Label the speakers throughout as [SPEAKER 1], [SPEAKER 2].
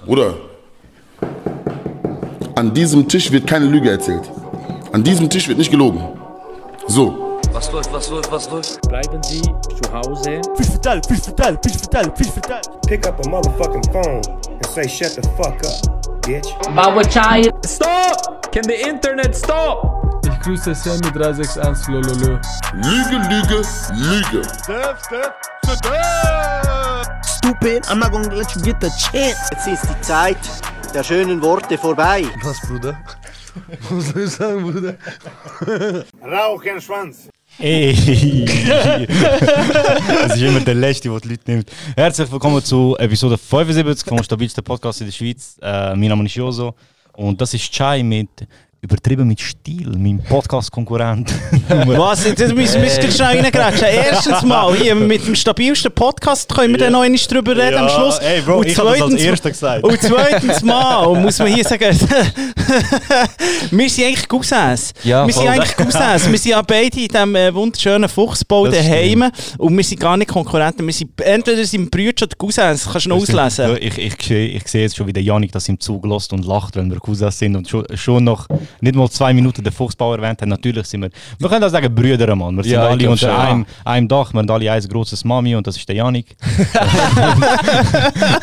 [SPEAKER 1] Bruder, an diesem Tisch wird keine Lüge erzählt. An diesem Tisch wird nicht gelogen. So.
[SPEAKER 2] Was läuft, was läuft, was läuft?
[SPEAKER 3] Bleiben Sie zu Hause.
[SPEAKER 4] Fisch vertellen, Fisch vertellen, Fisch vertellen, Fisch vertellen.
[SPEAKER 5] pick up a motherfucking phone and say, shut the fuck up, bitch.
[SPEAKER 6] Bauer Child.
[SPEAKER 7] Stop! Can the internet stop?
[SPEAKER 8] Ich grüße Sammy361 Lololö.
[SPEAKER 1] Lüge, Lüge, Lüge.
[SPEAKER 9] stupid. I'm not gonna let you get the chance.
[SPEAKER 10] Jetzt ist die Zeit der schönen Worte vorbei.
[SPEAKER 11] Was, Bruder? Was soll ich sagen, Bruder?
[SPEAKER 5] Rauchenschwanz.
[SPEAKER 12] Ey! Es ist immer der Letzte, der die Leute nimmt. Herzlich willkommen zu Episode 75 vom stabilsten Podcast in der Schweiz. Äh, mein Name ist Joso und das ist Chai mit Übertrieben mit Stil, mein Podcast-Konkurrent.
[SPEAKER 13] Was? Jetzt müssen wir hey. schnell reingrätschen. Erstens mal, hier mit dem stabilsten Podcast können wir dann noch einmal drüber reden am Schluss.
[SPEAKER 12] Ey, Bro,
[SPEAKER 13] und
[SPEAKER 12] ich hab das als Erster gesagt.
[SPEAKER 13] Und zweitens mal, und muss man hier sagen, wir sind eigentlich Cousins.
[SPEAKER 12] Ja,
[SPEAKER 13] wir sind
[SPEAKER 12] voll.
[SPEAKER 13] eigentlich Cousins. Wir sind ja beide in diesem äh, wunderschönen Fuchsbau
[SPEAKER 12] Das
[SPEAKER 13] daheim und wir sind gar nicht Konkurrenten. Wir sind, entweder sind wir Brüder oder Cousins, kannst du noch
[SPEAKER 12] Ja,
[SPEAKER 13] auslesen.
[SPEAKER 12] Ich, ich, sehe- ich sehe jetzt schon wieder Janik, dass ihm zugelost und lacht, wenn wir Cousins sind und schon, schon noch nicht mal zwei Minuten den Fuchsbau erwähnt haben. Natürlich sind wir, wir können auch sagen Brüder, Mann. Wir sind
[SPEAKER 8] Ja, ich
[SPEAKER 12] alle
[SPEAKER 8] glaub schon,
[SPEAKER 12] unter
[SPEAKER 8] ja.
[SPEAKER 12] einem, einem Dach, wir haben alle ein grosses Mami und das ist der Janik.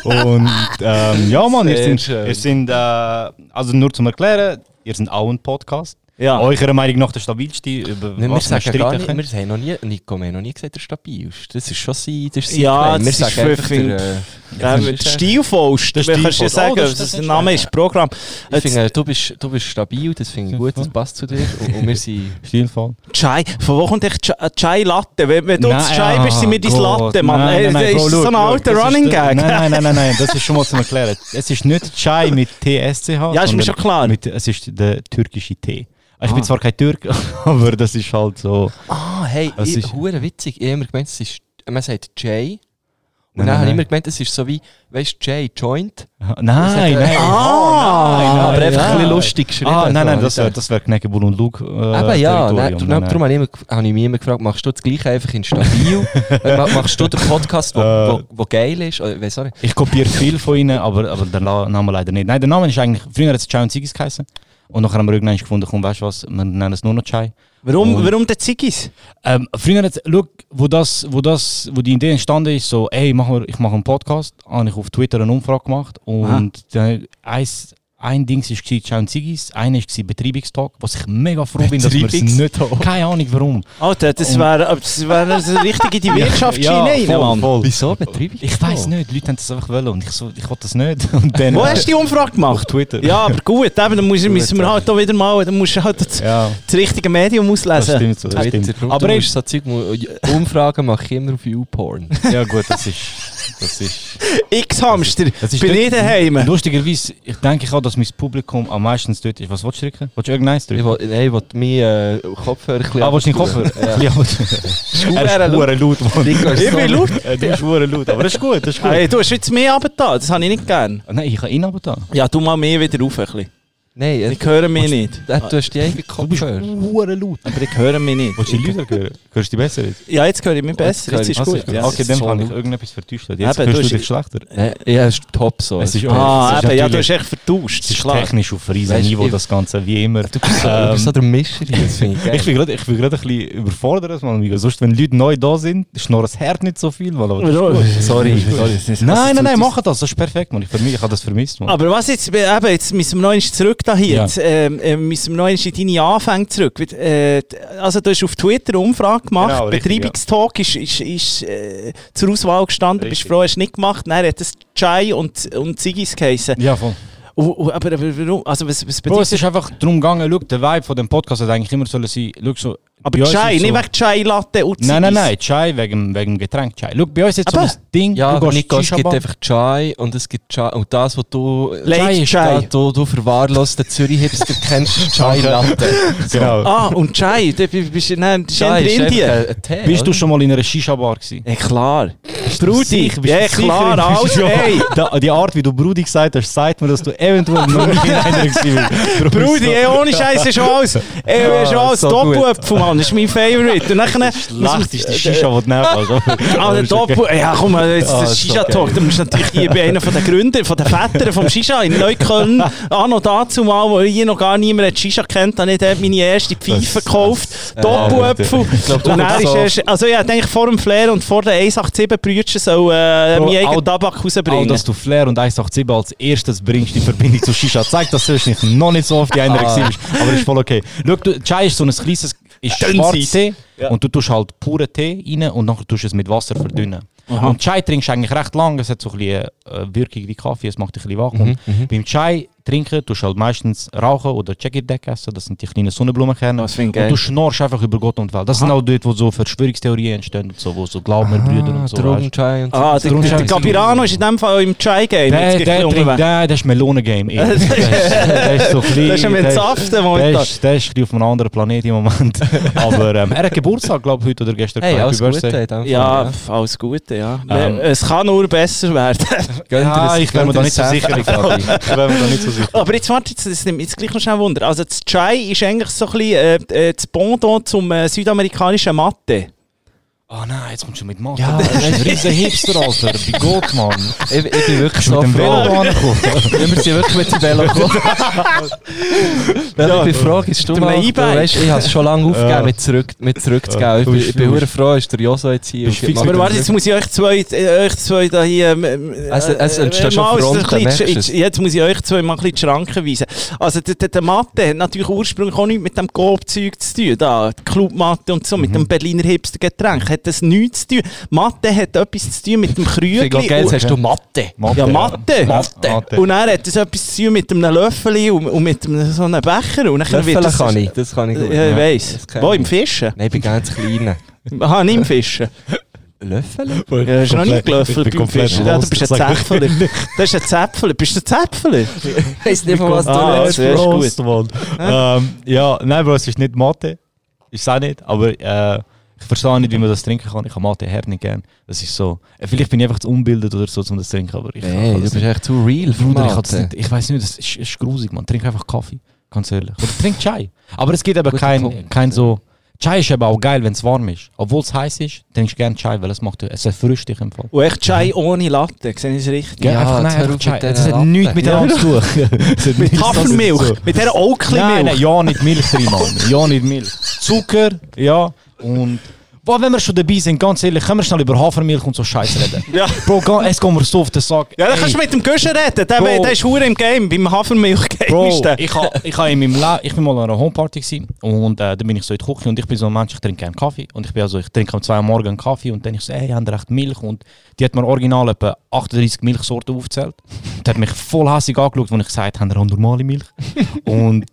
[SPEAKER 12] und ähm, ja, Mann, ihr
[SPEAKER 8] Sehr
[SPEAKER 12] sind,
[SPEAKER 8] schön.
[SPEAKER 12] ihr sind äh, also nur zum Erklären, ihr sind auch ein Podcast.
[SPEAKER 13] Ja.
[SPEAKER 12] Eurer Meinung nach der stabilste, über
[SPEAKER 7] Ah. Nein, wir
[SPEAKER 12] was
[SPEAKER 7] sagen gar nicht,
[SPEAKER 12] streiten können.
[SPEAKER 7] wir haben noch nie, Nico, wir haben noch nie gesagt, der stabilste. Das ist schon sein, das ist sein
[SPEAKER 13] Ja,
[SPEAKER 7] Claim. wir
[SPEAKER 13] das ist
[SPEAKER 7] sagen einfach
[SPEAKER 13] Pfiffing.
[SPEAKER 7] der, äh,
[SPEAKER 13] Ja,
[SPEAKER 7] das ist-
[SPEAKER 13] Stilvollst,
[SPEAKER 12] Das
[SPEAKER 13] man kann ja
[SPEAKER 12] Stilvollst.
[SPEAKER 13] sagen,
[SPEAKER 12] Oh, das-
[SPEAKER 13] das,
[SPEAKER 12] das ist
[SPEAKER 13] der Name ist Programm.
[SPEAKER 7] Ich finde, du bist, du bist stabil, das finde ich gut, das passt zu dir. Und, und wir sind...
[SPEAKER 12] Stilvoll.
[SPEAKER 13] Chai, von wo kommt echt Chai- Chai Latte? äh, Wenn, wenn du
[SPEAKER 12] Nein, ah, Oh
[SPEAKER 13] zu Chai bist, sind wir dein
[SPEAKER 12] Gott,
[SPEAKER 13] Latte, Mann.
[SPEAKER 12] nein,
[SPEAKER 13] Ey,
[SPEAKER 12] nein,
[SPEAKER 13] ist
[SPEAKER 12] nein, Bro,
[SPEAKER 13] das so ein
[SPEAKER 12] schau, schau,
[SPEAKER 13] alter
[SPEAKER 12] das ist
[SPEAKER 13] Running
[SPEAKER 12] der-
[SPEAKER 13] Gag?
[SPEAKER 12] Nein, nein, nein, nein, nein, das ist schon mal zu erklären. Es ist nicht Chai mit TSCH.
[SPEAKER 13] Ja, ist mir
[SPEAKER 12] sondern
[SPEAKER 13] schon klar. Ah.
[SPEAKER 12] Mit, es ist der türkische Tee. Ich bin zwar kein Türk, aber das ist halt so.
[SPEAKER 7] Ah, hey,
[SPEAKER 12] Es
[SPEAKER 7] ich,
[SPEAKER 12] ist-
[SPEAKER 7] ist witzig. Eh, Ich habe immer gemeint, es ist, man sagt Jay. nou, Und
[SPEAKER 12] Nein, nein,
[SPEAKER 7] dann habe ich
[SPEAKER 12] nein.
[SPEAKER 7] immer gemeint, es ist so wie, weißt du, Jay joint.
[SPEAKER 12] Nein, nein.
[SPEAKER 13] Ah,
[SPEAKER 12] Oh,
[SPEAKER 7] aber einfach
[SPEAKER 12] nein.
[SPEAKER 7] ein bisschen lustig geschrieben.
[SPEAKER 12] Ah, nein, nein,
[SPEAKER 7] so,
[SPEAKER 12] das wäre
[SPEAKER 7] habe ich
[SPEAKER 12] das wär Knäckebull und Lug. Äh,
[SPEAKER 7] gedacht. Eben Ah, ja, nou, nein,
[SPEAKER 12] Territorium.
[SPEAKER 7] darum, darum habe ich, immer, habe ich mich immer gefragt, machst du das gleiche einfach in stabil? Äh, ma- machst du den Podcast, wo,
[SPEAKER 12] Äh.
[SPEAKER 7] wo, wo geil Oh, eh, ist? Oder, weiss auch nicht.
[SPEAKER 12] Ich kopiere viel von ihnen, aber, aber der La- Name leider nicht. Nein, der Name ist eigentlich, früher hat es Chai und Ziggis geheißen. Und nachher haben wir irgendwann gefunden, komm, weißt du was, wir nennen es nur noch Chai. Oh.
[SPEAKER 13] Warum, warum der Ziggis?
[SPEAKER 12] Ähm, früher hat schau, wo das, wo das, wo die Idee entstanden ist, so, ey, mach mal, ich mache einen Podcast, habe ich auf Twitter eine Umfrage gemacht und dann eins, ein Ding ist gsi Ciao und Ziggis, eine ist gsi Betreibungstag, was ich mega froh bin, dass wir es
[SPEAKER 13] Betreibungs-
[SPEAKER 12] nicht haben. Keine Ahnung warum.
[SPEAKER 13] Alter, das
[SPEAKER 12] Und-
[SPEAKER 13] wäre das wär das richtig in die Wirtschaft hinein, Mann.
[SPEAKER 7] Wieso betreibe ich
[SPEAKER 12] Ich
[SPEAKER 7] das
[SPEAKER 12] weiß
[SPEAKER 7] so?
[SPEAKER 12] nicht, die Leute haben das einfach wollen und ich so, ich wollte das nicht. Und dann,
[SPEAKER 13] Wo hast du die Umfrage
[SPEAKER 12] auf
[SPEAKER 13] gemacht?
[SPEAKER 12] Twitter?
[SPEAKER 13] Ja, aber gut, eben, dann müssen, müssen wir halt auch wieder mal, dann musst du halt das,
[SPEAKER 12] ja,
[SPEAKER 13] das richtige Medium
[SPEAKER 12] das
[SPEAKER 13] auslesen.
[SPEAKER 12] stimmt so, das
[SPEAKER 7] Twitter,
[SPEAKER 12] stimmt.
[SPEAKER 7] Bro,
[SPEAKER 12] Aber
[SPEAKER 7] du
[SPEAKER 12] ey,
[SPEAKER 7] musst so Zeug, mu- Umfragen mache ich immer auf YouPorn.
[SPEAKER 12] ja gut, das ist, das ist.
[SPEAKER 13] X-Hamster,
[SPEAKER 12] Das ist
[SPEAKER 13] bin
[SPEAKER 12] dort-
[SPEAKER 13] ich daheim.
[SPEAKER 12] Lustigerweise, ich denke ich auch, dass mein Publikum am meisten dort ist. Was willst du drücken? Willst du irgendeins
[SPEAKER 7] Ich
[SPEAKER 12] drücken?
[SPEAKER 7] will, nein, ich will meinen äh, Kopfhörer ein bisschen Äh,
[SPEAKER 12] Ah, willst du den
[SPEAKER 7] abtun.
[SPEAKER 12] Koffer?
[SPEAKER 7] Ja.
[SPEAKER 12] Ja. er
[SPEAKER 7] verdammt
[SPEAKER 12] ist hure laut, Mann.
[SPEAKER 7] Nico ist
[SPEAKER 13] Ich
[SPEAKER 7] so-
[SPEAKER 13] bin laut.
[SPEAKER 12] Äh, Du bist hure laut, aber das ist gut, das ist gut.
[SPEAKER 13] Hey, du hast jetzt mehr runtergetan, das habe ich nicht gern.
[SPEAKER 12] Nein, ich kann ihn aber da.
[SPEAKER 13] Ja, du mal mehr wieder auf ein bisschen.
[SPEAKER 7] Nein, äh,
[SPEAKER 13] Ich höre mich nicht.
[SPEAKER 7] äh, du hast die eigene Kopfhörer.
[SPEAKER 12] Hure laut.
[SPEAKER 13] Aber ich höre mich nicht.
[SPEAKER 12] Willst du die Lieder hören? Hörst du die besser jetzt?
[SPEAKER 13] Ja, jetzt höre ich mich besser, jetzt ist
[SPEAKER 12] Also,
[SPEAKER 13] gut. Ja.
[SPEAKER 12] Okay,
[SPEAKER 7] jetzt
[SPEAKER 12] dann
[SPEAKER 7] ist
[SPEAKER 12] kann
[SPEAKER 7] so
[SPEAKER 12] ich
[SPEAKER 7] laut.
[SPEAKER 12] irgendetwas vertäuscht. Jetzt
[SPEAKER 13] Eben, du
[SPEAKER 12] hörst du
[SPEAKER 13] hast-
[SPEAKER 12] dich schlechter.
[SPEAKER 7] Ja, ja, ist top so.
[SPEAKER 12] Es ist-
[SPEAKER 13] Ah,
[SPEAKER 12] Das ist
[SPEAKER 13] eben, ja, du
[SPEAKER 12] natürlich-
[SPEAKER 13] hast echt vertauscht,
[SPEAKER 12] Es
[SPEAKER 13] ist
[SPEAKER 12] ist
[SPEAKER 13] klar.
[SPEAKER 12] technisch auf riesen
[SPEAKER 7] Weißt du,
[SPEAKER 12] Niveau,
[SPEAKER 7] ich-
[SPEAKER 12] das Ganze, wie immer.
[SPEAKER 7] Du bist so,
[SPEAKER 12] Ähm,
[SPEAKER 7] du bist so der Mischer hier, das finde ich geil.
[SPEAKER 12] Ich bin gerade ich bin gerade ein bisschen überfordert, Mann. Miguel. Sonst, wenn Leute neu da sind, schnurrt das Herd nicht so viel. Mann, aber also das ist gut.
[SPEAKER 7] sorry, sorry.
[SPEAKER 12] Nein, nein, nein, mach das. Das ist perfekt, Mann. Ich, vermi- ich habe das vermisst, Mann.
[SPEAKER 13] Aber was jetzt, äh, eben, jetzt müssen wir noch einmal zurück da hier,
[SPEAKER 12] Ja.
[SPEAKER 13] jetzt, ähm, äh, müssen wir noch einmal in deine Anfänge zurück. Weil, äh, d- Also du hast auf Twitter eine Umfrage gemacht,
[SPEAKER 12] Genau, richtig,
[SPEAKER 13] Betreibungstalk ist, ist, ist äh, zur Auswahl gestanden, bist
[SPEAKER 12] Richtig.
[SPEAKER 13] froh, hast du nicht gemacht, dann hat es Chai und, und Ziggis geheissen.
[SPEAKER 12] Ja, voll.
[SPEAKER 13] Oh, oh, aber, aber warum, also was, was
[SPEAKER 12] Bro, es
[SPEAKER 13] bedeutet
[SPEAKER 12] ist einfach darum gegangen, schau, der Vibe von dem Podcast hat eigentlich immer sollen sein, schau so...
[SPEAKER 13] Aber
[SPEAKER 12] bei uns
[SPEAKER 13] Chai,
[SPEAKER 12] ist so-
[SPEAKER 13] nicht wegen Chai Latte und Ziggis.
[SPEAKER 12] Nein, nein, nein, Chai wegen, wegen dem Getränk Chai. Schau, bei uns jetzt
[SPEAKER 13] Aber-
[SPEAKER 12] so ein Ding,
[SPEAKER 7] Ja,
[SPEAKER 12] du
[SPEAKER 7] aber
[SPEAKER 12] gehst
[SPEAKER 7] Nico, es gibt
[SPEAKER 12] Shisha-Bar.
[SPEAKER 7] einfach Chai und es gibt Chai. Und das, was du.
[SPEAKER 13] Late
[SPEAKER 7] ist
[SPEAKER 13] Chai.
[SPEAKER 7] das, Du, du verwahrlosten Zürich-Hipster kennst, Chai Latte.
[SPEAKER 12] Genau.
[SPEAKER 13] Ah, und Chai, du bist, bist, nein, du bist
[SPEAKER 7] Chai
[SPEAKER 13] in
[SPEAKER 7] ist einfach
[SPEAKER 13] Indien.
[SPEAKER 7] ein- ein Tee.
[SPEAKER 12] Bist du
[SPEAKER 7] oder?
[SPEAKER 12] schon mal in einer Shisha-Bar gewesen?
[SPEAKER 13] Ja, klar.
[SPEAKER 12] Brudi,
[SPEAKER 13] Brudi, ja klar, alles, ey.
[SPEAKER 12] Die, Art, wie du Brudi gesagt hast, sagt mir, dass du eventuell noch nicht in einer gewesen bist. Darum ist
[SPEAKER 13] Brudi,
[SPEAKER 12] so-
[SPEAKER 13] ey, ohne Scheiße schon alles, ey, schon alles
[SPEAKER 7] so
[SPEAKER 13] top vom Mann, das ist mein Favorite. Und dann,
[SPEAKER 12] Schlechteste Shisha, die du nehmen kannst.
[SPEAKER 13] Ah, der Top. Ja, komm, jetzt
[SPEAKER 12] Ah,
[SPEAKER 13] der
[SPEAKER 12] ist
[SPEAKER 13] Shisha
[SPEAKER 12] okay.
[SPEAKER 13] Talk. Da musst du natürlich hier bei einem von den Gründern, von den Vätern vom Shisha in Neukölln, auch noch dazu mal, wo hier noch gar niemand hat Shisha kennt, habe ich dort meine erste Pfeife gekauft. Doppelöpfel.
[SPEAKER 7] Ich glaub, du
[SPEAKER 13] Und
[SPEAKER 7] hast
[SPEAKER 13] er ist
[SPEAKER 7] auch-
[SPEAKER 13] erst, also ja, denke ich, vor dem Flair und vor den 187 Brütchen soll äh,
[SPEAKER 12] Bro,
[SPEAKER 13] mein
[SPEAKER 12] auch-
[SPEAKER 13] eigenen Tabak
[SPEAKER 12] Auch
[SPEAKER 13] rausbringen.
[SPEAKER 12] dass du Flair und 187 als erstes bringst in Verbindung zu Shisha, zeigt, dass du nicht noch nicht so oft die
[SPEAKER 13] Ah.
[SPEAKER 12] einer bist. Aber ist voll okay. Schau, du, Chai ist so ein kleines ist Schwarztee und du tust halt pure Tee rein und nachher tust du es mit Wasser verdünnen. Und Chai trinkst du eigentlich recht lang, es hat so ein bisschen äh, Wirkung wie Kaffee, es macht dich ein bisschen
[SPEAKER 13] Mhm,
[SPEAKER 12] wach. Und beim Chai trinken tust du halt meistens rauchen oder Jagged-Deck essen, das sind die kleinen Sonnenblumenkerne.
[SPEAKER 13] Das finde ich
[SPEAKER 12] und
[SPEAKER 13] geil.
[SPEAKER 12] du schnorchst einfach über Gott und Welt. Das sind auch dort, wo so Verschwörungstheorien entstehen und so, wo so Glaubenbrüder und so. weißt du.
[SPEAKER 7] Drogenchai Ah, und so.
[SPEAKER 13] Ah, der, der, der Capirano ist in dem Fall im Chai-Game.
[SPEAKER 12] Der,
[SPEAKER 13] jetzt gleich
[SPEAKER 12] der,
[SPEAKER 13] ein
[SPEAKER 12] der,
[SPEAKER 13] bisschen
[SPEAKER 12] trinkt-
[SPEAKER 13] unterwegs.
[SPEAKER 12] der, der ist Melonengame. eh. Der ist- der ist so klein.
[SPEAKER 13] Der ist ja mit
[SPEAKER 12] der
[SPEAKER 13] Saften
[SPEAKER 12] der
[SPEAKER 13] momentan.
[SPEAKER 12] ist, der ist ein bisschen auf einem anderen Planeten im Moment. Aber ähm, er hat Geburtstag, glaube ich, heute oder gestern.
[SPEAKER 7] Hey,
[SPEAKER 12] gehabt.
[SPEAKER 7] alles
[SPEAKER 12] Happy
[SPEAKER 7] Gute. in
[SPEAKER 12] Birthday.
[SPEAKER 7] dem Fall,
[SPEAKER 13] Ja, pf, alles Gute, ja. Äh,
[SPEAKER 12] Ähm.
[SPEAKER 13] Es kann nur besser werden.
[SPEAKER 7] Gönnt ihr
[SPEAKER 12] Ja,
[SPEAKER 7] das-
[SPEAKER 12] ich bin mir
[SPEAKER 7] gönnt
[SPEAKER 12] da
[SPEAKER 7] ihr
[SPEAKER 12] nicht so
[SPEAKER 7] das
[SPEAKER 12] sicher. Ich glaube,
[SPEAKER 7] Safran?
[SPEAKER 12] ich bin mir da nicht so sicher.
[SPEAKER 13] Aber jetzt warte, jetzt, das nimmt mich jetzt gleich noch schnell Wunder. Also das Chai ist eigentlich so ein bisschen äh, äh, das Pendant zum äh, südamerikanischen Mathe.
[SPEAKER 12] Oh nein, jetzt kommst du mit Mathe. Ja, das ist ein riesen Hipster, Alter. Wie Gott, Mann.
[SPEAKER 7] Ich, ich bin wirklich so
[SPEAKER 12] Mit dem
[SPEAKER 7] froh.
[SPEAKER 12] Velo angekommen.
[SPEAKER 7] Ja, wir sind wirklich mit dem Velo gekommen. Weil
[SPEAKER 13] Ja,
[SPEAKER 7] ich bin froh, ist du
[SPEAKER 13] mit dem
[SPEAKER 7] mal,
[SPEAKER 13] E-Bike.
[SPEAKER 7] weil weisst, ich habe es schon lange aufgegeben,
[SPEAKER 12] Ja.
[SPEAKER 7] mit, zurück, mit zurückzugeben.
[SPEAKER 12] Ja,
[SPEAKER 7] Ich
[SPEAKER 12] du
[SPEAKER 7] bin,
[SPEAKER 12] bist-
[SPEAKER 7] ich bin
[SPEAKER 12] du
[SPEAKER 7] sehr froh, ist der Joso jetzt hier.
[SPEAKER 12] Bist
[SPEAKER 7] und gibt
[SPEAKER 12] fix
[SPEAKER 7] mir-
[SPEAKER 13] Aber
[SPEAKER 12] mit
[SPEAKER 13] warte, jetzt muss ich euch zwei, äh, euch zwei da hier... ähm, ähm,
[SPEAKER 7] Es- es
[SPEAKER 13] äh,
[SPEAKER 7] entstehen Also, schon
[SPEAKER 13] mal aus der
[SPEAKER 7] Fronten,
[SPEAKER 13] kleinen-
[SPEAKER 7] merkst du es?
[SPEAKER 13] jetzt, jetzt muss ich euch zwei mal ein bisschen die Schranken weisen. Also der, der, der Mathe hat natürlich ursprünglich auch nichts mit dem Coop-Zeug zu tun. Da, die Club-Mathe und so,
[SPEAKER 7] Mhm.
[SPEAKER 13] mit dem Berliner Hipster-Getränk hat das nichts zu tun. Mathe hat etwas zu tun mit dem
[SPEAKER 7] Ich
[SPEAKER 13] Krügel.
[SPEAKER 7] glaube, geil, jetzt hast du Mathe.
[SPEAKER 13] Ja, Mathe. Und dann hat das etwas zu tun mit einem Löffel und, und mit einem, so einem Becher. Und dann wird
[SPEAKER 7] Löffeln
[SPEAKER 13] das,
[SPEAKER 7] kann ich, das kann ich gut.
[SPEAKER 13] Ja, ich weiss.
[SPEAKER 7] Das kann
[SPEAKER 13] Wo,
[SPEAKER 7] ich.
[SPEAKER 13] im Fischen?
[SPEAKER 7] Nein, ich bin ganz klein.
[SPEAKER 13] Aha, nicht im Fischen.
[SPEAKER 7] Löffeln?
[SPEAKER 13] Ja, hast du noch nicht
[SPEAKER 12] Ich bin
[SPEAKER 13] gelöffelt beim
[SPEAKER 12] komplett
[SPEAKER 13] Fischen. Ja, du
[SPEAKER 12] lost.
[SPEAKER 13] bist ein
[SPEAKER 12] Sag mir
[SPEAKER 13] Zäpfler. Das ist ein Zäpfler. Bist du ein Zäpfler?
[SPEAKER 7] Ich weiss nicht, von was du
[SPEAKER 13] Ah,
[SPEAKER 7] redest.
[SPEAKER 13] also, ja, ist gut.
[SPEAKER 12] Prost, Mann. ähm, ja, nein, Bro, es ist nicht Mathe. Ist auch nicht, aber äh, ich verstehe nicht, wie man das trinken kann. Ich kann Mathe her nicht gern. Das ist so. äh, Vielleicht bin ich einfach zu unbildet oder so, um das zu trinken, aber ich
[SPEAKER 7] Nein,
[SPEAKER 12] kann
[SPEAKER 7] du
[SPEAKER 12] das
[SPEAKER 7] bist
[SPEAKER 12] nicht.
[SPEAKER 7] echt zu real. für
[SPEAKER 12] Bruder, ich, kann das
[SPEAKER 7] Mathe.
[SPEAKER 12] nicht. ich weiß nicht, das ist, ist grusig, man. Trink einfach Kaffee, ganz ehrlich. Oder trink Chai. Aber es gibt eben
[SPEAKER 7] Guter
[SPEAKER 12] kein,
[SPEAKER 7] Punkt.
[SPEAKER 12] kein so. Chai ist eben auch geil, wenn es warm ist. Obwohl es heiß ist, trinkst du gerne Chai, weil es macht es erfrischt dich im Fall.
[SPEAKER 13] Und Oh, echt Chai ohne Latte. Sehe ich es richtig?
[SPEAKER 12] Gell?
[SPEAKER 7] Ja,
[SPEAKER 12] Einfach-
[SPEAKER 7] jetzt hör
[SPEAKER 12] einfach
[SPEAKER 7] auf
[SPEAKER 12] Chai.
[SPEAKER 7] mit dieser
[SPEAKER 12] Das hat
[SPEAKER 7] Latte.
[SPEAKER 12] nichts miteinander zu tun. Es hat nichts-
[SPEAKER 13] Mit Hafermilch. Mit dieser
[SPEAKER 12] Nein, nein,
[SPEAKER 13] Oakley-Milch.
[SPEAKER 12] ja, nicht Milch drin, Mann. Ja, nicht Milch. Zucker, ja. Und. Boah, wenn wir schon dabei sind, ganz ehrlich, können wir schnell über Hafermilch und so Scheiß reden.
[SPEAKER 13] Ja.
[SPEAKER 12] Bro, ga- es kommt mir so auf den Sack.
[SPEAKER 13] Ja, dann
[SPEAKER 12] Ey,
[SPEAKER 13] kannst du mit dem Guschen reden. Der,
[SPEAKER 12] Bro.
[SPEAKER 13] der ist hure im Game. Beim Hafermilch-Game
[SPEAKER 12] Bro,
[SPEAKER 13] ist der.
[SPEAKER 12] ich, ha, ich, ha in meinem Le ich bin mal an einer Homeparty gewesen, und äh, da bin ich so in der Küche und ich bin so ein Mensch, ich trinke gerne Kaffee und ich bin also, ich trinke am 2 Uhr morgens einen Kaffee und dann ich so, ey, haben recht Milch und die hat mir original etwa 38 Milchsorten aufgezählt. Die hat mich voll hässig angeschaut, als ich gesagt habe, haben normale Milch? und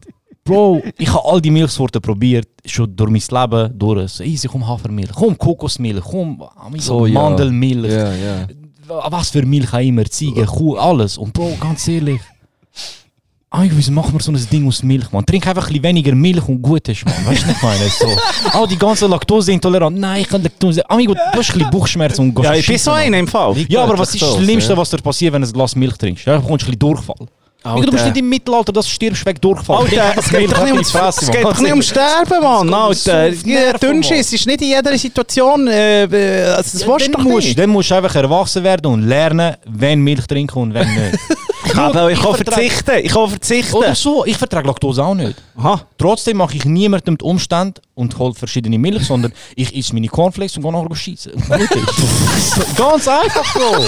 [SPEAKER 12] Bro, ich habe all die Milchsorten probiert, schon durch mein Leben durch. So, easy, komm Hafermilch, komm Kokosmilch, komm Amigo,
[SPEAKER 7] So, ja.
[SPEAKER 12] Mandelmilch,
[SPEAKER 7] Ja, ja.
[SPEAKER 12] was für Milch auch immer, Ziege, Kuh, alles. Und Bro, ganz ehrlich, Ah, eigentlich wieso machen wir so ein Ding aus Milch, man? Trink einfach ein bisschen weniger Milch und gut ist, man. Weißt du, was ich meine? So. All die ganzen Laktoseintolerant. Nein, ich kann Laktose. Amigo, du hast ein bisschen Bauchschmerzen und gehst
[SPEAKER 13] Ja, ich bin so
[SPEAKER 12] schiessen,
[SPEAKER 13] einer im Fall.
[SPEAKER 12] Mann. Ja, aber was ist das
[SPEAKER 7] Laktose,
[SPEAKER 12] Schlimmste,
[SPEAKER 7] ja.
[SPEAKER 12] was dir passiert, wenn du ein Glas Milch trinkst? Ja, du bekommst ein bisschen Durchfall. Amigo, du bist
[SPEAKER 13] Alter.
[SPEAKER 12] nicht im Mittelalter, das stirbst wegen Durchfall. Trink
[SPEAKER 13] Alter,
[SPEAKER 12] einfach
[SPEAKER 13] es geht
[SPEAKER 12] Milch,
[SPEAKER 13] doch nicht
[SPEAKER 12] hab
[SPEAKER 13] ums
[SPEAKER 12] die Fresse,
[SPEAKER 13] es
[SPEAKER 12] Mann.
[SPEAKER 13] geht doch nicht ums Sterben, Mann.
[SPEAKER 12] Es geht
[SPEAKER 13] Alter,
[SPEAKER 12] ums Nerven,
[SPEAKER 13] Dünnschiss ist nicht in jeder Situation. Äh, äh, also das
[SPEAKER 12] Ja,
[SPEAKER 13] willst du
[SPEAKER 12] dann
[SPEAKER 13] doch
[SPEAKER 12] musst,
[SPEAKER 13] nicht.
[SPEAKER 12] Dann musst du einfach erwachsen werden und lernen, wenn Milch trinken und wenn nicht.
[SPEAKER 13] Aber ich kann
[SPEAKER 12] vertrage-
[SPEAKER 13] verzichten. Ich kann verzichten.
[SPEAKER 12] Oder so, ich vertrage Laktose auch nicht.
[SPEAKER 13] Aha.
[SPEAKER 12] Trotzdem mache ich niemandem die Umstände und hole verschiedene Milch, sondern ich esse meine Cornflakes und gehe nachher schießen. Ganz einfach, Bro.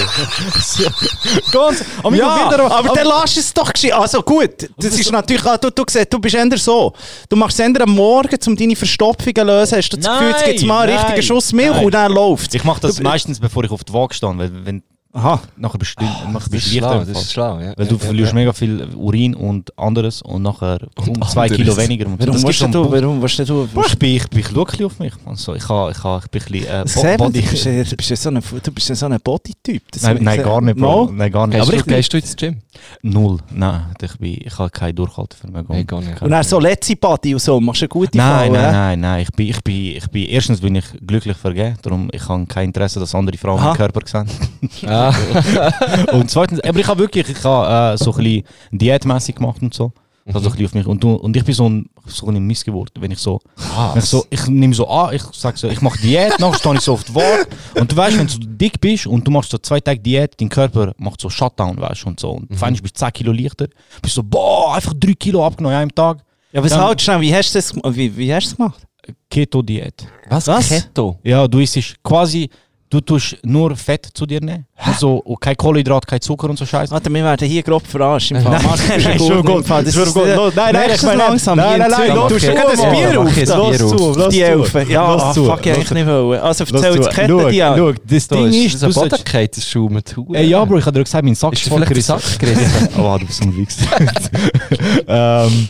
[SPEAKER 12] Ganz. Amigo,
[SPEAKER 13] Ja,
[SPEAKER 12] wieder-
[SPEAKER 13] aber dann lass es doch geschehen. Also gut, das ist natürlich, ah, du, du, siehst, du bist eher so. Du machst es eher am Morgen, um deine Verstopfungen zu lösen. Hast du das Gefühl, jetzt
[SPEAKER 12] Nein,
[SPEAKER 13] gibt es mal einen
[SPEAKER 12] nein,
[SPEAKER 13] richtigen Schuss Milch
[SPEAKER 12] nein.
[SPEAKER 13] und dann läuft
[SPEAKER 12] ich mache das meistens, bevor ich auf die Waage stehe, weil wenn
[SPEAKER 13] Aha.
[SPEAKER 12] nachher bestimmt, machst du
[SPEAKER 7] Das ist
[SPEAKER 12] bist
[SPEAKER 7] schlau,
[SPEAKER 12] leichter.
[SPEAKER 7] das ist schlau. ja.
[SPEAKER 12] Weil du verlierst mega viel Urin und anderes und nachher um zwei
[SPEAKER 7] anderes.
[SPEAKER 12] Kilo weniger. Und so.
[SPEAKER 13] Warum
[SPEAKER 12] Das
[SPEAKER 13] willst
[SPEAKER 12] gibt
[SPEAKER 13] du,
[SPEAKER 12] so einen
[SPEAKER 13] warum willst du,
[SPEAKER 12] Bro, ich bin, ich bin ich schaue ein bisschen auf mich. Mann. So, ich, habe, ich, habe, ich bin ein bisschen
[SPEAKER 13] Sam,
[SPEAKER 12] äh, Bo-
[SPEAKER 13] du
[SPEAKER 12] Body.
[SPEAKER 13] bist, ja- du bist ja so ein, du bist ja so ein Bodytyp. Das
[SPEAKER 12] Nein, nein, gar nicht, Bro.
[SPEAKER 13] Mal.
[SPEAKER 12] Nein, gar nicht.
[SPEAKER 7] Gehst
[SPEAKER 12] Aber
[SPEAKER 7] du-
[SPEAKER 12] ich bin
[SPEAKER 7] Gehst du ins Gym?
[SPEAKER 12] null. Nein, ich, bin, ich habe kein Durchhaltevermögen.
[SPEAKER 7] Nein, gar nicht.
[SPEAKER 13] Und dann so letzte Party und so, machst du eine gute
[SPEAKER 12] Nein,
[SPEAKER 13] Frau,
[SPEAKER 12] nein,
[SPEAKER 13] hä?
[SPEAKER 12] nein, nein. Ich bin, ich bin, ich bin, erstens bin ich glücklich vergeben, darum ich habe kein Interesse, dass andere Frauen
[SPEAKER 13] Aha.
[SPEAKER 12] meinen Körper sehen.
[SPEAKER 7] Ah.
[SPEAKER 12] Und zweitens, aber ich habe wirklich, ich habe äh, so ein bisschen diätmässig gemacht und so. Das hat so
[SPEAKER 13] Mhm.
[SPEAKER 12] ein bisschen auf mich. Und, du, und ich bin so ein, so ein Mist geworden, wenn ich so.
[SPEAKER 7] Was?
[SPEAKER 12] Wenn ich so, ich nehme so an, ich sag so, ich mache Diät, nachher stehe ich so auf die Waage. Und du weißt, wenn du so dick bist und du machst so zwei Tage Diät, dein Körper macht so Shutdown, weißt du, und so. Und mhm. bist du 10 Kilo leichter, bist so, boah, einfach 3 Kilo abgenommen an einem Tag.
[SPEAKER 13] Ja, aber
[SPEAKER 12] Dann-
[SPEAKER 13] halt schnell, wie hast du das, wie, wie hast du das gemacht?
[SPEAKER 12] Keto-Diät.
[SPEAKER 7] Was?
[SPEAKER 13] Was?
[SPEAKER 7] Keto?
[SPEAKER 12] Ja, du isst quasi, du tust nur Fett zu dir nehmen. Also, und kein Kohlenhydrat, kein Zucker und so Scheiße.
[SPEAKER 13] Warte, wir werden hier grob verarscht. Im Fall.
[SPEAKER 7] Nein,
[SPEAKER 13] Markus, ist
[SPEAKER 12] nein,
[SPEAKER 13] gut,
[SPEAKER 12] schon gut.
[SPEAKER 13] im Fall. Das
[SPEAKER 12] Schon
[SPEAKER 13] ist,
[SPEAKER 12] gut.
[SPEAKER 13] äh,
[SPEAKER 12] Nein, nein, nein,
[SPEAKER 13] nächstens
[SPEAKER 12] ich meine-
[SPEAKER 13] langsam
[SPEAKER 12] Nein,
[SPEAKER 13] hier
[SPEAKER 12] nein, nein,
[SPEAKER 13] in Zürich.
[SPEAKER 12] los,
[SPEAKER 13] Du hast
[SPEAKER 12] schon
[SPEAKER 13] gerade
[SPEAKER 12] gut,
[SPEAKER 13] ein
[SPEAKER 12] Mann.
[SPEAKER 13] dus Bier
[SPEAKER 12] Mach
[SPEAKER 13] auf.
[SPEAKER 12] jetzt
[SPEAKER 13] da.
[SPEAKER 12] Bier
[SPEAKER 7] auf.
[SPEAKER 13] Lass zu, Die Elfen. Ja,
[SPEAKER 12] Lass
[SPEAKER 13] ah,
[SPEAKER 12] zu,
[SPEAKER 13] fuck,
[SPEAKER 12] lass
[SPEAKER 13] ich
[SPEAKER 12] zu.
[SPEAKER 13] nicht wollen. Also erzähl das
[SPEAKER 12] Schau,
[SPEAKER 13] Kettendial.
[SPEAKER 12] schau, das
[SPEAKER 7] Da
[SPEAKER 12] Ding
[SPEAKER 7] ist
[SPEAKER 12] ist,
[SPEAKER 7] dieser
[SPEAKER 12] du sollst-
[SPEAKER 7] Bodenkeit, das schaumt hure.
[SPEAKER 13] Eh,
[SPEAKER 12] Ey, ja, Bro, ich habe dir gesagt, mein Sack
[SPEAKER 7] Ist dir vielleicht der Sack gerissen?
[SPEAKER 12] Oh, du bist ein Wichser. ähm,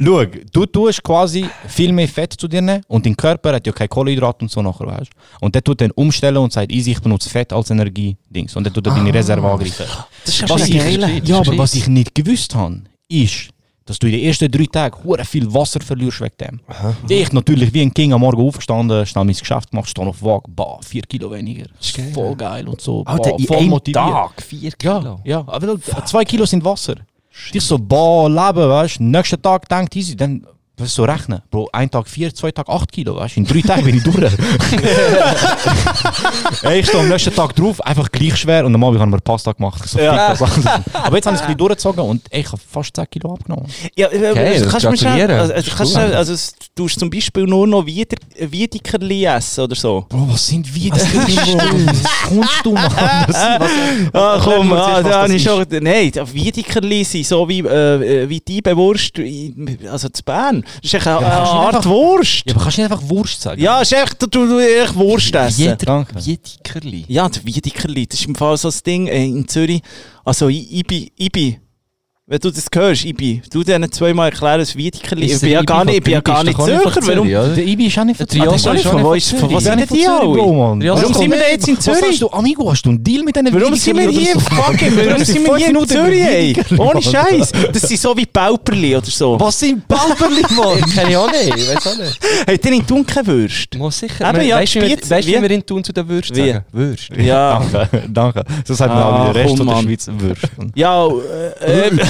[SPEAKER 12] schau, du tust quasi viel mehr Fett zu dir nehmen und dein Körper hat ja kein Kohlenhydrat und so nachher, weißt du? Und der tut dann umstellen und sagt, easy, ich benutze Fett als Energie-Dings. Und der tut dann deine Reserve angreifen.
[SPEAKER 13] Das ist
[SPEAKER 12] Was
[SPEAKER 13] ein
[SPEAKER 12] ich,
[SPEAKER 13] geiler.
[SPEAKER 12] ja, aber was ich nicht gewusst habe, ist, dass du in den ersten drei Tagen hure viel Wasser verlierst wegen dem. Ich natürlich wie ein King am Morgen aufgestanden, schnell mein Geschäft gemacht, stand auf Waage, bah, vier Kilo weniger. Ist voll geil und so. Bah,
[SPEAKER 7] Alter, in
[SPEAKER 12] voll
[SPEAKER 7] einem
[SPEAKER 12] motiviert.
[SPEAKER 7] Tag 4 Kilo.
[SPEAKER 12] Ja, aber du- zwei Kilo sind Wasser. Ich so, boah, Leben, weißt du, nächsten Tag denkt easy, dann wirst du rechnen. Bro, ein Tag vier, zwei Tag acht Kilo, weißt du, in drei Tagen bin ich durch. hey, ich stehe am nächsten Tag drauf, einfach gleich schwer und am Abend haben wir Pasta gemacht. Ich So, ja. aber jetzt haben wir es ein bisschen durchgezogen und ey, ich habe fast 10 Kilo abgenommen.
[SPEAKER 13] Ja, äh,
[SPEAKER 7] Geil,
[SPEAKER 13] also kannst du mir schnell,
[SPEAKER 7] gratuliere.
[SPEAKER 13] also,
[SPEAKER 7] Das
[SPEAKER 13] also,
[SPEAKER 7] ist
[SPEAKER 13] kannst du
[SPEAKER 7] cool.
[SPEAKER 13] schnell, also es- du hast zum Beispiel nur noch Wieder- Wiedekerli essen oder so.
[SPEAKER 12] Bro, was sind wir das? Was kommst du, Mann? Das- was-
[SPEAKER 13] Ah, komm,
[SPEAKER 12] Erklär
[SPEAKER 13] ah,
[SPEAKER 12] mir
[SPEAKER 13] da
[SPEAKER 12] zuerst, was das
[SPEAKER 13] habe ich
[SPEAKER 12] ist.
[SPEAKER 13] schon. Nein, die Wiedekerli sind so wie, äh, wie die Wurst, in- also zu Bern. Das ist echt eine, eine
[SPEAKER 12] kannst du
[SPEAKER 13] Art
[SPEAKER 12] einfach-
[SPEAKER 13] eh, Wurst.
[SPEAKER 12] Ja, aber kannst du nicht einfach Wurst sagen?
[SPEAKER 13] Ja, ist echt, du, du, du echt Wurst essen.
[SPEAKER 7] Jeder
[SPEAKER 12] Danke.
[SPEAKER 7] Jedikerli.
[SPEAKER 13] Ja, die Wiedekerli, das ist im Fall so ein Ding äh, in Zürich. Also, ich, ich bin, ich bin, wenn du das hörst, ich bin, du denen zweimal erklären, das Wiedekerli. Ich bin ja gar nicht, ich bin ja gar nicht Zürcher, warum?
[SPEAKER 12] Der Ibi ist auch nicht von
[SPEAKER 7] Der Trios
[SPEAKER 12] Ah, der
[SPEAKER 7] ist
[SPEAKER 12] ist auch nicht von
[SPEAKER 7] auch nicht von
[SPEAKER 12] Zürich.
[SPEAKER 7] Zürich.
[SPEAKER 12] Von was
[SPEAKER 13] Der
[SPEAKER 12] sind
[SPEAKER 13] ist
[SPEAKER 12] denn die
[SPEAKER 13] auch nicht
[SPEAKER 12] alle?
[SPEAKER 13] von Zürich.
[SPEAKER 12] Mann?
[SPEAKER 7] Trios
[SPEAKER 12] Warum
[SPEAKER 7] ist
[SPEAKER 12] sind wir
[SPEAKER 7] auch
[SPEAKER 12] denn jetzt in
[SPEAKER 7] nicht-
[SPEAKER 12] Zürich?
[SPEAKER 7] was hast
[SPEAKER 12] du, Amigo, hast du einen Deal mit diesen
[SPEAKER 13] Warum sind wir hier? Fucking, warum sind wir hier in Zürich, ey? Ohne Scheiß. Das sind so wie Pauperli oder so.
[SPEAKER 12] Was sind Balberli, Mann?
[SPEAKER 7] Kenn ich auch nicht, ich weiß auch nicht.
[SPEAKER 13] Habt ihr in Thun keine Würst?
[SPEAKER 7] Muss sicher.
[SPEAKER 13] Eben,
[SPEAKER 7] Man-
[SPEAKER 13] Ah, ja,
[SPEAKER 7] Weißt du, wie wir-
[SPEAKER 13] Spitz-
[SPEAKER 7] weißt du,
[SPEAKER 13] wie?
[SPEAKER 7] wie wir ihn tun zu den Würsten
[SPEAKER 13] Wie?
[SPEAKER 7] sagen? Würst.
[SPEAKER 13] Ja.
[SPEAKER 12] Danke, danke. So sagt
[SPEAKER 13] man auch wieder, Rest von der
[SPEAKER 12] Schweiz Würst.
[SPEAKER 13] Ja, äh,
[SPEAKER 12] Hm.
[SPEAKER 13] äh,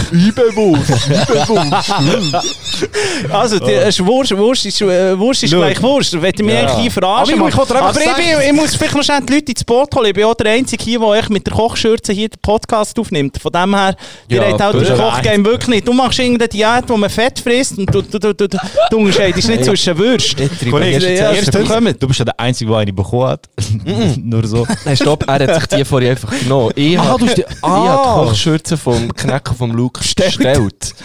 [SPEAKER 13] also, die, äh, Wurst, Wurst ist, äh, Wurst ist
[SPEAKER 12] Hm. Schau.
[SPEAKER 13] gleich Wurst. Da wollt ihr mich
[SPEAKER 12] Ja.
[SPEAKER 13] eigentlich hier verarschen.
[SPEAKER 12] Aber ich-
[SPEAKER 13] Mann.
[SPEAKER 12] ich wollte
[SPEAKER 13] Aber
[SPEAKER 12] einfach
[SPEAKER 13] also ich, bin,
[SPEAKER 12] sagen-
[SPEAKER 13] ich muss vielleicht noch schnell die Leute ins Boot holen. Ich bin auch der Einzige hier, der echt mit der Kochschürze hier den Podcast aufnimmt. Von dem her, ihr
[SPEAKER 7] Ja,
[SPEAKER 13] habt halt
[SPEAKER 7] du
[SPEAKER 13] das
[SPEAKER 7] hast
[SPEAKER 13] Kochgame wirklich nicht. Du machst irgendeine Diät, wo man Fett frisst und du, du, du, du, du, du unterscheidest nicht zwischen Würst.
[SPEAKER 12] Kollege,
[SPEAKER 13] Ja, erstens.
[SPEAKER 12] erstens, du bist ja der Einzige, der eine bekommen hat. Nur so.
[SPEAKER 7] Nein, stopp, er hat sich die vorher einfach genommen. Ich
[SPEAKER 12] Ah,
[SPEAKER 7] hab-
[SPEAKER 12] du hast die-
[SPEAKER 7] ich
[SPEAKER 12] Ah.
[SPEAKER 7] hab die Kochschürze vom Knecker vom Luke bestellt. Und hab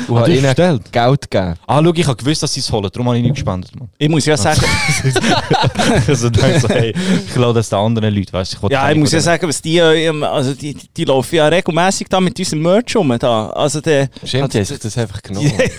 [SPEAKER 12] du hast
[SPEAKER 7] ihnen
[SPEAKER 12] bestellt?
[SPEAKER 7] Geld gegeben.
[SPEAKER 12] Ah, schau, ich habe gewusst, dass sie es holen. Darum habe ich nicht gespendet, Mann.
[SPEAKER 13] Ich muss ja sagen,
[SPEAKER 12] Also denkst du, hey, ich glaube, das den anderen Leuten, weißt du.
[SPEAKER 13] Ja, ich muss ja sagen, was die, äh, ähm, also die, die, die laufen ja regelmäßig da mit unserem Merch rum. Da. Also der,
[SPEAKER 7] Stimmt, die haben sich das einfach genommen. Ich
[SPEAKER 12] Ich
[SPEAKER 7] und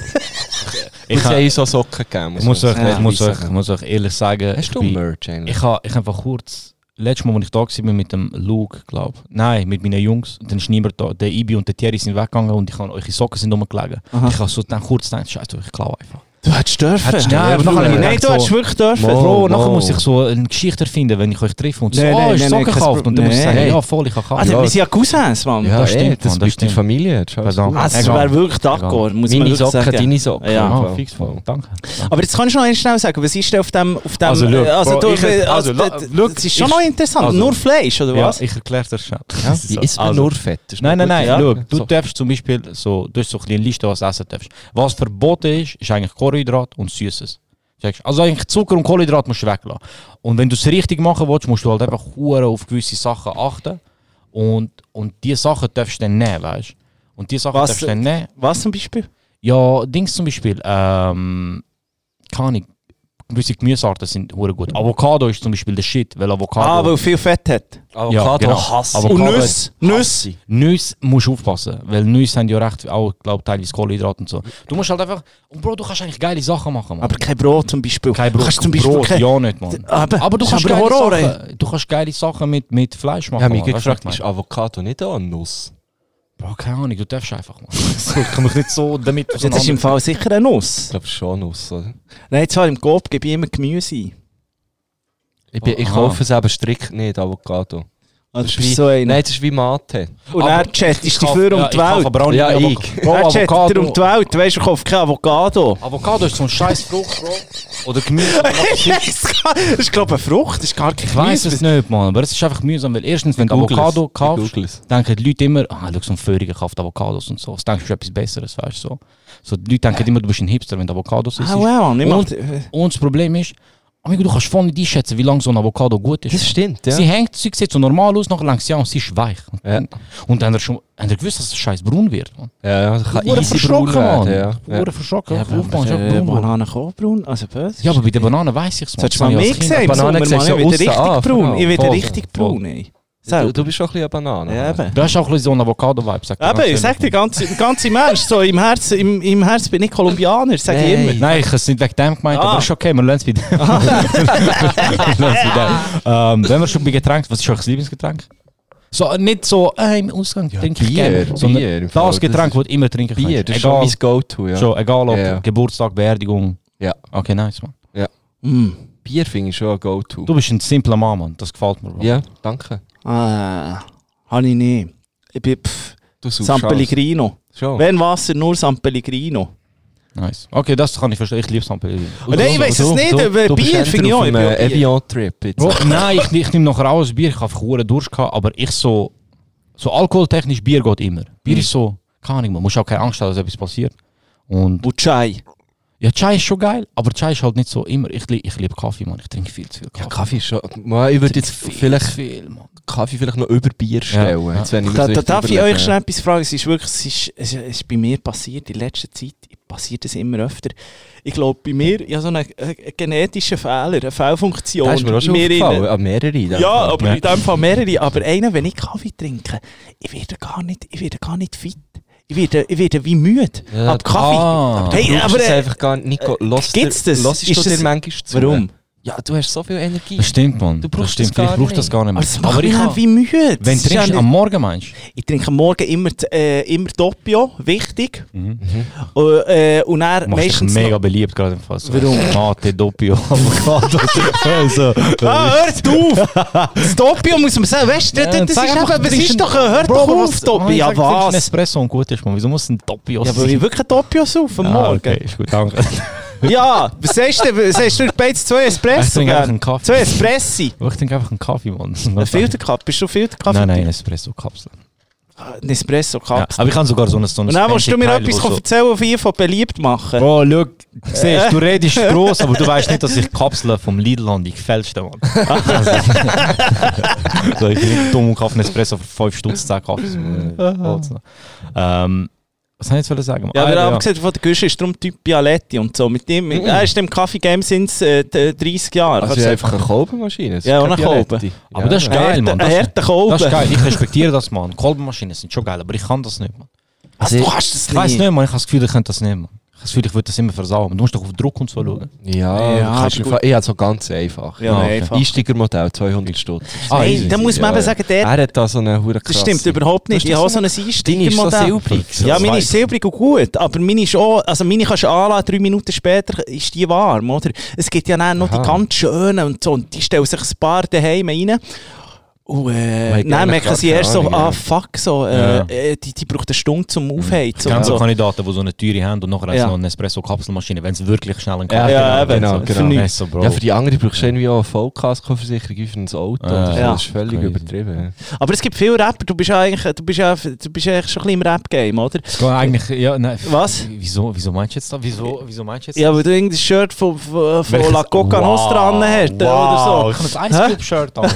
[SPEAKER 7] sie
[SPEAKER 12] kann-
[SPEAKER 7] haben so Socken gegeben.
[SPEAKER 12] Ich muss euch,
[SPEAKER 7] man
[SPEAKER 12] ich muss euch,
[SPEAKER 7] sagen.
[SPEAKER 12] ich muss euch ehrlich sagen,
[SPEAKER 7] Hast
[SPEAKER 12] ich
[SPEAKER 7] du
[SPEAKER 12] bin-
[SPEAKER 7] Merch eigentlich?
[SPEAKER 12] Ich habe ich einfach kurz, letztes Mal, als ich da war mit dem Luke, glaube nein, mit meinen Jungs, dann ist niemand da. Der Ibi und der Thierry sind weggegangen und ich habe eure Socken sind rumgelegen. Ich habe so dann kurz gedacht, scheiße, ich klaue einfach.
[SPEAKER 13] du hättest dürfen.
[SPEAKER 12] Hättest du- Ja, aber
[SPEAKER 13] du,
[SPEAKER 12] nachher habe ich
[SPEAKER 13] nein,
[SPEAKER 12] gedacht
[SPEAKER 13] du
[SPEAKER 12] so-
[SPEAKER 13] hättest wirklich dürfen.
[SPEAKER 7] Mo-
[SPEAKER 12] Bro,
[SPEAKER 7] Oh,
[SPEAKER 12] nachher
[SPEAKER 7] wow.
[SPEAKER 12] muss ich so eine Geschichte erfinden, wenn ich euch treffe und so,
[SPEAKER 13] Nein,
[SPEAKER 12] oh,
[SPEAKER 13] nein,
[SPEAKER 12] hast du
[SPEAKER 13] nein,
[SPEAKER 12] Socken
[SPEAKER 13] nein, kein
[SPEAKER 12] gekauft? Und dann muss ich sagen,
[SPEAKER 13] Nein.
[SPEAKER 12] ja, voll, ich habe gekauft.
[SPEAKER 13] Alter, wir sind ja Cousins, also Mann.
[SPEAKER 7] ja,
[SPEAKER 12] das
[SPEAKER 7] ey,
[SPEAKER 12] stimmt, Mann,
[SPEAKER 7] das
[SPEAKER 12] das
[SPEAKER 7] bleibt in
[SPEAKER 12] stimmt.
[SPEAKER 7] der Familie. das ist alles
[SPEAKER 12] Pardon.
[SPEAKER 7] gut.
[SPEAKER 13] Also, es
[SPEAKER 12] Egal.
[SPEAKER 13] wäre wirklich D'accord, muss man
[SPEAKER 7] Meine
[SPEAKER 13] wirklich
[SPEAKER 7] Socken,
[SPEAKER 13] sagen.
[SPEAKER 7] deine Socken.
[SPEAKER 13] Ja.
[SPEAKER 12] Ah, fix, voll. Danke.
[SPEAKER 13] Aber jetzt kannst du noch eins schnell sagen, was ist denn auf dem... Auf dem
[SPEAKER 12] Also, schau,
[SPEAKER 13] äh, also,
[SPEAKER 12] Bro,
[SPEAKER 13] du,
[SPEAKER 12] ich-
[SPEAKER 13] äh,
[SPEAKER 12] also,
[SPEAKER 13] also,
[SPEAKER 12] la-
[SPEAKER 13] d- d-
[SPEAKER 12] look,
[SPEAKER 13] das ist schon
[SPEAKER 12] ich-
[SPEAKER 13] noch interessant.
[SPEAKER 12] also-
[SPEAKER 13] Nur Fleisch, oder was?
[SPEAKER 12] Ja, ich erkläre das schnell.
[SPEAKER 7] Ja, die isst man
[SPEAKER 12] Also-
[SPEAKER 7] nur fett. das ist
[SPEAKER 12] Nein,
[SPEAKER 7] noch
[SPEAKER 12] nein, nein.
[SPEAKER 7] gut.
[SPEAKER 12] Schau,
[SPEAKER 7] Ja.
[SPEAKER 12] du
[SPEAKER 7] So.
[SPEAKER 12] darfst zum Beispiel so, du hast so ein bisschen eine Liste, was du essen darfst. Was verboten ist, ist eigentlich Kohlenhydrat und Süßes. Checkst? Also eigentlich Zucker und Kohlenhydrat musst du weglassen. Und wenn du es richtig machen willst, musst du halt einfach hure auf gewisse Sachen achten. Und, und die Sachen darfst du dann nehmen, weißt du? Und die Sachen
[SPEAKER 13] Was-
[SPEAKER 12] darfst du
[SPEAKER 7] äh,
[SPEAKER 12] dann nehmen.
[SPEAKER 13] Was zum Beispiel?
[SPEAKER 12] Ja, Dings zum Beispiel, ähm, keine Ahnung, gewisse Gemüsearten sind hure
[SPEAKER 7] Mhm.
[SPEAKER 12] gut. Avocado ist zum Beispiel der Shit, weil Avocado...
[SPEAKER 13] Ah, weil viel Fett hat.
[SPEAKER 12] Ja,
[SPEAKER 7] Avocado
[SPEAKER 12] genau.
[SPEAKER 7] hasse ich.
[SPEAKER 12] Avocado-
[SPEAKER 13] Und Nüsse? Nüsse?
[SPEAKER 12] Nüsse musst du aufpassen, weil Nüsse haben ja recht, auch glaub, teilweise Kohlenhydrate und so. Du musst halt einfach, und Bro, du kannst eigentlich geile Sachen machen, Mann.
[SPEAKER 13] Aber kein Brot zum Beispiel.
[SPEAKER 12] Kein
[SPEAKER 13] Du
[SPEAKER 12] Brot,
[SPEAKER 13] kannst zum Beispiel
[SPEAKER 12] Brot
[SPEAKER 13] kein-
[SPEAKER 12] ja nicht, Mann.
[SPEAKER 13] Aber,
[SPEAKER 12] Aber du
[SPEAKER 13] das
[SPEAKER 12] kannst,
[SPEAKER 13] ist aber
[SPEAKER 12] geile
[SPEAKER 13] Horror, ey.
[SPEAKER 12] Sachen, du kannst geile Sachen mit, mit Fleisch machen.
[SPEAKER 7] Ich habe mich
[SPEAKER 12] Mann. Weißt du, was
[SPEAKER 7] gefragt, ist Avocado nicht auch eine Nuss?
[SPEAKER 12] ich meine? Bro, keine Ahnung, du darfst einfach, Mann. So, ich kann mich nicht so damit
[SPEAKER 13] Ja, Das ist im
[SPEAKER 12] auseinandersetzen.
[SPEAKER 13] Fall sicher eine Nuss.
[SPEAKER 7] Ich glaube schon eine Nuss. Oder?
[SPEAKER 13] Nein, zwar im Coop gebe ich immer Gemüse ein.
[SPEAKER 7] Ich, bin, ich
[SPEAKER 12] Aha.
[SPEAKER 7] kaufe es eben strikt nicht, Avocado.
[SPEAKER 13] Das
[SPEAKER 7] Das
[SPEAKER 13] ist
[SPEAKER 7] ist wie-
[SPEAKER 13] so einer.
[SPEAKER 7] Nein, das ist wie Mathe.
[SPEAKER 13] Und
[SPEAKER 12] aber-
[SPEAKER 13] er chattet dich
[SPEAKER 12] Ich kauf-
[SPEAKER 13] für um
[SPEAKER 12] ja,
[SPEAKER 13] die
[SPEAKER 12] ich kauf
[SPEAKER 13] Welt.
[SPEAKER 12] aber auch nicht
[SPEAKER 7] Ja,
[SPEAKER 12] Avocado.
[SPEAKER 7] ich.
[SPEAKER 12] Bro,
[SPEAKER 13] Er chattet dir um
[SPEAKER 12] Avocado.
[SPEAKER 13] die Welt. Weisst du, ich kaufe kein Avocado.
[SPEAKER 12] Avocado ist so ein scheiß Frucht, Bro. Oder Gemüse.
[SPEAKER 13] das ist, glaube ich, eine Frucht. Das ist gar kein
[SPEAKER 12] Ich weiß es nicht, Mann, aber es ist einfach mühsam, weil erstens, wenn du
[SPEAKER 7] Google es.
[SPEAKER 12] Avocado
[SPEAKER 7] Ich
[SPEAKER 12] kaufst,
[SPEAKER 7] google es.
[SPEAKER 12] denken die Leute immer, ah, schau, so ein Föhriger kauft Avocados und so. Das denkst du, ist etwas Besseres, weißt du, so. so. Die Leute denken immer, du bist ein Hipster, wenn du Avocados isst.
[SPEAKER 13] Ah, wow. nicht mal-
[SPEAKER 12] Und- Und das Problem ist, amigo, du kannst voll nicht einschätzen, wie lange so ein Avocado gut ist.
[SPEAKER 7] Das stimmt, ja.
[SPEAKER 12] Sie hängt, sie sieht so normal aus, nachher längst ja und sie ist weich. Und,
[SPEAKER 7] Ja.
[SPEAKER 12] und dann hat er schon, hat er gewusst, dass es scheiß braun wird. Mann.
[SPEAKER 7] Ja, ja, das kann
[SPEAKER 12] Wurde
[SPEAKER 7] easy braun
[SPEAKER 12] Mann.
[SPEAKER 7] werden.
[SPEAKER 12] Ja.
[SPEAKER 7] Ja. Ja.
[SPEAKER 12] Wurde verschrocken.
[SPEAKER 13] Ja,
[SPEAKER 12] Ja,
[SPEAKER 13] aber
[SPEAKER 12] Aufbahn, ist
[SPEAKER 13] äh,
[SPEAKER 12] auch braun.
[SPEAKER 13] Bananen auch braun, also böse.
[SPEAKER 12] Ja, aber bei der Banane weiß ich es.
[SPEAKER 13] Das hättest du mal mehr gesehen. im
[SPEAKER 7] Bananen
[SPEAKER 13] Sommer,
[SPEAKER 7] siehst
[SPEAKER 13] Mann.
[SPEAKER 7] du
[SPEAKER 13] Ich werde richtig braun.
[SPEAKER 7] aussen an, genau.
[SPEAKER 13] Ich werde
[SPEAKER 7] Voll,
[SPEAKER 13] richtig
[SPEAKER 7] voll.
[SPEAKER 13] braun, ey.
[SPEAKER 7] Du,
[SPEAKER 13] Selber.
[SPEAKER 7] du bist schon ein bisschen eine Banane.
[SPEAKER 13] Ja, eben.
[SPEAKER 12] Du hast auch ein bisschen so einen Avocado-Vibe, sagt er.
[SPEAKER 13] Eben, ich sag dir ganz, ganz im Ernst, so im Herzen im, im Herz bin ich Kolumbianer, sag ich
[SPEAKER 7] Nein.
[SPEAKER 13] immer.
[SPEAKER 12] Nein, ich habe es nicht wegen dem gemeint,
[SPEAKER 13] Ah.
[SPEAKER 12] aber ist okay, wir lernen es wieder.
[SPEAKER 7] Ehm,
[SPEAKER 12] ähm, wenn wir schon bei Getränken, was ist euer Lieblingsgetränk? So, äh, nicht so, äh, im Ausgang trinke ich
[SPEAKER 7] Bier,
[SPEAKER 12] gerne, sondern
[SPEAKER 7] Bier im Fall,
[SPEAKER 12] das
[SPEAKER 7] das
[SPEAKER 12] Getränk,
[SPEAKER 7] ist-
[SPEAKER 12] das du immer trinken
[SPEAKER 7] Bier, dus
[SPEAKER 12] kannst.
[SPEAKER 7] das ist
[SPEAKER 12] egal,
[SPEAKER 7] schon mein Go-To. Ja.
[SPEAKER 12] schon, egal ob
[SPEAKER 7] Ja.
[SPEAKER 12] Geburtstag, Beerdigung.
[SPEAKER 7] Ja.
[SPEAKER 12] Okay, nice, man.
[SPEAKER 13] Mm.
[SPEAKER 7] Bier finde ich schon ein Go-To.
[SPEAKER 12] Du bist ein simpler Mann, Mann. Das gefällt mir. Bro.
[SPEAKER 7] Ja, danke.
[SPEAKER 13] Ah, habe ich nicht. Ich bin pff,
[SPEAKER 7] Du suchst
[SPEAKER 13] San
[SPEAKER 7] alles.
[SPEAKER 13] Pellegrino.
[SPEAKER 7] Schon.
[SPEAKER 13] Wenn Wasser, nur San Pellegrino.
[SPEAKER 12] Nice. Okay, das kann ich verstehen. Ich liebe San Pellegrino.
[SPEAKER 13] Und Nein, ich weiß es nicht, aber
[SPEAKER 7] Du bist
[SPEAKER 13] eh, Bier finde ich auch. Ich
[SPEAKER 7] entweder
[SPEAKER 13] bin
[SPEAKER 7] auf
[SPEAKER 13] auch
[SPEAKER 7] einem
[SPEAKER 13] Bier.
[SPEAKER 7] Evian-Trip jetzt.
[SPEAKER 12] Bro, nein, ich, ich nehme nachher auch ein Bier. Ich habe verhuren Durst gehabt, aber ich so, so alkoholtechnisch, Bier geht immer. Bier
[SPEAKER 13] Mhm.
[SPEAKER 12] ist so, keine Ahnung, man muss auch keine Angst haben, dass etwas passiert. Und
[SPEAKER 13] Und Chai.
[SPEAKER 12] ja, Chai ist schon geil, aber Chai ist halt nicht so immer. Ich, li- ich liebe Kaffee, Mann. Ich trinke viel zu viel
[SPEAKER 7] Ja,
[SPEAKER 12] Kaffee.
[SPEAKER 7] Kaffee ist schon. Man, ich würde jetzt vielleicht
[SPEAKER 12] viel, Mann.
[SPEAKER 7] Kaffee vielleicht noch über Bier stellen.
[SPEAKER 12] Ja.
[SPEAKER 7] Jetzt, wenn ich mir
[SPEAKER 13] Da,
[SPEAKER 7] so
[SPEAKER 13] da
[SPEAKER 7] richtig
[SPEAKER 13] darf ich
[SPEAKER 7] überlege.
[SPEAKER 13] euch schnell etwas fragen. Es ist wirklich, es ist, es ist- es ist bei mir passiert in letzter Zeit, passiert es immer öfter. Ich glaube, bei mir, ich habe so einen, äh, einen genetischen Fehler, eine Fehlfunktion.
[SPEAKER 7] Das ist mir auch schon
[SPEAKER 13] in mir
[SPEAKER 7] aufgefallen.
[SPEAKER 13] innen.
[SPEAKER 7] An mehrere. in dem
[SPEAKER 13] Ja,
[SPEAKER 7] Fall.
[SPEAKER 13] aber in dem Fall mehrere. Aber einer, wenn ich Kaffee trinke, ich werde gar nicht, ich werde gar nicht fit. Ich werde, ich werde wie müde.
[SPEAKER 7] Ja,
[SPEAKER 13] Ab Kaffee.
[SPEAKER 12] ah.
[SPEAKER 13] hey,
[SPEAKER 7] Du brauchst
[SPEAKER 13] aber,
[SPEAKER 7] es
[SPEAKER 13] äh,
[SPEAKER 7] einfach gar nicht. Nico, lass
[SPEAKER 13] gibt's das?
[SPEAKER 7] Lassest
[SPEAKER 13] Ist
[SPEAKER 7] du dir
[SPEAKER 13] das-
[SPEAKER 7] manchmal zu?
[SPEAKER 13] Warum?
[SPEAKER 7] Ja, du hast so viel Energie.
[SPEAKER 12] Das stimmt, Mann.
[SPEAKER 7] Du brauchst
[SPEAKER 12] das
[SPEAKER 7] das
[SPEAKER 12] stimmt.
[SPEAKER 7] gar
[SPEAKER 12] ich brauche das
[SPEAKER 7] nicht.
[SPEAKER 12] gar nicht
[SPEAKER 13] aber
[SPEAKER 12] mehr.
[SPEAKER 13] das macht mich auch
[SPEAKER 12] ich,
[SPEAKER 13] Also, wie müde. Das
[SPEAKER 12] wenn du
[SPEAKER 13] ist ja
[SPEAKER 12] trinkst, am
[SPEAKER 13] nicht-
[SPEAKER 12] Morgen meinst du?
[SPEAKER 13] ich trinke am Morgen immer, äh, immer Doppio, wichtig. Mhm. Und, äh, und dann
[SPEAKER 12] Mhm. Machst dich
[SPEAKER 13] meistens.
[SPEAKER 12] mega
[SPEAKER 13] noch-
[SPEAKER 12] beliebt gerade im Fall. So.
[SPEAKER 13] Warum?
[SPEAKER 12] Mate, Doppio, Avocado. also,
[SPEAKER 13] Ah, hört auf! Das Doppio muss man sagen, weißt du,
[SPEAKER 12] Ja,
[SPEAKER 13] das, das
[SPEAKER 12] sag
[SPEAKER 13] ist
[SPEAKER 12] einfach,
[SPEAKER 13] einfach, das
[SPEAKER 12] trinkst
[SPEAKER 13] ist doch,
[SPEAKER 12] ein-
[SPEAKER 13] hört
[SPEAKER 12] Bro, Oh,
[SPEAKER 13] doch auf, Doppio. Ja,
[SPEAKER 12] Ein
[SPEAKER 13] was?
[SPEAKER 12] Espresso und gut ist, Mann. Wieso muss ein Doppio
[SPEAKER 13] Ja, aber ich wirklich Doppio auf am
[SPEAKER 12] Ah,
[SPEAKER 13] Morgen.
[SPEAKER 12] okay, ist gut, danke.
[SPEAKER 13] Ja, was sagst du? Was sagst du? Du beidest zwei
[SPEAKER 12] Ich
[SPEAKER 13] Espresso,
[SPEAKER 12] trinke einfach
[SPEAKER 13] gell?
[SPEAKER 12] einen Kaffee.
[SPEAKER 13] Zwei Espressi.
[SPEAKER 12] Ich trinke einfach einen Kaffee, Mann.
[SPEAKER 13] Ein Filterkaffee. Bist du Filterkaffee?
[SPEAKER 12] Nein, nein, Espresso-Kapsel.
[SPEAKER 13] Ein Espresso-Kaffee.
[SPEAKER 12] Ja, aber ich kann sogar so eine so
[SPEAKER 13] Und dann willst du mir etwas
[SPEAKER 12] so.
[SPEAKER 13] erzählen, was ich von beliebt machen.
[SPEAKER 12] Bro, schau, siehst, du redest gross, aber du weißt nicht, dass ich Kapseln vom Lidl habe, die gefälschte, Mann. Also, so, ich bin nicht dumm und kaufe einen Espresso für 5 Stutz, 10 Kaffee. ähm, was wollte ich jetzt sagen? Mann?
[SPEAKER 13] Ja,
[SPEAKER 12] Ah,
[SPEAKER 13] wir haben gesagt, von der Güsche ist darum Typ Bialetti und so. Mit dem, mit,
[SPEAKER 7] Mhm.
[SPEAKER 13] er ist im Kaffee-Game seit äh, d- 30 Jahren.
[SPEAKER 7] Also, einfach eine Kolbenmaschine. es ist
[SPEAKER 13] Ja,
[SPEAKER 7] keine
[SPEAKER 13] und eine Kolbe.
[SPEAKER 7] Dialetti.
[SPEAKER 12] Aber das ist
[SPEAKER 13] Ein
[SPEAKER 12] geil,
[SPEAKER 13] harter-
[SPEAKER 12] Mann.
[SPEAKER 13] Ein
[SPEAKER 12] Das,
[SPEAKER 13] harter
[SPEAKER 12] das ist
[SPEAKER 13] Kolben.
[SPEAKER 12] geil, ich respektiere das, Mann. Kolbenmaschinen sind schon geil, aber ich kann das nicht, Mann.
[SPEAKER 13] Also, du hast das
[SPEAKER 12] Ich weiß
[SPEAKER 13] nicht.
[SPEAKER 12] nicht, Mann, ich habe das Gefühl, ich könnte das nicht, Mann. Ich habe das Gefühl, ich würde das immer versauen. Du musst doch auf Druck und so
[SPEAKER 13] Mhm.
[SPEAKER 12] schauen.
[SPEAKER 7] Ja,
[SPEAKER 13] Ja,
[SPEAKER 7] ja
[SPEAKER 13] aber
[SPEAKER 7] ich habe so ganz einfach.
[SPEAKER 13] Ja,
[SPEAKER 12] Ah, okay.
[SPEAKER 13] einfach.
[SPEAKER 7] Einsteigermodell, 200 Stutz.
[SPEAKER 12] Ah,
[SPEAKER 13] Hey,
[SPEAKER 12] easy.
[SPEAKER 13] da muss man
[SPEAKER 7] Ja, Ah,
[SPEAKER 13] eben
[SPEAKER 7] ja.
[SPEAKER 13] sagen, der
[SPEAKER 7] Er hat da so eine hure
[SPEAKER 13] Das
[SPEAKER 7] krasse-
[SPEAKER 13] stimmt überhaupt nicht.
[SPEAKER 7] Ist
[SPEAKER 13] Ich
[SPEAKER 7] das
[SPEAKER 13] habe
[SPEAKER 7] so
[SPEAKER 13] so ein
[SPEAKER 7] Deine ist so
[SPEAKER 13] Einsteigermodell.
[SPEAKER 7] silbrig. so.
[SPEAKER 13] Ja, meine
[SPEAKER 12] weiss
[SPEAKER 13] ist silbrig und gut, aber meine ist auch, also meine kannst du anladen, drei Minuten später ist die warm, oder? Es gibt ja dann noch
[SPEAKER 7] Aha.
[SPEAKER 13] die ganz schönen und so, und die stellen sich ein paar daheim rein. Und äh,
[SPEAKER 7] Weil
[SPEAKER 13] dann
[SPEAKER 7] gerne
[SPEAKER 13] merken
[SPEAKER 7] gar
[SPEAKER 13] sie
[SPEAKER 7] keine
[SPEAKER 13] erst so,
[SPEAKER 7] Ahnung,
[SPEAKER 13] ah
[SPEAKER 7] ja.
[SPEAKER 13] fuck, so, äh,
[SPEAKER 12] Ja.
[SPEAKER 13] äh, die, die braucht eine Stunde zum
[SPEAKER 12] Ich
[SPEAKER 13] Aufheizen.
[SPEAKER 12] kenne
[SPEAKER 13] und
[SPEAKER 12] so
[SPEAKER 13] so.
[SPEAKER 12] Kandidaten, die so eine Türe haben und nachher haben sie
[SPEAKER 13] Ja.
[SPEAKER 12] noch eine Espresso-Kapselmaschine, wenn es wirklich schnell einen
[SPEAKER 7] Ja,
[SPEAKER 12] Kaffee
[SPEAKER 13] ja,
[SPEAKER 12] haben.
[SPEAKER 13] eben,
[SPEAKER 7] genau,
[SPEAKER 12] so.
[SPEAKER 7] genau.
[SPEAKER 12] Für nichts. So, Bro.
[SPEAKER 7] Ja, für die andere brauchst du irgendwie auch eine Vollkaskoversicherung wie für ein Auto.
[SPEAKER 12] Ah, Ja.
[SPEAKER 7] Das ist-
[SPEAKER 13] Ja.
[SPEAKER 7] Das ist völlig
[SPEAKER 12] Crazy.
[SPEAKER 7] übertrieben.
[SPEAKER 13] Aber es gibt viele Rapper, du bist ja eigentlich, du bist ja, du bist ja eigentlich schon ein bisschen im Rap-Game, oder?
[SPEAKER 12] Ja, eigentlich, ja, nein. f-
[SPEAKER 13] Was?
[SPEAKER 12] Wieso, wieso meinst du jetzt das? Wieso, wieso meinst du jetzt
[SPEAKER 13] Ja, weil du irgendein Shirt von, von, von La Coca Nostra wow. hast, äh,
[SPEAKER 12] wow.
[SPEAKER 13] oder so.
[SPEAKER 12] Ich habe ein Ice Cube Shirt an.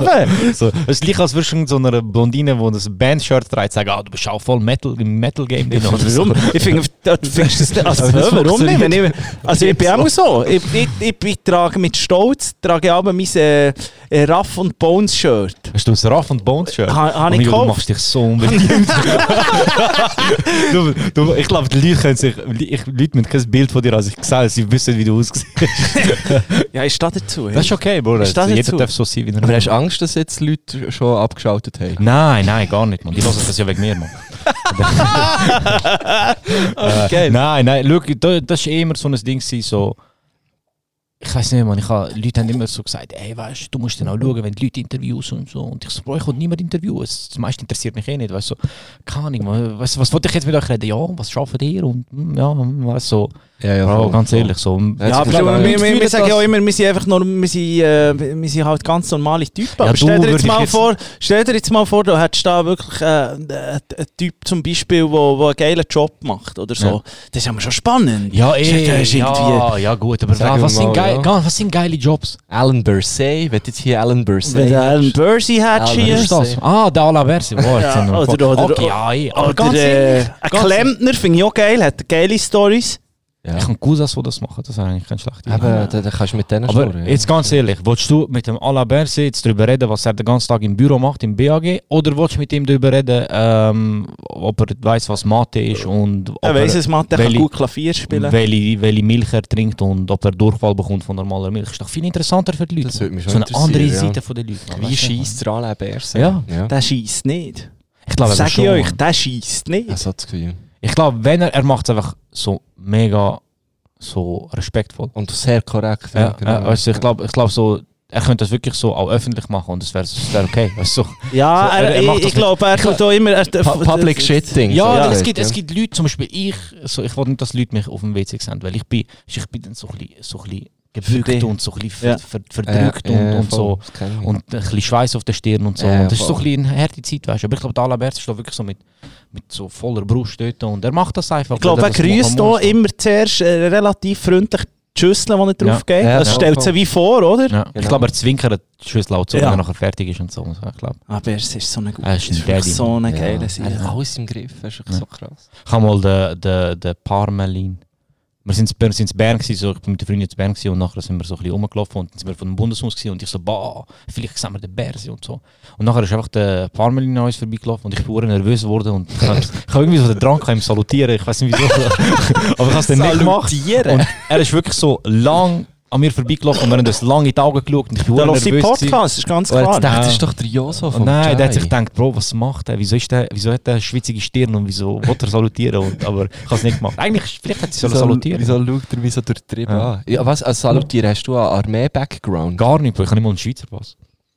[SPEAKER 13] Ja, eben.
[SPEAKER 12] Mann. so, das ist gleich als würdest du so einer Blondine, die ein Band-Shirt trägt, sagen, ah, du bist auch voll Metal, im Metal-Game. drin oder so.
[SPEAKER 13] Warum? Ich finde, da findest du das nicht. Also,
[SPEAKER 12] Aber das
[SPEAKER 13] warum nicht? Wenn
[SPEAKER 12] funktioniert.
[SPEAKER 13] ich, also, ich bin auch so. Ich, ich, ich, ich trage mit Stolz trage ich aber mein äh, äh, Raff und Bones Shirt.
[SPEAKER 12] Hast du ein Raff und Bones Shirt?
[SPEAKER 13] Ha- ha ich
[SPEAKER 12] Amigo, Du
[SPEAKER 13] gekauft.
[SPEAKER 12] machst dich so unbedingt. du, du, ich glaube, die Leute können sich, ich, Leute mit kein Bild von dir als ich gesehen, sie wissen, wie du aussiehst.
[SPEAKER 13] Ja, ist das dazu?
[SPEAKER 12] Das ist okay, Bro.
[SPEAKER 13] Ist das
[SPEAKER 12] Also,
[SPEAKER 13] dazu?
[SPEAKER 12] Jeder darf so sein, wie er
[SPEAKER 7] Aber hast du Angst, dass jetzt die Leute schon abgeschaltet haben?
[SPEAKER 12] Nein, nein, gar nicht, Mann. Die lassen das ja wegen mir, Mann.
[SPEAKER 13] okay.
[SPEAKER 12] äh, Nein, nein, schau, da- das war immer so ein Ding, gewesen, so, ich weiß nicht, man, ich hab, Leute haben immer so gesagt, ey, weißt du, du musst dann auch schauen, wenn die Leute Interviews und so. Und ich so, Bro, ich will niemand interviewen. Das meiste interessiert mich eh nicht, weißt du. So, keine Ahnung, man, weißt, du, was wollte ich jetzt mit euch reden? Ja, was arbeitet ihr? Und hm, ja, hm, weißt du, so.
[SPEAKER 7] Ja, ja,
[SPEAKER 12] Bro,
[SPEAKER 7] voll,
[SPEAKER 12] ganz
[SPEAKER 7] voll.
[SPEAKER 12] ehrlich, so.
[SPEAKER 13] Ja, aber wir, wir, wir, wir sagen ja auch immer, wir sind einfach nur, wir sind, äh, wir sind halt ganz normale Typen.
[SPEAKER 12] Ja,
[SPEAKER 13] aber stell
[SPEAKER 12] du
[SPEAKER 13] dir
[SPEAKER 12] würd
[SPEAKER 13] jetzt
[SPEAKER 12] ich
[SPEAKER 13] mal
[SPEAKER 12] jetzt-
[SPEAKER 13] vor, stell dir jetzt mal vor, du hättest da wirklich äh, einen einen Typ zum Beispiel, der wo, wo einen geilen Job macht oder so.
[SPEAKER 12] Ja.
[SPEAKER 13] Das ist ja schon spannend.
[SPEAKER 12] Ja, eh,
[SPEAKER 13] Das ist
[SPEAKER 12] ja,
[SPEAKER 13] irgendwie-
[SPEAKER 12] ja, gut, aber
[SPEAKER 13] Sagen
[SPEAKER 12] wa-
[SPEAKER 13] wir
[SPEAKER 12] was,
[SPEAKER 13] mal,
[SPEAKER 12] sind geil,
[SPEAKER 13] ja.
[SPEAKER 12] ga- was sind geile Jobs?
[SPEAKER 7] Alan Bursey, wird jetzt hier Alan Bursey.
[SPEAKER 13] Wenn du Alan Bursey hättest
[SPEAKER 7] Alan
[SPEAKER 13] hier.
[SPEAKER 7] Bursey.
[SPEAKER 12] Das. Ah, der Alaversi, wow, jetzt
[SPEAKER 13] Ja,
[SPEAKER 12] sind wir-
[SPEAKER 13] oder, oder,
[SPEAKER 12] Okay, ja, eh, aber
[SPEAKER 13] oder,
[SPEAKER 12] ganz
[SPEAKER 13] äh,
[SPEAKER 12] ehrlich,
[SPEAKER 13] ein Klempner finde ich auch geil, hat geile Stories.
[SPEAKER 12] Ich habe Cousins, die das machen, das ist eigentlich kein schlechter
[SPEAKER 7] Aber da, da kannst du mit denen
[SPEAKER 12] Aber
[SPEAKER 7] schnurren, ja.
[SPEAKER 12] jetzt ganz ehrlich, willst du mit dem Alabersi jetzt darüber reden, was er den ganzen Tag im Büro macht, im BAG, oder willst du mit ihm darüber reden, ähm, ob er weiß, was Mathe ist und ob
[SPEAKER 13] Er weiss es, Mathe kann gut Klavier spielen.
[SPEAKER 12] Welche, welche Milch er trinkt und ob er Durchfall bekommt von normaler Milch. Ist doch viel interessanter für die Leute. Das
[SPEAKER 7] mich
[SPEAKER 12] so
[SPEAKER 7] schon
[SPEAKER 12] eine andere
[SPEAKER 7] interessieren, ja.
[SPEAKER 12] Seite von den Leuten.
[SPEAKER 7] Wie
[SPEAKER 12] scheißt
[SPEAKER 7] scheisst der Alain Berset?
[SPEAKER 12] Ja.
[SPEAKER 13] Der schießt nicht.
[SPEAKER 12] Ich glaube,
[SPEAKER 13] Sag
[SPEAKER 12] aber schon.
[SPEAKER 13] ich euch, der schießt nicht.
[SPEAKER 7] Das hat das Gefühl.
[SPEAKER 12] Ich glaube, wenn er, er macht es einfach so mega so respektvoll.
[SPEAKER 7] Und sehr korrekt.
[SPEAKER 12] Ja,
[SPEAKER 7] ja, genau.
[SPEAKER 12] ja, also ich glaube, ich glaub so, er könnte das wirklich so auch öffentlich machen und es wäre wär okay. Weißt du? so.
[SPEAKER 13] Ja, eh,
[SPEAKER 12] So,
[SPEAKER 13] er,
[SPEAKER 12] er macht
[SPEAKER 13] ich,
[SPEAKER 12] das
[SPEAKER 13] ich glaube, er
[SPEAKER 12] mit-
[SPEAKER 13] tut auch immer. Er,
[SPEAKER 7] Pu- Public Shitting.
[SPEAKER 12] Ja,
[SPEAKER 7] so
[SPEAKER 12] aber es,
[SPEAKER 7] gesagt,
[SPEAKER 12] gibt,
[SPEAKER 7] ja.
[SPEAKER 12] es gibt Leute, zum Beispiel ich, so, ich will nicht, dass Leute mich auf dem WC sehen, weil ich bin, ich bin dann so ein bisschen, so ein bisschen gebückt
[SPEAKER 13] Verdreht.
[SPEAKER 12] und so ein bisschen
[SPEAKER 13] Ja.
[SPEAKER 12] ver, ver, verdrückt
[SPEAKER 7] Ja, ja,
[SPEAKER 12] und, und
[SPEAKER 7] voll,
[SPEAKER 12] so.
[SPEAKER 7] das kenn ich.
[SPEAKER 12] Und ein bisschen Schweiß auf der Stirn und so.
[SPEAKER 7] Ja,
[SPEAKER 12] und das ist so
[SPEAKER 7] voll.
[SPEAKER 12] ein bisschen eine harte Zeit, weißt du. Aber ich glaube, der Alabert ist da wirklich so mit, mit so voller Brust dort und er macht das einfach.
[SPEAKER 13] Ich glaube,
[SPEAKER 12] weil
[SPEAKER 13] er
[SPEAKER 12] das machen
[SPEAKER 13] grüßt
[SPEAKER 12] muss.
[SPEAKER 13] auch immer zuerst äh, relativ freundlich die Schüsseln, die er drauf geht.
[SPEAKER 7] Ja,
[SPEAKER 13] das
[SPEAKER 7] ja,
[SPEAKER 13] stellt
[SPEAKER 7] voll.
[SPEAKER 13] sie wie vor, oder?
[SPEAKER 12] Ja. Ich
[SPEAKER 7] Genau.
[SPEAKER 12] glaube, er zwinkert die Schüssel auch zu,
[SPEAKER 13] Ja.
[SPEAKER 12] wenn er nachher fertig ist und so. Ich glaube.
[SPEAKER 13] Aber es ist so eine gute
[SPEAKER 12] Er ist ein
[SPEAKER 13] es ist wirklich
[SPEAKER 12] Daddy.
[SPEAKER 13] so eine geile
[SPEAKER 7] Ja. Er hat
[SPEAKER 13] Sache.
[SPEAKER 7] alles im Griff, das ist wirklich so krass.
[SPEAKER 12] Ich habe mal den, den, den Parmelin. Wir sind in- wir sind in Bern, gewesen, so, ich bin mit den Freunden in Bern gewesen, und nachher sind wir so ein bisschen rumgelaufen und dann sind wir von dem Bundeshaus gewesen, und ich so, bah, vielleicht sehen wir den Bärsi und so. Und nachher ist einfach der dus Parmelin nou an uns vorbeigelaufen und ich bin verdammt nervös geworden und ich habe ich habe irgendwie so den Drang, gehabt, ihm zu salutieren, ich weiß nicht wieso, aber ich habe es dann nicht gemacht.
[SPEAKER 13] Salutieren.
[SPEAKER 12] Und er ist wirklich so lang an mir vorbeigelaufen und wir haben uns lange dus in die Augen geschaut und ich bin
[SPEAKER 13] Da läuft
[SPEAKER 12] verdammt
[SPEAKER 13] die
[SPEAKER 12] nervös. gewesen.
[SPEAKER 13] Podcast, ist ganz
[SPEAKER 7] Und
[SPEAKER 13] klar.
[SPEAKER 7] jetzt dachte
[SPEAKER 12] Ja.
[SPEAKER 7] das ist doch der Joso
[SPEAKER 12] Und
[SPEAKER 7] vom
[SPEAKER 12] nein, der hat sich
[SPEAKER 7] Jai.
[SPEAKER 12] gedacht, Bro, was macht er? Wieso, ist der, wieso hat der eine schwitzige Stirn und wieso will er salutieren? Und, aber ich habe es nicht gemacht. Eigentlich, vielleicht hätte ich sollen
[SPEAKER 7] Wieso-
[SPEAKER 12] salutieren
[SPEAKER 7] Wieso schaut er Ah. mich so durch die Triebe
[SPEAKER 12] Ja.
[SPEAKER 7] an? Ja, was? Also salutieren, hast du einen Armee-Background?
[SPEAKER 12] Gar nicht, Bro. ich habe nicht mal einen Schweizer Pass.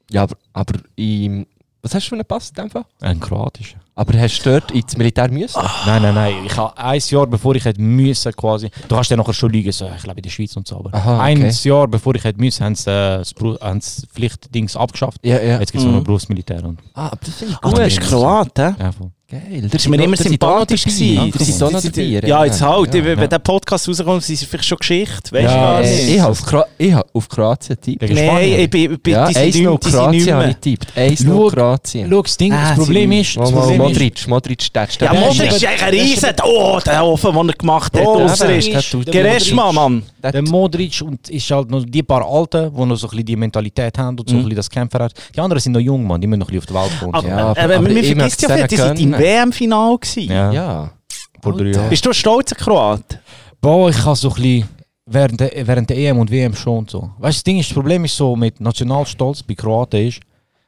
[SPEAKER 7] Ja, aber, aber im... Was hast du für einen Pass in dem Fall?
[SPEAKER 12] Einen kroatischen.
[SPEAKER 7] Aber hast du dort ins Militär müssen?
[SPEAKER 12] Nein, nein, nein. Ich habe ein Jahr, bevor ich hätte müssen, quasi. Du kannst ja nachher schon lügen, so, ich lebe in der Schweiz und so. Aber
[SPEAKER 7] Aha, okay.
[SPEAKER 12] ein Jahr, bevor ich hätte müssen, haben sie äh, das Bru- haben sie das Pflichtdings abgeschafft.
[SPEAKER 7] Ja, ja.
[SPEAKER 12] Jetzt gibt es
[SPEAKER 13] Mhm.
[SPEAKER 12] nur noch Berufsmilitär. Und,
[SPEAKER 7] Ah, aber das finde ich
[SPEAKER 13] Ah,
[SPEAKER 7] gut.
[SPEAKER 13] du bist Kroat, hä?
[SPEAKER 12] ja, voll.
[SPEAKER 7] Geil.
[SPEAKER 13] Das ist mir immer sympathisch
[SPEAKER 7] Ja,
[SPEAKER 13] gewesen.
[SPEAKER 7] die sind auch noch dabei.
[SPEAKER 13] Ja, jetzt halt.
[SPEAKER 7] Ja.
[SPEAKER 13] Wenn der Podcast rauskommt, sind sie vielleicht schon Geschichte. Weißt du
[SPEAKER 12] Ja,
[SPEAKER 13] gar
[SPEAKER 7] Äh,
[SPEAKER 13] nicht?
[SPEAKER 7] Ich habe auf, Kro ich habe auf Kroatien getippt.
[SPEAKER 12] Gegen
[SPEAKER 13] Nein,
[SPEAKER 12] Spanien.
[SPEAKER 13] ich bin, bin
[SPEAKER 7] Ja,
[SPEAKER 13] die sind
[SPEAKER 7] 1-0
[SPEAKER 13] nicht- die sind nicht
[SPEAKER 7] Kroatien habe ich
[SPEAKER 13] mehr.
[SPEAKER 7] getippt. 1-0
[SPEAKER 12] Schau,
[SPEAKER 7] Kroatien.
[SPEAKER 12] Schau, das Ding,
[SPEAKER 13] Ah,
[SPEAKER 12] das Problem
[SPEAKER 13] sie-
[SPEAKER 12] ist, das
[SPEAKER 7] Mal, mal,
[SPEAKER 12] Problem ist,
[SPEAKER 7] Modric, Modric, der steht.
[SPEAKER 13] Ja,
[SPEAKER 12] Der
[SPEAKER 13] Modric
[SPEAKER 12] ist
[SPEAKER 13] ist
[SPEAKER 12] eben-
[SPEAKER 13] eigentlich ein Riesen. Oh, der Ofen, den er gemacht hat.
[SPEAKER 7] Oh,
[SPEAKER 13] Oh,
[SPEAKER 7] der
[SPEAKER 13] ist.
[SPEAKER 7] ist- der tut-
[SPEAKER 13] Gereschma, Mann.
[SPEAKER 12] Der Modric und ist halt noch die paar Alten, die noch so ein bisschen die Mentalität haben und so
[SPEAKER 7] Mhm.
[SPEAKER 12] ein bisschen das Kämpfer hat. Die anderen sind noch jung, Mann, die müssen noch ein bisschen auf die Welt kommen.
[SPEAKER 13] Aber,
[SPEAKER 7] Ja, aber-
[SPEAKER 13] aber,
[SPEAKER 7] aber
[SPEAKER 13] man
[SPEAKER 7] ich
[SPEAKER 13] vergisst
[SPEAKER 7] möchte
[SPEAKER 13] ja
[SPEAKER 7] es
[SPEAKER 13] vielleicht, die
[SPEAKER 7] ihnen
[SPEAKER 13] sind im
[SPEAKER 7] gönnen.
[SPEAKER 13] WM-Final gewesen.
[SPEAKER 12] ja.
[SPEAKER 7] Ja.
[SPEAKER 12] vor drei Jahren.
[SPEAKER 13] Bist du ein stolzer Kroat?
[SPEAKER 12] Boah, ich kann so ein bisschen während der, während der EM und WM schon und so. Weißt du, das Ding ist, das Problem ist so mit Nationalstolz bei Kroaten ist,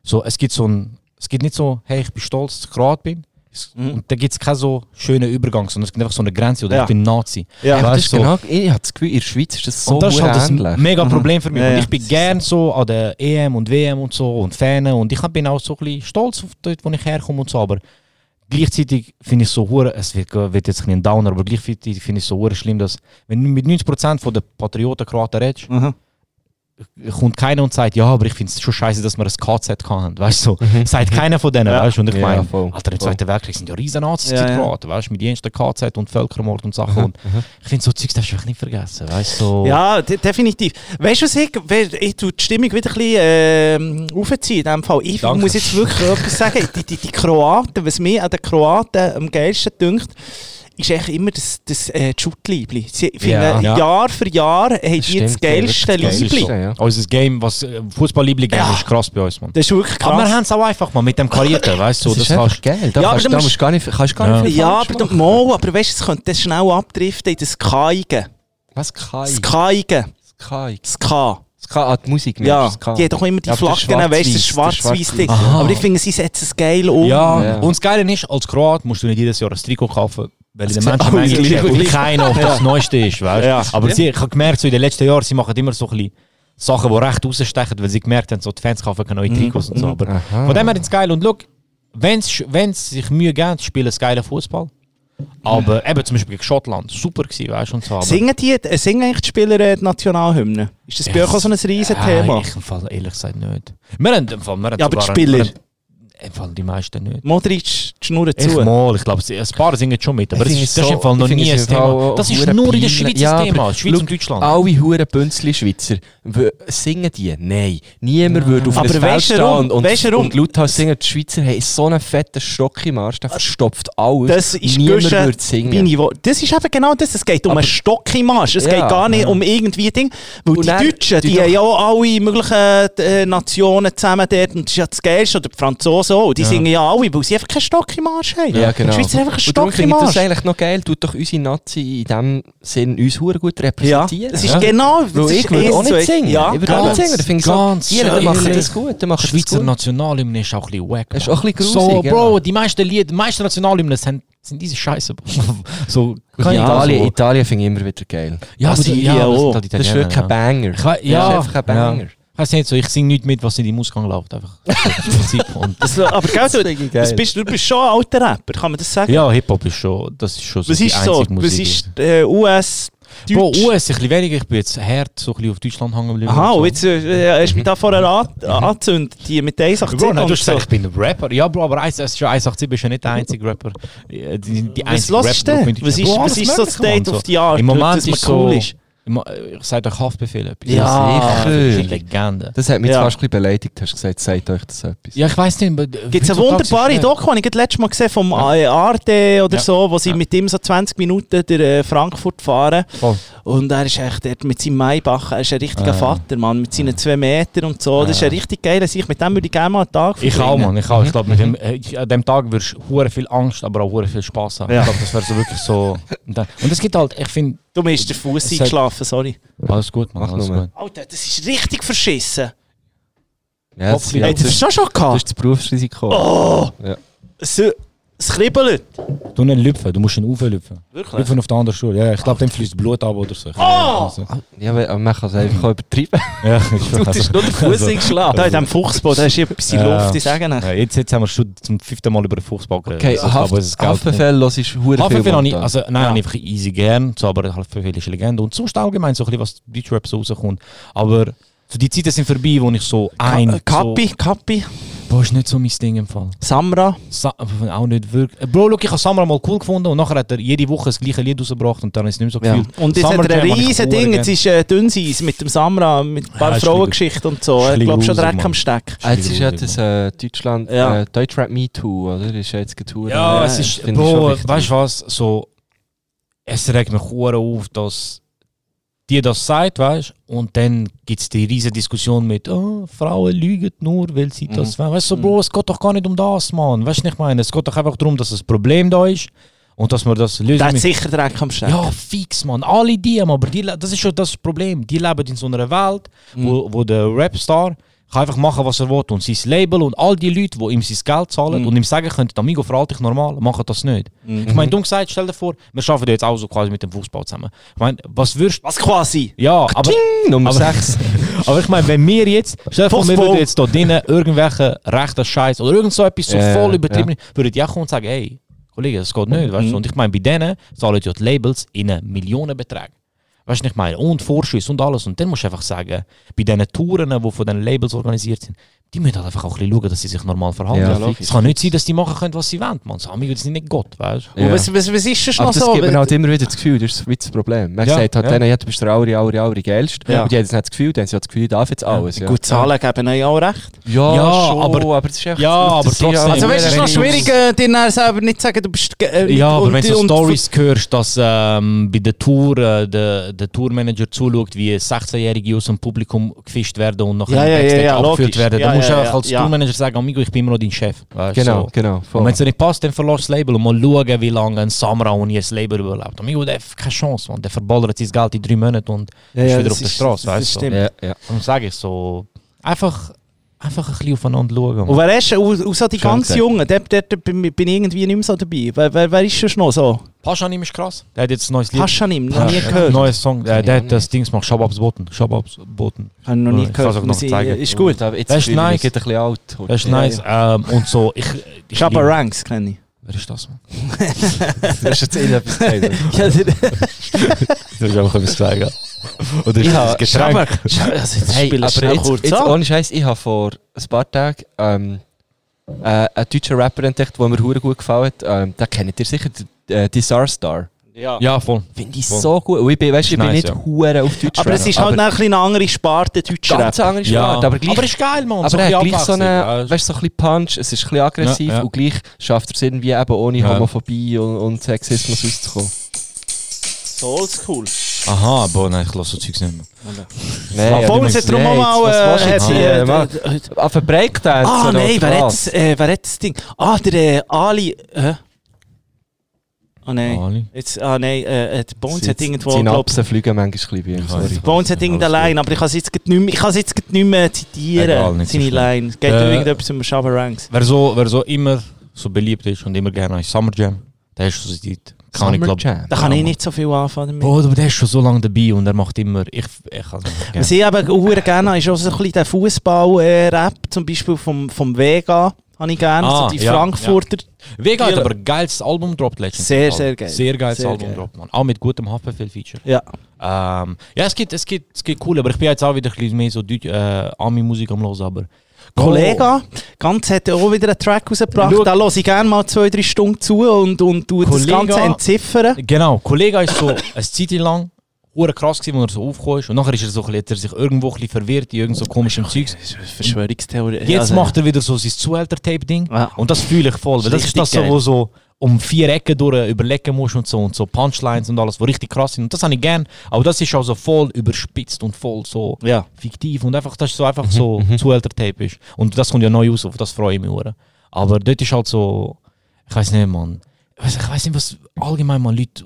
[SPEAKER 12] so, es gibt so ein, es gibt nicht so, hey, ich bin stolz, dass ich Kroat bin. Es-
[SPEAKER 7] Mhm.
[SPEAKER 12] Und da gibt es keinen so schönen Übergang, sondern es gibt einfach so eine Grenze oder
[SPEAKER 13] Ja.
[SPEAKER 12] ich bin Nazi.
[SPEAKER 13] Ja,
[SPEAKER 12] Weißt
[SPEAKER 7] Aber das ist
[SPEAKER 12] du, so.
[SPEAKER 7] genau, ich habe das Gefühl, in der Schweiz ist das so
[SPEAKER 12] und das ist halt ein
[SPEAKER 7] ähnlich.
[SPEAKER 12] mega Problem für mich.
[SPEAKER 13] Mhm. Ja,
[SPEAKER 12] Und
[SPEAKER 13] ja.
[SPEAKER 12] ich bin gern oh, so an der EM und WM und so und Fan und ich bin auch so ein bisschen stolz auf dort, wo ich herkomme und so, aber gleichzeitig finde ich so hure, es wird, wird jetzt ein bisschen ein Downer, aber gleichzeitig finde ich so hure schlimm, dass wenn du mit 90% von den Patrioten Kroaten redest,
[SPEAKER 13] Mhm.
[SPEAKER 12] kommt keiner und sagt, ja, aber ich finde es schon scheiße, dass wir ein KZ hatten, weißt du, so. sagt keiner von denen,
[SPEAKER 13] Mhm. Ja.
[SPEAKER 12] weißt du, und ich
[SPEAKER 7] Ja,
[SPEAKER 12] meine,
[SPEAKER 7] voll,
[SPEAKER 12] Alter, im
[SPEAKER 7] voll.
[SPEAKER 12] Zweiten Weltkrieg sind ja riesen Nazis
[SPEAKER 13] Ja,
[SPEAKER 12] die
[SPEAKER 13] ja.
[SPEAKER 12] Kroaten, weißt du, mit jensten KZ und Völkermord und Sachen und ich finde so Zeugs darfst du einfach nicht vergessen, weißt du, so.
[SPEAKER 13] Ja, de definitiv. Weißt du was, ich, we- ich tu die Stimmung wieder ein bisschen ähm, aufziehen in dem Fall. Ich
[SPEAKER 12] Danke.
[SPEAKER 13] muss jetzt wirklich etwas sagen. Die, die, die Kroaten, was mir an den Kroaten am geilsten dünkt, ist echt immer das, das äh, Schuttliebli. Sie finden,
[SPEAKER 12] Ja. Ja.
[SPEAKER 13] Jahr für Jahr haben die das
[SPEAKER 7] stimmt,
[SPEAKER 13] geilste
[SPEAKER 7] ja, das
[SPEAKER 13] Liebli.
[SPEAKER 7] geilste. Ja.
[SPEAKER 12] Unser Game, was äh, Fußball-Liebling
[SPEAKER 13] Ja.
[SPEAKER 12] ist krass bei uns, Mann.
[SPEAKER 13] Das ist wirklich krass.
[SPEAKER 12] Aber wir haben es auch einfach, man, mit dem Karierten, weißt du,
[SPEAKER 7] Das
[SPEAKER 12] das,
[SPEAKER 7] ist
[SPEAKER 12] kannst
[SPEAKER 7] einfach geil. Da
[SPEAKER 13] Ja, aber
[SPEAKER 7] kannst
[SPEAKER 13] du
[SPEAKER 7] du da
[SPEAKER 13] musst-
[SPEAKER 7] musst gar nicht, kannst gar
[SPEAKER 12] Ja.
[SPEAKER 7] nicht viel
[SPEAKER 13] ja,
[SPEAKER 7] falsch
[SPEAKER 13] aber, du-
[SPEAKER 7] machen.
[SPEAKER 13] Mo, aber weißt du, es könnte das schnell abdriften in das Kaigen.
[SPEAKER 7] Was? Kai?
[SPEAKER 13] Das Kaigen.
[SPEAKER 7] Sky.
[SPEAKER 13] Das K.
[SPEAKER 7] Sky, ah, die Musik
[SPEAKER 13] Ja,
[SPEAKER 7] meinst du, das K.
[SPEAKER 13] die hat doch immer die
[SPEAKER 7] Ja, aber das
[SPEAKER 13] Flaggen, weißt du, das
[SPEAKER 7] Schwarz-Weiß, das
[SPEAKER 13] schwarz-weiß Ding.
[SPEAKER 7] Schwarz-Weiß.
[SPEAKER 13] Aber ich finde, sie setzen es geil um.
[SPEAKER 12] Ja,
[SPEAKER 7] Ja.
[SPEAKER 12] und das Geile ist, als Kroat musst du nicht jedes Jahr ein Trikot kaufen Weil in
[SPEAKER 14] Es
[SPEAKER 12] der
[SPEAKER 14] sind alle
[SPEAKER 12] Menschenmenge
[SPEAKER 14] gleich.
[SPEAKER 12] checkt keiner, ob das
[SPEAKER 14] Ja.
[SPEAKER 12] das Neueste ist, weißt
[SPEAKER 14] Ja.
[SPEAKER 12] Aber
[SPEAKER 14] Ja.
[SPEAKER 12] sie, ich habe gemerkt, so in den letzten Jahren, sie machen immer so ein bisschen Sachen, die recht rausstechen, weil sie gemerkt haben, so die Fans kaufen keine neuen
[SPEAKER 14] Mhm.
[SPEAKER 12] Trikots und so. Aber
[SPEAKER 14] Aha.
[SPEAKER 12] von dem her ist es geil. Und schau, wenn sie sich Mühe geben, spielen sie geilen Fußball. Aber eben zum Beispiel gegen Schottland, super gewesen, weißt du, und so. Aber
[SPEAKER 13] Singen die, äh, singen eigentlich die Spieler äh, die Nationalhymne? Ist das bei
[SPEAKER 12] Ja,
[SPEAKER 13] euch auch so ein
[SPEAKER 12] Ja,
[SPEAKER 13] Riesenthema?
[SPEAKER 12] ich im Fall ehrlich gesagt nicht. Wir haben im Fall, wir haben
[SPEAKER 13] Ja, aber die
[SPEAKER 12] sogar-
[SPEAKER 13] Spieler?
[SPEAKER 12] wir haben- Im Fall die meisten nicht.
[SPEAKER 13] Modric, die Schnurren
[SPEAKER 12] Ich
[SPEAKER 13] zu.
[SPEAKER 12] mal, ich glaube, sie- ein paar singen schon mit, aber das
[SPEAKER 7] Ich finde
[SPEAKER 12] ist,
[SPEAKER 7] es
[SPEAKER 12] das ist
[SPEAKER 7] so-
[SPEAKER 12] im Fall
[SPEAKER 7] ich
[SPEAKER 12] noch
[SPEAKER 7] finde
[SPEAKER 12] nie
[SPEAKER 7] es
[SPEAKER 12] ein
[SPEAKER 7] im Fall
[SPEAKER 12] Thema.
[SPEAKER 7] auch
[SPEAKER 12] Das ist
[SPEAKER 7] hure
[SPEAKER 12] nur in der
[SPEAKER 7] peinlich.
[SPEAKER 12] Schweiz
[SPEAKER 7] Ja,
[SPEAKER 12] ein
[SPEAKER 7] aber
[SPEAKER 12] Thema, Schweiz
[SPEAKER 7] schau, ah,
[SPEAKER 12] und Deutschland.
[SPEAKER 7] Alle hure Bünzli Schweizer w- singen die? Nein. Niemand würde auf
[SPEAKER 13] Aber
[SPEAKER 7] einem Feld
[SPEAKER 13] weisst du
[SPEAKER 7] stehen
[SPEAKER 13] warum?
[SPEAKER 7] und, und,
[SPEAKER 13] Weisst du warum?
[SPEAKER 7] und laut singen. Die Schweizer haben so einen fetten Stock im Arsch, der verstopft alles.
[SPEAKER 13] Das ist
[SPEAKER 7] Niemand
[SPEAKER 13] Guschen,
[SPEAKER 7] würde singen.
[SPEAKER 13] meine Wo- Das ist eben genau das. Es geht um einen Stock im Arsch. Es
[SPEAKER 7] Ja,
[SPEAKER 13] geht gar nicht
[SPEAKER 7] ja.
[SPEAKER 13] um irgendwie Ding. Weil die
[SPEAKER 7] dann-
[SPEAKER 13] Deutschen, die,
[SPEAKER 7] die
[SPEAKER 13] haben ja auch alle möglichen äh, Nationen zusammen dort. Und das ist ja das Geilste. Oder die Franzosen auch. Die
[SPEAKER 7] Ja.
[SPEAKER 13] singen ja alle, weil sie einfach keinen Stock im Arsch haben.
[SPEAKER 7] Ja, genau.
[SPEAKER 13] Die Schweizer haben einfach einen
[SPEAKER 7] Und darum
[SPEAKER 13] Stock
[SPEAKER 7] finde
[SPEAKER 13] im
[SPEAKER 7] ich
[SPEAKER 13] Arsch.
[SPEAKER 7] das eigentlich noch geil, tut doch unsere Nazi in dem Sinn uns hure gut repräsentieren.
[SPEAKER 13] das ist genau- das
[SPEAKER 7] Weil
[SPEAKER 13] ist
[SPEAKER 7] ich würde
[SPEAKER 13] eins
[SPEAKER 7] auch
[SPEAKER 13] zu
[SPEAKER 7] nicht
[SPEAKER 13] eins.
[SPEAKER 7] singen.
[SPEAKER 13] Ja,
[SPEAKER 7] ich würde auch nicht
[SPEAKER 13] ganz-
[SPEAKER 7] singen. Da finde ich
[SPEAKER 12] eh ganz
[SPEAKER 7] so, ihr, dann machen
[SPEAKER 12] ehrlich.
[SPEAKER 7] das gut. Dann machen das
[SPEAKER 12] Schweizer
[SPEAKER 7] gut.
[SPEAKER 12] Nationalhymne ist auch ein bisschen wack.
[SPEAKER 7] Ist auch ein bisschen
[SPEAKER 12] So,
[SPEAKER 7] grusig,
[SPEAKER 12] Bro, die meisten Lieder, die meisten Nationalhymnen sind, sind diese Scheiße. so, keine
[SPEAKER 7] Italien,
[SPEAKER 12] Ahnung.
[SPEAKER 7] also Italien finde ich immer wieder geil.
[SPEAKER 12] Ja,
[SPEAKER 7] Aber
[SPEAKER 12] sie-
[SPEAKER 7] die-
[SPEAKER 12] ja, das sind
[SPEAKER 7] auch.
[SPEAKER 12] halt
[SPEAKER 7] Das ist
[SPEAKER 12] Italiener,
[SPEAKER 7] wirklich ein Banger.
[SPEAKER 12] Ich wei-
[SPEAKER 7] Das
[SPEAKER 12] ja,
[SPEAKER 7] ist einfach ein Banger.
[SPEAKER 12] Ja. Ich weiß nicht so, ich singe nicht mit, was in die Ausgang läuft. Einfach. Im Prinzip. Und
[SPEAKER 13] Das, aber gell,
[SPEAKER 7] Das
[SPEAKER 13] du,
[SPEAKER 7] finde ich geil.
[SPEAKER 13] das bist, du bist schon ein alter Rapper, kann man das sagen?
[SPEAKER 12] ja, Hip-Hop ist schon, das ist schon so
[SPEAKER 13] Was
[SPEAKER 12] die
[SPEAKER 13] ist so?
[SPEAKER 12] einzige
[SPEAKER 13] Was
[SPEAKER 12] Musik.
[SPEAKER 13] ist äh, US, Deutsch?
[SPEAKER 12] Bro, US ein bisschen weniger, ich bin jetzt hart so ein bisschen auf Deutschland hängen geblieben.
[SPEAKER 13] Aha,
[SPEAKER 12] und so.
[SPEAKER 13] und jetzt äh, hast du mich da vorher an, angezündet, die mit 1,80
[SPEAKER 12] Mhm. Bro, nein, du
[SPEAKER 13] und
[SPEAKER 12] hast gesagt, ich bin ein Rapper. Ja, Bro, aber 187 bist ja nicht der einzige Rapper. Äh, Die, die
[SPEAKER 13] Was
[SPEAKER 12] einzige
[SPEAKER 13] hörst du
[SPEAKER 12] Rapper-
[SPEAKER 13] denn? Was ist,
[SPEAKER 12] Bro,
[SPEAKER 13] was
[SPEAKER 12] alles
[SPEAKER 13] ist so das
[SPEAKER 12] Mögliche, Mann,
[SPEAKER 13] State
[SPEAKER 12] so.
[SPEAKER 13] of the Art,
[SPEAKER 12] Im
[SPEAKER 13] dass
[SPEAKER 12] Moment ist
[SPEAKER 13] man
[SPEAKER 12] es
[SPEAKER 13] cool
[SPEAKER 12] so,
[SPEAKER 13] ist?
[SPEAKER 12] Im Mo- Ich sage euch Haftbefehl etwas.
[SPEAKER 13] Ja,
[SPEAKER 12] Das ist eine
[SPEAKER 7] sicher.
[SPEAKER 12] Legende.
[SPEAKER 7] Das hat mich
[SPEAKER 13] Ja.
[SPEAKER 7] jetzt fast ein bisschen beleidigt, hast du gesagt, sagt euch das etwas.
[SPEAKER 12] Ja, ich weiß nicht. aber-
[SPEAKER 13] Gibt es eine
[SPEAKER 12] heutzutage
[SPEAKER 13] wunderbare
[SPEAKER 12] ist-
[SPEAKER 13] Doku, die ich gerade letztes Mal gesehen vom äh, Arte oder
[SPEAKER 12] Ja.
[SPEAKER 13] so, wo sie mit ihm so 20 Minuten durch äh, Frankfurt fahren.
[SPEAKER 12] Voll.
[SPEAKER 13] Und er ist echt dort mit seinem Maybach, er ist ein richtiger
[SPEAKER 12] Ah,
[SPEAKER 13] Vater, Mann, mit seinen 2 Metern und so. Das ist ein richtig geiler Sicht, mit dem würde ich gerne mal einen Tag
[SPEAKER 12] Ich
[SPEAKER 13] verbringen.
[SPEAKER 12] auch, Mann. Ich,
[SPEAKER 13] Mhm.
[SPEAKER 12] auch. ich glaube, mit dem, äh, ich- an dem Tag wirst du hure viel Angst, aber auch hure viel Spaß haben. Ich glaube, das wäre so wirklich so. Und dann- und es gibt halt, ich finde,
[SPEAKER 13] Du bist der Fuß
[SPEAKER 12] Es hat-
[SPEAKER 13] eingeschlafen, sorry.
[SPEAKER 12] alles gut, Mann.
[SPEAKER 7] Mach
[SPEAKER 12] Alles
[SPEAKER 7] nur.
[SPEAKER 12] gut.
[SPEAKER 13] Alter, das ist richtig verschissen.
[SPEAKER 7] Ja, das,
[SPEAKER 12] Hoffentlich. Oh.
[SPEAKER 7] ja,
[SPEAKER 13] Hey,
[SPEAKER 7] das,
[SPEAKER 13] das
[SPEAKER 7] ist,
[SPEAKER 13] ist schon schon
[SPEAKER 7] das
[SPEAKER 13] gehabt.
[SPEAKER 7] ist das Berufsrisiko.
[SPEAKER 13] Es, es kribbelt.
[SPEAKER 12] Du nicht lüpfen, du musst ihn auflüpfen. Lüpfen auf die andere Schuhe. Ja, ich glaube, dann fließt Blut ab oder so. Oh!
[SPEAKER 7] Ja, aber aber man kann es einfach auch übertreiben.
[SPEAKER 12] Ja, ich
[SPEAKER 13] Ah! Du hast nur den Fuß eingeschlafen. Da in diesem Fuchsbau, da ist etwas in
[SPEAKER 12] Also, Ja.
[SPEAKER 13] Luft, ich sage nicht.
[SPEAKER 12] Also, Ja, jetzt, jetzt haben wir schon zum fünften Mal über den Fußball geredet.
[SPEAKER 7] Okay,
[SPEAKER 12] Also ich glaube, es ist
[SPEAKER 7] Haft,
[SPEAKER 12] Geld-
[SPEAKER 7] Haftbefehl hörst du hure viel.
[SPEAKER 12] Haftbefehl habe ich,
[SPEAKER 7] momentan.
[SPEAKER 12] also, nein, habe ich einfach easy gern, so, aber Haftbefehl ist eine Legende. Und sonst allgemein so ein bisschen, was Deutschrap so rauskommt. Aber so die Zeiten sind vorbei, wo ich so ein...
[SPEAKER 7] äh,
[SPEAKER 13] Ka- äh, Kappi, Kappi,
[SPEAKER 12] So, boah, ist nicht so mein Ding im Fall.
[SPEAKER 13] Samra.
[SPEAKER 12] Sa auch nicht wirklich. Äh, Bro, look, ich habe Samra mal cool gefunden und nachher hat er jede Woche das gleiche Lied rausgebracht und dann ist es nicht mehr so
[SPEAKER 7] Ja.
[SPEAKER 12] gefühlt.
[SPEAKER 13] Und jetzt
[SPEAKER 12] Summer
[SPEAKER 13] hat er ein
[SPEAKER 12] Jam habe ich
[SPEAKER 13] riesen
[SPEAKER 12] verdammt
[SPEAKER 13] Ding, jetzt
[SPEAKER 12] gern.
[SPEAKER 13] ist äh, Dünnseiss mit dem Samra, mit ein paar
[SPEAKER 12] Ja, ist
[SPEAKER 13] Frauengeschichten und so.
[SPEAKER 12] ist ein
[SPEAKER 13] Ich glaube schon
[SPEAKER 12] bisschen
[SPEAKER 13] Dreck
[SPEAKER 12] grusig,
[SPEAKER 13] am Steck.
[SPEAKER 7] Ah, Jetzt ist ja
[SPEAKER 12] Schwierig,
[SPEAKER 7] das äh, Deutschland,
[SPEAKER 13] Ja.
[SPEAKER 7] äh, Deutschrap Me Too, oder? Ist ja jetzt getourt.
[SPEAKER 12] Ja,
[SPEAKER 13] Ja,
[SPEAKER 12] es
[SPEAKER 7] das
[SPEAKER 12] ist,
[SPEAKER 7] finde ich schon
[SPEAKER 12] Bro,
[SPEAKER 7] wichtig.
[SPEAKER 12] weißt du was, so, es regt mich hure auf, dass dir das sagt, weißt du, und dann gibt es die riesige Diskussion mit, oh, Frauen lügen nur, weil sie das
[SPEAKER 7] Mhm.
[SPEAKER 12] wollen. Weißt du, so, Bro, es geht doch gar nicht um das, Mann. Weißt du, was ich meine, es geht doch einfach darum, dass das Problem da ist und dass wir das lösen
[SPEAKER 13] Der hat
[SPEAKER 12] müssen.
[SPEAKER 13] sicher Dreck am Steck.
[SPEAKER 12] Ja, fix, Mann. Alle die, Mann, aber die, le- das ist schon das Problem. Die leben in so einer Welt, wo, wo der Rapstar kann einfach machen, was er will. Und sein Label und all die Leute, die ihm sein Geld zahlen und ihm sagen können, Amigo, verhalte dich normal, machen das nicht. Ich meine, du hast gesagt, stell dir vor, wir arbeiten jetzt auch so quasi mit dem Fußball zusammen. Ich meine, was würdest
[SPEAKER 13] Was quasi?
[SPEAKER 12] Ja, aber...
[SPEAKER 7] Hm, Nummer
[SPEAKER 12] aber-
[SPEAKER 7] 6.
[SPEAKER 12] Aber ich meine, wenn wir jetzt, stell dir vor, wir
[SPEAKER 13] Fußball.
[SPEAKER 12] würden jetzt da drinnen irgendwelche rechten Scheiß oder irgend so etwas so
[SPEAKER 7] Ja, Mhm.
[SPEAKER 12] voll übertrieben, würden die auch kommen und sagen, hey, Kollege, das geht nicht, weißt du? Und ich meine, bei denen zahlen ja die Labels in einen Millionenbetrag. Weißt du, was ich meine, und Vorschüsse und alles. Und dann musst du einfach sagen, bei diesen Touren, die von den eh, Labels organisiert sind, die müssen halt einfach auch ein bisschen schauen, dass sie sich normal verhalten.
[SPEAKER 7] Ja, logisch.
[SPEAKER 12] es kann nicht sein, dass die machen können, was sie wollen, Mann. So, Amigo, das ist nicht Gott, weißt du?
[SPEAKER 13] Und was, was, was ist schon
[SPEAKER 7] Aber das
[SPEAKER 13] so?
[SPEAKER 7] gibt mir
[SPEAKER 13] Weil-
[SPEAKER 7] halt immer wieder das Gefühl, das ist wie das Problem. Man
[SPEAKER 12] Ja,
[SPEAKER 7] sagt halt
[SPEAKER 12] ja.
[SPEAKER 7] denen, ja, du bist der auri, auri, auri geilste.
[SPEAKER 13] Ja.
[SPEAKER 7] Und die haben jetzt nicht das Gefühl, dann haben sie ja das Gefühl, ich darf jetzt alles. Ja,
[SPEAKER 13] Gut, Zahlen geben euch auch recht.
[SPEAKER 7] ja,
[SPEAKER 12] Ja,
[SPEAKER 7] schon,
[SPEAKER 12] aber-
[SPEAKER 7] aber, es ist echt...
[SPEAKER 12] Ja, aber
[SPEAKER 7] das sind
[SPEAKER 12] trotzdem.
[SPEAKER 13] Also, weißt du, es ist noch
[SPEAKER 12] Wenn ich-
[SPEAKER 13] schwierig, äh, dir nachher selber nicht zu sagen, du bist. äh,
[SPEAKER 12] Ja, aber
[SPEAKER 13] und-
[SPEAKER 12] wenn du so
[SPEAKER 13] und-
[SPEAKER 12] Stories hörst, dass ähm, bei der Tour äh, der, der Tourmanager zuschaut, wie 16-Jährige aus dem Publikum gefischt werden und nachher
[SPEAKER 13] Ja,
[SPEAKER 12] im
[SPEAKER 13] ja, ja,
[SPEAKER 12] Backstage
[SPEAKER 13] ja,
[SPEAKER 12] abgeführt
[SPEAKER 13] logisch.
[SPEAKER 12] werden, dann
[SPEAKER 13] Ja,
[SPEAKER 12] musst du
[SPEAKER 13] ja,
[SPEAKER 12] einfach
[SPEAKER 13] ja,
[SPEAKER 12] als
[SPEAKER 13] ja.
[SPEAKER 12] Tourmanager sagen, Amigo, ich bin immer noch dein Chef. Weißt,
[SPEAKER 7] Genau,
[SPEAKER 12] so.
[SPEAKER 7] genau.
[SPEAKER 12] Und
[SPEAKER 7] voll.
[SPEAKER 12] wenn es dir nicht passt, dann verlässt das Label und mal schauen, wie lange ein Samra ohne ein Label überlebt. Amigo, der hat keine Chance, man. der verballert sein Geld in drei Monaten und
[SPEAKER 7] Ja,
[SPEAKER 12] ist
[SPEAKER 7] ja,
[SPEAKER 12] wieder
[SPEAKER 7] das
[SPEAKER 12] auf der
[SPEAKER 7] ist-
[SPEAKER 12] Straße,
[SPEAKER 13] das
[SPEAKER 12] weißt du.
[SPEAKER 13] stimmt.
[SPEAKER 7] Ja, ja.
[SPEAKER 12] Darum sage ich so, einfach, Einfach ein bisschen aufeinander schauen. Mann.
[SPEAKER 13] Und wer ist, au- außer die
[SPEAKER 12] Schön
[SPEAKER 13] ganz
[SPEAKER 12] gesagt.
[SPEAKER 13] Jungen, der, der, der bin bin ich irgendwie nicht mehr so dabei. Wer, wer, wer ist schon noch so?
[SPEAKER 12] Paschanim ist krass. Der hat jetzt ein neues Lied.
[SPEAKER 13] Paschanim, noch nie
[SPEAKER 12] Ja,
[SPEAKER 13] gehört.
[SPEAKER 12] Neues Song. Der, der hat das Ding gemacht. Shababs Boten. Shababs Boten.
[SPEAKER 13] Habe noch nie
[SPEAKER 12] Ich kann's
[SPEAKER 13] gehört.
[SPEAKER 12] auch noch
[SPEAKER 13] Muss ich-
[SPEAKER 12] zeigen.
[SPEAKER 13] Ist gut.
[SPEAKER 7] Aber jetzt
[SPEAKER 12] Das ist
[SPEAKER 7] fühle ich
[SPEAKER 12] nice.
[SPEAKER 7] mich gerade ein bisschen alt. heute.
[SPEAKER 12] Das ist nice. Ähm, und so. Ich, ich
[SPEAKER 13] Shabba
[SPEAKER 12] liebe-
[SPEAKER 13] Ranks kenne ich.
[SPEAKER 12] Wer ist das? Mann?
[SPEAKER 7] Du hast jetzt eh etwas gesagt.
[SPEAKER 13] Ja, der-
[SPEAKER 12] Soll ich einfach etwas zeigen? Oder ist das ein Geschenk?
[SPEAKER 7] Schabak.
[SPEAKER 13] also jetzt
[SPEAKER 7] Hey,
[SPEAKER 13] spiele
[SPEAKER 7] aber
[SPEAKER 13] ich schnell kurz
[SPEAKER 7] jetzt, jetzt
[SPEAKER 13] an.
[SPEAKER 7] ohne Scheiß, ich habe vor ein paar Tagen ähm, äh, einen deutschen Rapper entdeckt, der mir hure gut gefallen hat. Ähm, den kennt ihr sicher, der, äh, Desire Star.
[SPEAKER 12] Ja, voll.
[SPEAKER 7] Finde ich
[SPEAKER 12] Voll.
[SPEAKER 7] so gut. Und ich bin, weißt, ich
[SPEAKER 12] Ist
[SPEAKER 7] bin
[SPEAKER 12] nice,
[SPEAKER 7] nicht
[SPEAKER 12] ja.
[SPEAKER 7] hure auf Deutsch
[SPEAKER 13] Aber es ist halt noch ein bisschen eine andere Sparte, deutscher
[SPEAKER 7] ganz
[SPEAKER 13] Rap.
[SPEAKER 7] andere
[SPEAKER 12] Ja.
[SPEAKER 7] Sparte, aber gleich...
[SPEAKER 12] ist geil, Mann.
[SPEAKER 7] aber
[SPEAKER 12] So ein
[SPEAKER 7] er hat
[SPEAKER 12] bisschen
[SPEAKER 7] gleich so einen,
[SPEAKER 12] Abwechslung.
[SPEAKER 7] weißt, so ein bisschen Punch, es ist ein bisschen aggressiv
[SPEAKER 12] Ja, ja.
[SPEAKER 7] und gleich schafft er es irgendwie eben ohne
[SPEAKER 12] Ja.
[SPEAKER 7] Homophobie und, und Sexismus rauszukommen.
[SPEAKER 13] So oldschool.
[SPEAKER 12] Aha, boah, nein, ich lasse so Zeugs nicht mehr.
[SPEAKER 7] Nein,
[SPEAKER 13] Obwohl es jetzt drum auch mal... äh, hat sie, äh, d- d-
[SPEAKER 7] Auf den Breakdance.
[SPEAKER 13] Ah,
[SPEAKER 7] oder
[SPEAKER 13] nein,
[SPEAKER 7] was?
[SPEAKER 13] wer hat, das, äh, wer hat das Ding? Ah, der äh, Ali. Hä? Ah, nein.
[SPEAKER 12] Ali.
[SPEAKER 13] Jetzt, ah, nein, äh, äh, der Bones hat irgendwo. glaub-
[SPEAKER 7] Synapsen fliegen manchmal ein bisschen bei ihm, sorry.
[SPEAKER 13] der Bones hat irgendeine
[SPEAKER 12] alles gut.
[SPEAKER 13] Line, aber ich kann es jetzt grad nicht mehr, ich kann es jetzt grad nicht mehr zitieren.
[SPEAKER 12] Egal, nicht so
[SPEAKER 13] seine
[SPEAKER 12] schlimm.
[SPEAKER 13] Line. Es geht
[SPEAKER 12] Äh,
[SPEAKER 13] um irgendetwas um Shabba Ranks.
[SPEAKER 12] Wer so, wer so immer so beliebt ist und immer gerne ist Summer Jam, der ist schon seit, kann ich
[SPEAKER 7] Summer
[SPEAKER 12] glaub-
[SPEAKER 7] Jam.
[SPEAKER 13] Da kann
[SPEAKER 12] ja,
[SPEAKER 13] ich
[SPEAKER 12] Mann.
[SPEAKER 13] nicht so viel anfangen damit.
[SPEAKER 12] Boah, aber der ist schon so lange dabei und er macht immer. Ich, ich kann
[SPEAKER 13] Was
[SPEAKER 12] es
[SPEAKER 13] ich eben sehr gerne habe, ist auch so ein bisschen der Fußball-Rap, zum Beispiel vom, vom Vega. Habe ich gerne,
[SPEAKER 12] Ah,
[SPEAKER 13] so die
[SPEAKER 12] ja,
[SPEAKER 13] Frankfurter.
[SPEAKER 12] Vega hat
[SPEAKER 13] Viele-
[SPEAKER 12] aber geiles Album droppt letztens.
[SPEAKER 13] Sehr, sehr geil.
[SPEAKER 12] Sehr geiles
[SPEAKER 13] Sehr
[SPEAKER 12] Album
[SPEAKER 13] geil.
[SPEAKER 12] droppt, man. Auch mit gutem HPV-Feature.
[SPEAKER 13] Ja.
[SPEAKER 12] Ähm, ja, es gibt, es, gibt, es gibt cool, aber ich bin jetzt auch wieder ein bisschen mehr so Deutsch, äh, Ami-Musik am Los, aber.
[SPEAKER 13] Oh. Kollega, ganz hat auch wieder einen Track rausgebracht.
[SPEAKER 12] Schau.
[SPEAKER 13] Da höre ich gerne mal zwei, drei Stunden zu und, und tue das
[SPEAKER 12] Kollega.
[SPEAKER 13] Ganze entziffern.
[SPEAKER 12] Genau, Kollege ist so eine Zeit lang hure krass gewesen, als er so aufgekommen ist. Und nachher ist er so ein bisschen, hat er sich irgendwo ein bisschen verwirrt in irgend so komischen Zeugs.
[SPEAKER 13] Verschwörungstheorie. Also,
[SPEAKER 12] Jetzt macht er wieder so sein Zuhälter-Tape-Ding.
[SPEAKER 13] Ja.
[SPEAKER 12] Und das fühle ich voll. Weil das
[SPEAKER 13] Richtig
[SPEAKER 12] ist das, so,
[SPEAKER 13] geil.
[SPEAKER 12] wo so um vier Ecken durch überlegen musst und so. Und so Punchlines und alles, wo richtig krass sind. Und das habe ich gern. Aber das ist auch so voll überspitzt und voll so
[SPEAKER 13] Ja.
[SPEAKER 12] fiktiv. Und einfach, das ist so
[SPEAKER 13] Mhm,
[SPEAKER 12] einfach so Zuhälter-Tape ist. Und das kommt ja neu raus. Auf das freue ich mich. hure. Aber dort ist halt so, ich weiß nicht, Mann. Ich weiß- Ich weiß nicht, was allgemein mal Leute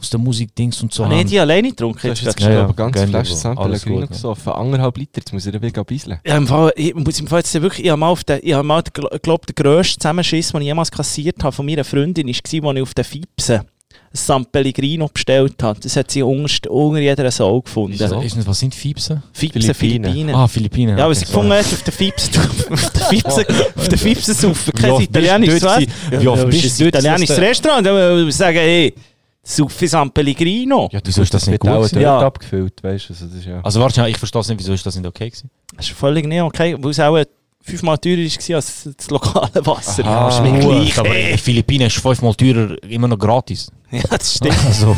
[SPEAKER 12] aus der Musik Dings und so
[SPEAKER 13] Ah,
[SPEAKER 12] haben.
[SPEAKER 13] nee, die alleine getrunken.
[SPEAKER 7] Du hast jetzt
[SPEAKER 13] Jetzt
[SPEAKER 12] Ja,
[SPEAKER 7] gerade
[SPEAKER 12] ja,
[SPEAKER 7] eine ganze
[SPEAKER 12] gerne,
[SPEAKER 7] Flasche
[SPEAKER 12] Bro.
[SPEAKER 7] Sample
[SPEAKER 12] Alles
[SPEAKER 7] Grüne
[SPEAKER 12] gut, ja.
[SPEAKER 7] gesoffen. Anderthalb Liter, jetzt muss ich ein bisschen bisschen.
[SPEAKER 13] ja, im Fall, ich muss im Fall jetzt wirklich, ich habe mal, auf den, ich habe mal den, gl- glaub, den grössten Zusammenschiss, den ich jemals kassiert habe, von meiner Freundin, war, als ich auf den Fipsen ein San Pellegrino bestellt habe. Das hat sie unter, unter jeder Sau gefunden.
[SPEAKER 12] Wieso? Ist das- was sind Fiebsen?
[SPEAKER 13] Fipsen,
[SPEAKER 7] Philippinen.
[SPEAKER 13] Philippinen.
[SPEAKER 12] Ah, Philippinen.
[SPEAKER 13] Ja, weil
[SPEAKER 12] okay,
[SPEAKER 13] sie gefunden hat, auf den Fipsen, auf den Fipsen, auf den Fipsen saufen.
[SPEAKER 12] Wie
[SPEAKER 13] Kein
[SPEAKER 12] oft bist du
[SPEAKER 13] italienisches
[SPEAKER 12] dort
[SPEAKER 13] was?
[SPEAKER 12] gewesen? Wie oft
[SPEAKER 13] Ja,
[SPEAKER 12] bist
[SPEAKER 13] ist
[SPEAKER 12] du
[SPEAKER 13] ein
[SPEAKER 12] dort
[SPEAKER 13] italienisches
[SPEAKER 12] gewesen?
[SPEAKER 13] Restaurant, da würde ich sagen, hey, Suffi San Pellegrino.
[SPEAKER 12] sorry. Wieso ist das nicht gut?
[SPEAKER 7] auch
[SPEAKER 12] gewesen?
[SPEAKER 13] Ja.
[SPEAKER 7] dort abgefüllt, weißt du? Also das ist ja...
[SPEAKER 12] Also warte, ich verstehe es nicht, wieso ist das nicht okay gewesen?
[SPEAKER 13] Das ist völlig nicht okay, weil es auch fünfmal teurer war als das lokale Wasser.
[SPEAKER 7] Aha.
[SPEAKER 13] das ist mir
[SPEAKER 12] Gut,
[SPEAKER 13] gleich.
[SPEAKER 12] aber in
[SPEAKER 13] ey.
[SPEAKER 12] den äh, Philippinen ist fünfmal teurer immer noch gratis.
[SPEAKER 13] Ja, das stimmt.
[SPEAKER 12] Also,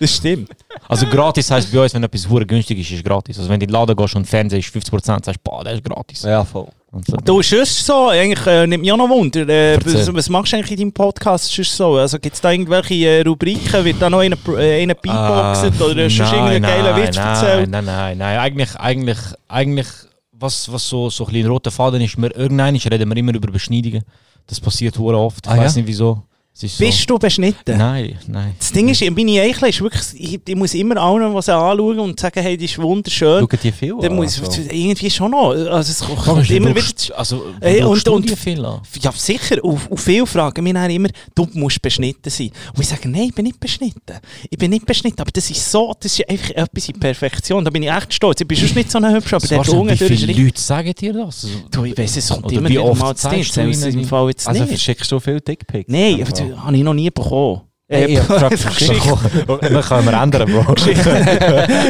[SPEAKER 13] Das stimmt.
[SPEAKER 12] also gratis heisst bei uns, wenn etwas hure günstig ist, ist gratis. Also wenn du in den Laden gehst und Fernseher ist 50%, sagst du, boah, der ist gratis.
[SPEAKER 7] Ja, voll.
[SPEAKER 12] Und so.
[SPEAKER 13] Du, sonst so, eigentlich äh, nimmt mich auch noch Wunder, äh,
[SPEAKER 12] Erzähl.
[SPEAKER 13] was, was machst du eigentlich in deinem Podcast sonst so? Also gibt es da irgendwelche äh, Rubriken? Wird da noch einer äh, einer beatboxet
[SPEAKER 12] Ah,
[SPEAKER 13] oder hast du sonst
[SPEAKER 12] nein,
[SPEAKER 13] irgendeinen geilen
[SPEAKER 12] nein,
[SPEAKER 13] Witz
[SPEAKER 12] nein,
[SPEAKER 13] erzählt?
[SPEAKER 12] Nein, nein, nein. Eigentlich, eigentlich, eigentlich was, was so, so ein bisschen roter Faden ist, wir, irgendwann reden wir immer über Beschneidungen. Das passiert hure oft. Ich
[SPEAKER 7] Ah,
[SPEAKER 12] weiß
[SPEAKER 7] ja?
[SPEAKER 12] nicht wieso. Es ist so.
[SPEAKER 13] Bist du beschnitten?
[SPEAKER 12] Nein, nein.
[SPEAKER 13] Das Ding ist, meine Eichel ist wirklich, ich, ich muss immer allen was anschauen und sagen, hey, die ist wunderschön.
[SPEAKER 7] Schauen die viel
[SPEAKER 13] Dann
[SPEAKER 7] an,
[SPEAKER 13] muss
[SPEAKER 7] also.
[SPEAKER 13] irgendwie schon noch. Also es kommt
[SPEAKER 12] Komm, du
[SPEAKER 13] immer wieder.
[SPEAKER 12] brauchst- also,
[SPEAKER 13] Ey,
[SPEAKER 12] du brauchst
[SPEAKER 13] und- und-
[SPEAKER 12] Studien viel an.
[SPEAKER 13] Ja, sicher. Und, und viele fragen mich dann immer, du musst beschnitten sein. Und ich sage, nein, ich bin nicht beschnitten. Ich bin nicht beschnitten. Aber das ist so, das ist einfach etwas in Perfektion. Da bin ich echt stolz. Ich bin schon nicht so ein hübscher, aber
[SPEAKER 12] Das
[SPEAKER 13] der
[SPEAKER 12] weißt du,
[SPEAKER 13] unten
[SPEAKER 12] wie
[SPEAKER 13] durch ist
[SPEAKER 12] viele
[SPEAKER 13] richtig.
[SPEAKER 12] Leute sagen dir das? Also,
[SPEAKER 13] Du, ich weiss, es kommt
[SPEAKER 12] Oder
[SPEAKER 13] immer
[SPEAKER 12] wie
[SPEAKER 13] wieder
[SPEAKER 12] oft
[SPEAKER 13] mal zu
[SPEAKER 12] zeigst
[SPEAKER 13] dir.
[SPEAKER 12] du
[SPEAKER 13] Zähl es
[SPEAKER 12] ihnen
[SPEAKER 13] im Fall jetzt
[SPEAKER 7] Also
[SPEAKER 13] nicht.
[SPEAKER 7] verschickst du viel Dickpics?
[SPEAKER 12] Also
[SPEAKER 13] Nein,
[SPEAKER 7] Im
[SPEAKER 13] das
[SPEAKER 7] Fall.
[SPEAKER 13] habe ich noch nie bekommen.
[SPEAKER 7] Ey, ich hab gefragt,
[SPEAKER 13] Geschichte.
[SPEAKER 12] Dann können wir ändern, Bro.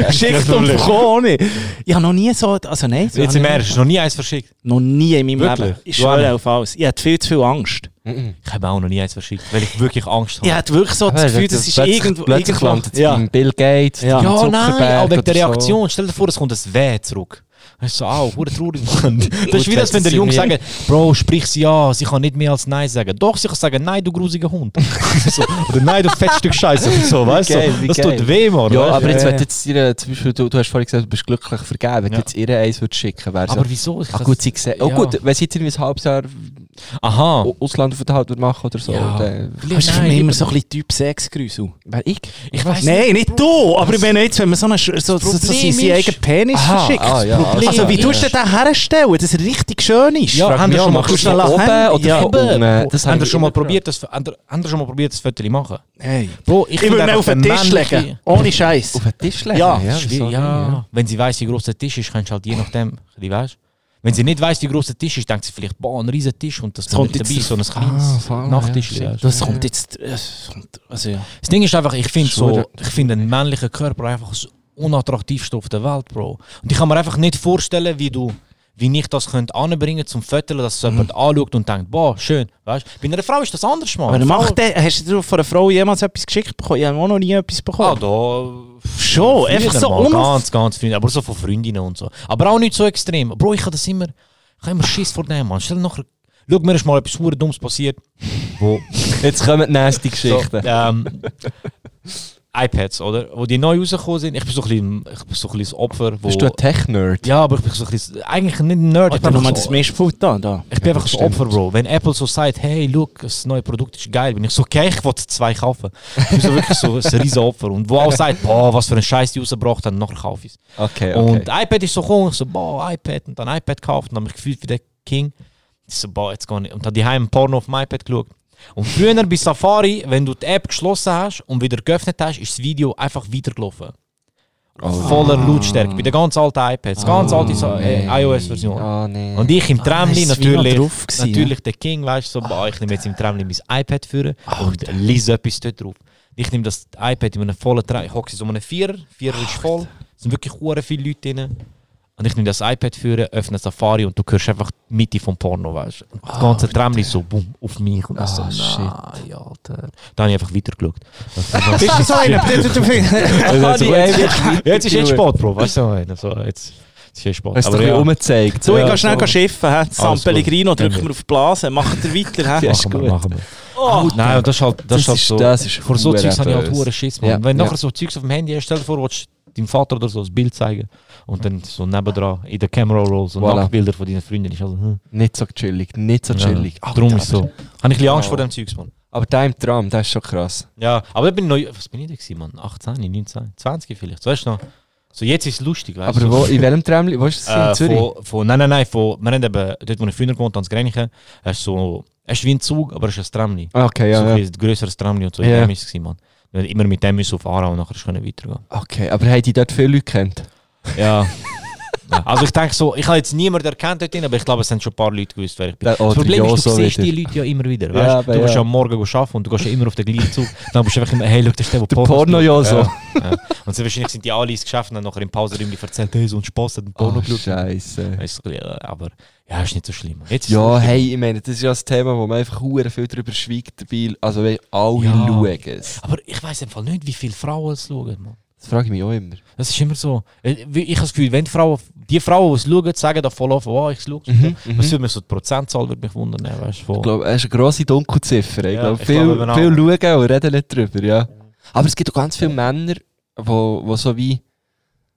[SPEAKER 13] geschickt und bekommen ohne. Ich habe noch nie so, also nein, so
[SPEAKER 12] Jetzt
[SPEAKER 13] habe
[SPEAKER 12] im
[SPEAKER 13] ich
[SPEAKER 12] Ernst, ist noch nie eins verschickt.
[SPEAKER 13] noch nie in meinem
[SPEAKER 12] Wirklich?
[SPEAKER 13] Leben. Ich
[SPEAKER 12] Du auch nicht?
[SPEAKER 13] schwöre auf alles. Ich hatte viel zu viel Angst.
[SPEAKER 12] Ich habe auch noch nie eins verschickt, weil ich wirklich Angst habe.
[SPEAKER 13] Ich hatte wirklich so das
[SPEAKER 7] Aber
[SPEAKER 13] Gefühl, das ist
[SPEAKER 7] plötzlich-
[SPEAKER 13] irgendwo...
[SPEAKER 7] Plötzlich
[SPEAKER 13] irgendwo-
[SPEAKER 7] landet es
[SPEAKER 13] ja.
[SPEAKER 7] beim Bill Gates,
[SPEAKER 13] Ja.
[SPEAKER 7] beim
[SPEAKER 12] Ja, nein,
[SPEAKER 7] Zuckerberg
[SPEAKER 12] aber wegen der
[SPEAKER 7] oder so.
[SPEAKER 12] Reaktion. Stell dir vor, es kommt ein Weh zurück. Das ist so, au, hure traurig, Mann. Das ist wie das, wenn der
[SPEAKER 7] sie
[SPEAKER 12] Junge
[SPEAKER 7] mir-
[SPEAKER 12] sagt, Bro, sprich sie an, sie kann nicht mehr als Nein sagen. Doch, sie kann sagen, nein, du grusiger Hund. so, oder nein, du Fettstück Scheiße und so, weißt
[SPEAKER 7] geil,
[SPEAKER 12] du?
[SPEAKER 7] wie
[SPEAKER 12] Das
[SPEAKER 7] geil.
[SPEAKER 12] tut weh, Mann.
[SPEAKER 7] Ja,
[SPEAKER 12] weißt du?
[SPEAKER 7] aber jetzt, wenn du jetzt ihre, zum Beispiel, du, du hast vorhin gesagt, du bist glücklich vergeben, wenn du
[SPEAKER 12] Ja.
[SPEAKER 7] jetzt ihre eins würdest schicken, wäre
[SPEAKER 12] Aber wieso? Ich
[SPEAKER 7] Ah
[SPEAKER 12] kann-
[SPEAKER 7] gut, sie sehen. Oh
[SPEAKER 12] Ja.
[SPEAKER 7] gut, wenn sie jetzt irgendwie ein halbes Jahr
[SPEAKER 12] Aha. Oh,
[SPEAKER 7] Auslandaufenthalt würde machen oder so.
[SPEAKER 13] Ja.
[SPEAKER 7] Dann-
[SPEAKER 13] Hast du für mich immer so ein bisschen Typ 6 Grüsel?
[SPEAKER 7] Wer ich?
[SPEAKER 12] Ich weiß
[SPEAKER 13] Nein, nicht du! Aber ich meine jetzt, wenn man so einen Sch- so, so, so,
[SPEAKER 12] Problem
[SPEAKER 13] seinen
[SPEAKER 12] ist-
[SPEAKER 13] eigenen Penis
[SPEAKER 7] Aha,
[SPEAKER 13] verschickt.
[SPEAKER 7] ah, ja,
[SPEAKER 13] also,
[SPEAKER 7] also-
[SPEAKER 13] wie
[SPEAKER 7] ja.
[SPEAKER 13] tust du den herstellen, dass er richtig schön ist?
[SPEAKER 12] Ja, haben wir schon mal
[SPEAKER 13] machst
[SPEAKER 12] von
[SPEAKER 13] du
[SPEAKER 7] oben
[SPEAKER 13] Hand-
[SPEAKER 7] oder
[SPEAKER 13] ja. Oh,
[SPEAKER 7] von unten?
[SPEAKER 12] Eben.
[SPEAKER 7] Das
[SPEAKER 12] haben
[SPEAKER 7] habe
[SPEAKER 12] wir
[SPEAKER 7] ich
[SPEAKER 12] schon mal
[SPEAKER 7] immer
[SPEAKER 12] probiert, das, haben wir- haben wir schon mal probiert, das Foto zu machen?
[SPEAKER 13] Hey.
[SPEAKER 12] Bro, ich,
[SPEAKER 13] oh. Ich
[SPEAKER 12] will
[SPEAKER 13] würde ihn
[SPEAKER 12] einfach
[SPEAKER 13] auf den
[SPEAKER 12] den
[SPEAKER 13] Tisch
[SPEAKER 12] menschlichen-
[SPEAKER 13] legen. Ohne Scheiß.
[SPEAKER 7] Auf den Tisch legen?
[SPEAKER 13] Ja,
[SPEAKER 12] Ja,
[SPEAKER 7] wieso
[SPEAKER 12] ja. Wenn sie weiß, wie groß der Tisch ist, kannst du halt je nachdem, die weißt. Wenn sie nicht weiß, wie groß der Tisch ist, denkt sie vielleicht, boah, ein riesen Tisch und das
[SPEAKER 13] kommt
[SPEAKER 12] kommt dabei,
[SPEAKER 13] jetzt-
[SPEAKER 12] so ein
[SPEAKER 7] Ah,
[SPEAKER 12] kleines
[SPEAKER 7] voll,
[SPEAKER 12] Nachttisch.
[SPEAKER 7] ja,
[SPEAKER 12] weisst.
[SPEAKER 13] Das kommt jetzt. äh, das kommt- Also, ja.
[SPEAKER 12] Das Ding ist einfach, ich finde so,
[SPEAKER 7] Schwierig.
[SPEAKER 12] ich finde einen männlichen Körper einfach das unattraktivste auf der Welt, Bro. Und ich kann mir einfach nicht vorstellen, wie du, wie ich das könnte anbringen zum Föteln, dass es
[SPEAKER 13] Mhm.
[SPEAKER 12] jemand anschaut und denkt, boah, schön, weißt. Bei einer Frau ist das anders, Mann.
[SPEAKER 13] Aber
[SPEAKER 12] Eine Frau-
[SPEAKER 13] macht der, hast du von einer Frau jemals etwas geschickt bekommen? Ich habe auch noch nie etwas
[SPEAKER 12] Ah,
[SPEAKER 13] bekommen.
[SPEAKER 12] da.
[SPEAKER 13] Schon,
[SPEAKER 12] Früher
[SPEAKER 13] einfach so
[SPEAKER 12] mal,
[SPEAKER 13] unauf.
[SPEAKER 12] Ganz, ganz früh. Aber so von Freundinnen und so. Aber auch nicht so extrem. Bro, ich habe das immer... Ich habe immer Schiss vor dem, Mann. Stell dir nachher... Schau, mir ist mal etwas verdammt Dummes passiert. Wo...
[SPEAKER 7] Jetzt kommen die nächste Geschichten.
[SPEAKER 12] ähm, iPads, oder? Wo die neu rausgekommen sind. Ich bin so ein bisschen, ich bin so ein bisschen das Opfer, wo...
[SPEAKER 7] Bist du ein Tech-Nerd?
[SPEAKER 12] ja, aber ich bin so ein bisschen... Eigentlich nicht ein Nerd.
[SPEAKER 13] Oder
[SPEAKER 12] ich bin
[SPEAKER 13] wenn man
[SPEAKER 12] einfach
[SPEAKER 13] das
[SPEAKER 12] so,
[SPEAKER 13] Mischpult da, da.
[SPEAKER 12] ich bin einfach so Opfer, Bro. Wenn Apple so sagt, hey, look, das neue Produkt ist geil, bin ich so, okay, ich will zwei kaufen. Ich bin so wirklich so ein riesen Opfer. Und wo auch sagt, boah, was für ein Scheiß die rausgebracht haben, nachher kaufe ich es.
[SPEAKER 7] Okay, okay.
[SPEAKER 12] Und iPad ist so gekommen, ich so, boah, iPad, und dann iPad gekauft und habe mich gefühlt wie der King. Ich so, boah, jetzt gar nicht. Und habe die Heim Porno auf dem iPad geschaut. Und früher bei Safari, wenn du die App geschlossen hast und wieder geöffnet hast, ist das Video einfach weitergelaufen.
[SPEAKER 7] Oh.
[SPEAKER 12] Voller Lautstärke. Bei den ganz alten iPads, ganz alte Sa- äh, iOS-Version.
[SPEAKER 7] Ah, nee.
[SPEAKER 12] Und ich im Tramli
[SPEAKER 13] nein, es war
[SPEAKER 12] natürlich,
[SPEAKER 13] noch drauf gewesen,
[SPEAKER 12] natürlich der King, weißt du, so, boah, ich nehme jetzt im Tramli mein iPad führen und lese etwas dort drauf. Ich nehme das iPad in einem vollen Tram, ich hocke in so einem Vierer, Vierer ist voll, es sind wirklich hure viele Leute drin. Und ich nehme das iPad führen, öffne Safari und du hörst einfach die Mitte vom Porno, weißt du. Und das ganze Tramli so, bumm, auf mich und ich so, nein, Alter. Dann habe ich einfach weitergeschaut.
[SPEAKER 13] Bist du so einer?
[SPEAKER 12] Also, jetzt, jetzt, jetzt ist jetzt
[SPEAKER 7] Ruhe.
[SPEAKER 12] Sport, Bro, weißt du, einer, so, jetzt, jetzt ist jetzt Sport.
[SPEAKER 7] Hast du dich
[SPEAKER 12] ja.
[SPEAKER 7] umgezeigt?
[SPEAKER 13] So,
[SPEAKER 12] eh,
[SPEAKER 13] ich gehe schnell schiffen. hä? San
[SPEAKER 12] gut.
[SPEAKER 13] Pellegrino, drück
[SPEAKER 12] Können
[SPEAKER 13] mir auf die Blase, macht er weiter. hä?
[SPEAKER 12] Machen
[SPEAKER 7] Ja. ist
[SPEAKER 12] wir,
[SPEAKER 7] gut.
[SPEAKER 12] machen wir. Nein, und das ist halt, das, ist halt so.
[SPEAKER 7] das ist
[SPEAKER 12] vor so
[SPEAKER 7] verdammt
[SPEAKER 12] Zeugs habe ich halt
[SPEAKER 7] böse.
[SPEAKER 12] hohen Schiss, Mann.
[SPEAKER 7] Ja,
[SPEAKER 12] Wenn
[SPEAKER 7] ja.
[SPEAKER 12] nachher so Zeugs auf dem Handy hast, stell dir vor, du willst deinem Vater oder so ein Bild zeigen und dann so nebendran in der Camera Roll so
[SPEAKER 7] Voilà.
[SPEAKER 12] Nacktbilder von deinen Freunden. Ist also, hm.
[SPEAKER 7] Nicht so chillig, nicht so chillig.
[SPEAKER 12] Ja. Darum ist so. Habe ich ein bisschen Angst
[SPEAKER 7] Oh.
[SPEAKER 12] vor dem Zeugs, Mann.
[SPEAKER 7] Aber der im Tram, das ist schon krass.
[SPEAKER 12] Ja, aber da bin ich noch, was bin ich da gewesen, Mann? 18, 19, 20 vielleicht. So, weißt du noch? So, jetzt ist es lustig, weißt du?
[SPEAKER 7] Aber wo, in welchem Tram? Wo ist das?
[SPEAKER 12] Äh,
[SPEAKER 7] in Zürich?
[SPEAKER 12] von, von, nein, nein, nein, von, wir haben eben, dort wo ich früher gewohnt habe, in Grenichen, hast du so, hast du wie ein Zug, aber es ist ein Tramli.
[SPEAKER 7] Ah, Okay,
[SPEAKER 12] so
[SPEAKER 7] ja,
[SPEAKER 12] ein
[SPEAKER 7] ja.
[SPEAKER 12] bisschen grösseres Tramli und so.
[SPEAKER 7] Ja.
[SPEAKER 12] In dem ist es, gewesen, Mann. Wir haben Immer mit dem müssen auf Aarau und nachher können wir weitergehen.
[SPEAKER 7] Okay, aber haben die dort viele Leute kennt?
[SPEAKER 12] Ja. ja. Also ich denke so, ich habe jetzt niemanden erkannt dort drin, aber ich glaube, es sind schon ein paar Leute gewusst, wer ich bin.
[SPEAKER 7] Der-
[SPEAKER 12] das
[SPEAKER 7] oder
[SPEAKER 12] Problem ist, du
[SPEAKER 7] Joso
[SPEAKER 12] siehst
[SPEAKER 7] wieder.
[SPEAKER 12] die Leute ja immer wieder.
[SPEAKER 7] Ja,
[SPEAKER 12] Weißt?
[SPEAKER 7] aber
[SPEAKER 12] du gehst
[SPEAKER 7] ja.
[SPEAKER 12] ja am Morgen arbeiten und du gehst ja immer auf den gleichen Zug. Dann bist du einfach immer, hey, schau, das ist der, der
[SPEAKER 7] Der Porno ja so.
[SPEAKER 12] Ja. Und so wahrscheinlich sind die alle ins Geschäft und dann nachher im Pausenraum die erzählt, hey, so ein Spaß hat ein Porno
[SPEAKER 7] Oh,
[SPEAKER 12] geschaut.
[SPEAKER 7] Scheiße.
[SPEAKER 12] Weißt du, ja, aber ja, ist nicht so schlimm. Jetzt ist
[SPEAKER 7] Ja,
[SPEAKER 12] es-
[SPEAKER 7] hey, ich meine, das ist ja das Thema, wo man einfach hure viel drüber schweigt dabei. Also, weil alle
[SPEAKER 12] Ja.
[SPEAKER 7] schauen es.
[SPEAKER 12] Aber ich weiß im Fall nicht, wie viele Frauen es schauen. Mann.
[SPEAKER 7] Das frage ich mich auch immer.
[SPEAKER 12] Das ist immer so. Äh, wie- Ich habe das Gefühl, wenn die Frauen, die Frauen, die es schauen, sagen da voll offen, oh, ich schaue es.
[SPEAKER 7] Mhm, mhm.
[SPEAKER 12] Das würde mich so die Prozentzahl würde mich wundern. Weißt, du, von,
[SPEAKER 7] Ich glaube, es ist eine grosse Dunkelziffer. Ich
[SPEAKER 12] Ja,
[SPEAKER 7] glaube,
[SPEAKER 12] ich
[SPEAKER 7] viel,
[SPEAKER 12] glaube eben auch.
[SPEAKER 7] viel schauen und reden nicht drüber, ja. Aber es gibt auch ganz viele Männer, wo, wo so wie...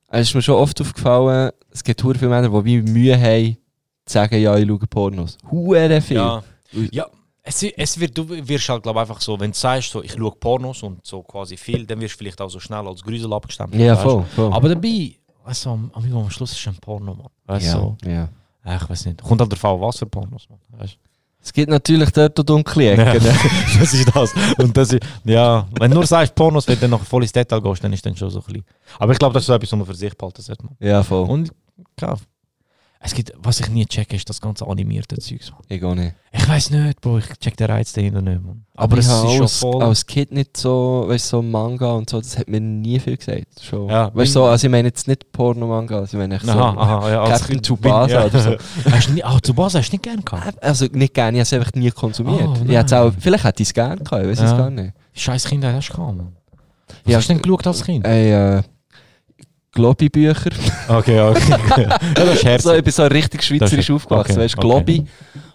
[SPEAKER 7] Es ist mir schon oft aufgefallen, es gibt hure viele Männer, die wie Mühe haben, zu sagen, ja, ich schaue Pornos. Hure viel.
[SPEAKER 12] ja. ja. Es, es wird, du wirst halt, glaube einfach so, wenn du sagst, so, ich schaue Pornos und so quasi viel, dann wirst du vielleicht auch so schnell als Grusel abgestempelt.
[SPEAKER 7] Ja,
[SPEAKER 12] weißt du.
[SPEAKER 7] voll, voll.
[SPEAKER 12] Aber dabei, weißt du, am, am am Schluss ist ein Porno, Mann. Weißt du,
[SPEAKER 7] ja,
[SPEAKER 12] so,
[SPEAKER 7] ja.
[SPEAKER 12] ja, ich weiß nicht. Kommt halt der Fall, was für Pornos, Mann. Weißt, du.
[SPEAKER 7] Es gibt natürlich dort auch dunkle Ecken.
[SPEAKER 12] Ja. das ist das. Und das ist, ja, wenn du nur sagst Pornos, wenn du dann noch voll ins Detail gehst, dann ist dann schon so ein bisschen. Aber ich glaube, das ist so etwas, was man für sich behalten sollte. Man.
[SPEAKER 7] Ja, voll.
[SPEAKER 12] Und ja, es gibt, was ich nie checke, ist das ganze animierte Zeugs. man.
[SPEAKER 7] Ich auch nicht.
[SPEAKER 12] Ich weiß nicht, Bro, ich check den Reiz dahinter nicht. Man. Aber,
[SPEAKER 7] ich
[SPEAKER 12] es
[SPEAKER 7] habe
[SPEAKER 12] ist schon
[SPEAKER 7] als,
[SPEAKER 12] voll.
[SPEAKER 7] als Kind nicht so, weißt so Manga und so, das hat mir nie viel gesagt. Schon.
[SPEAKER 12] Ja,
[SPEAKER 7] weißt
[SPEAKER 12] bin-
[SPEAKER 7] so, also ich meine jetzt nicht Porno-Manga, also ich meine echt so...
[SPEAKER 12] aha, aha, ja, als
[SPEAKER 7] Captain
[SPEAKER 12] Kind-
[SPEAKER 7] Tsubasa
[SPEAKER 12] bin-
[SPEAKER 7] oder so.
[SPEAKER 12] Hast du nie, ah, zu Basel hast du nicht gern gehabt.
[SPEAKER 7] Also nicht gerne, ich habe es einfach nie konsumiert.
[SPEAKER 12] Oh, nein.
[SPEAKER 7] ich hätt's auch, vielleicht hätte ich es gerne gehabt, ich weiß es
[SPEAKER 12] Ja.
[SPEAKER 7] gar nicht.
[SPEAKER 12] Scheiß Kinder hast du gehabt, man. Was
[SPEAKER 7] Ja.
[SPEAKER 12] hast du denn geschaut als Kind?
[SPEAKER 7] Ey, äh, Globi-Bücher.
[SPEAKER 12] Okay, okay. ja, das ist
[SPEAKER 7] so, ich
[SPEAKER 12] herzig.
[SPEAKER 7] bin so richtig schweizerisch
[SPEAKER 12] Das ist-
[SPEAKER 7] aufgewachsen,
[SPEAKER 12] okay,
[SPEAKER 7] weißt du,
[SPEAKER 12] okay.
[SPEAKER 7] Globi.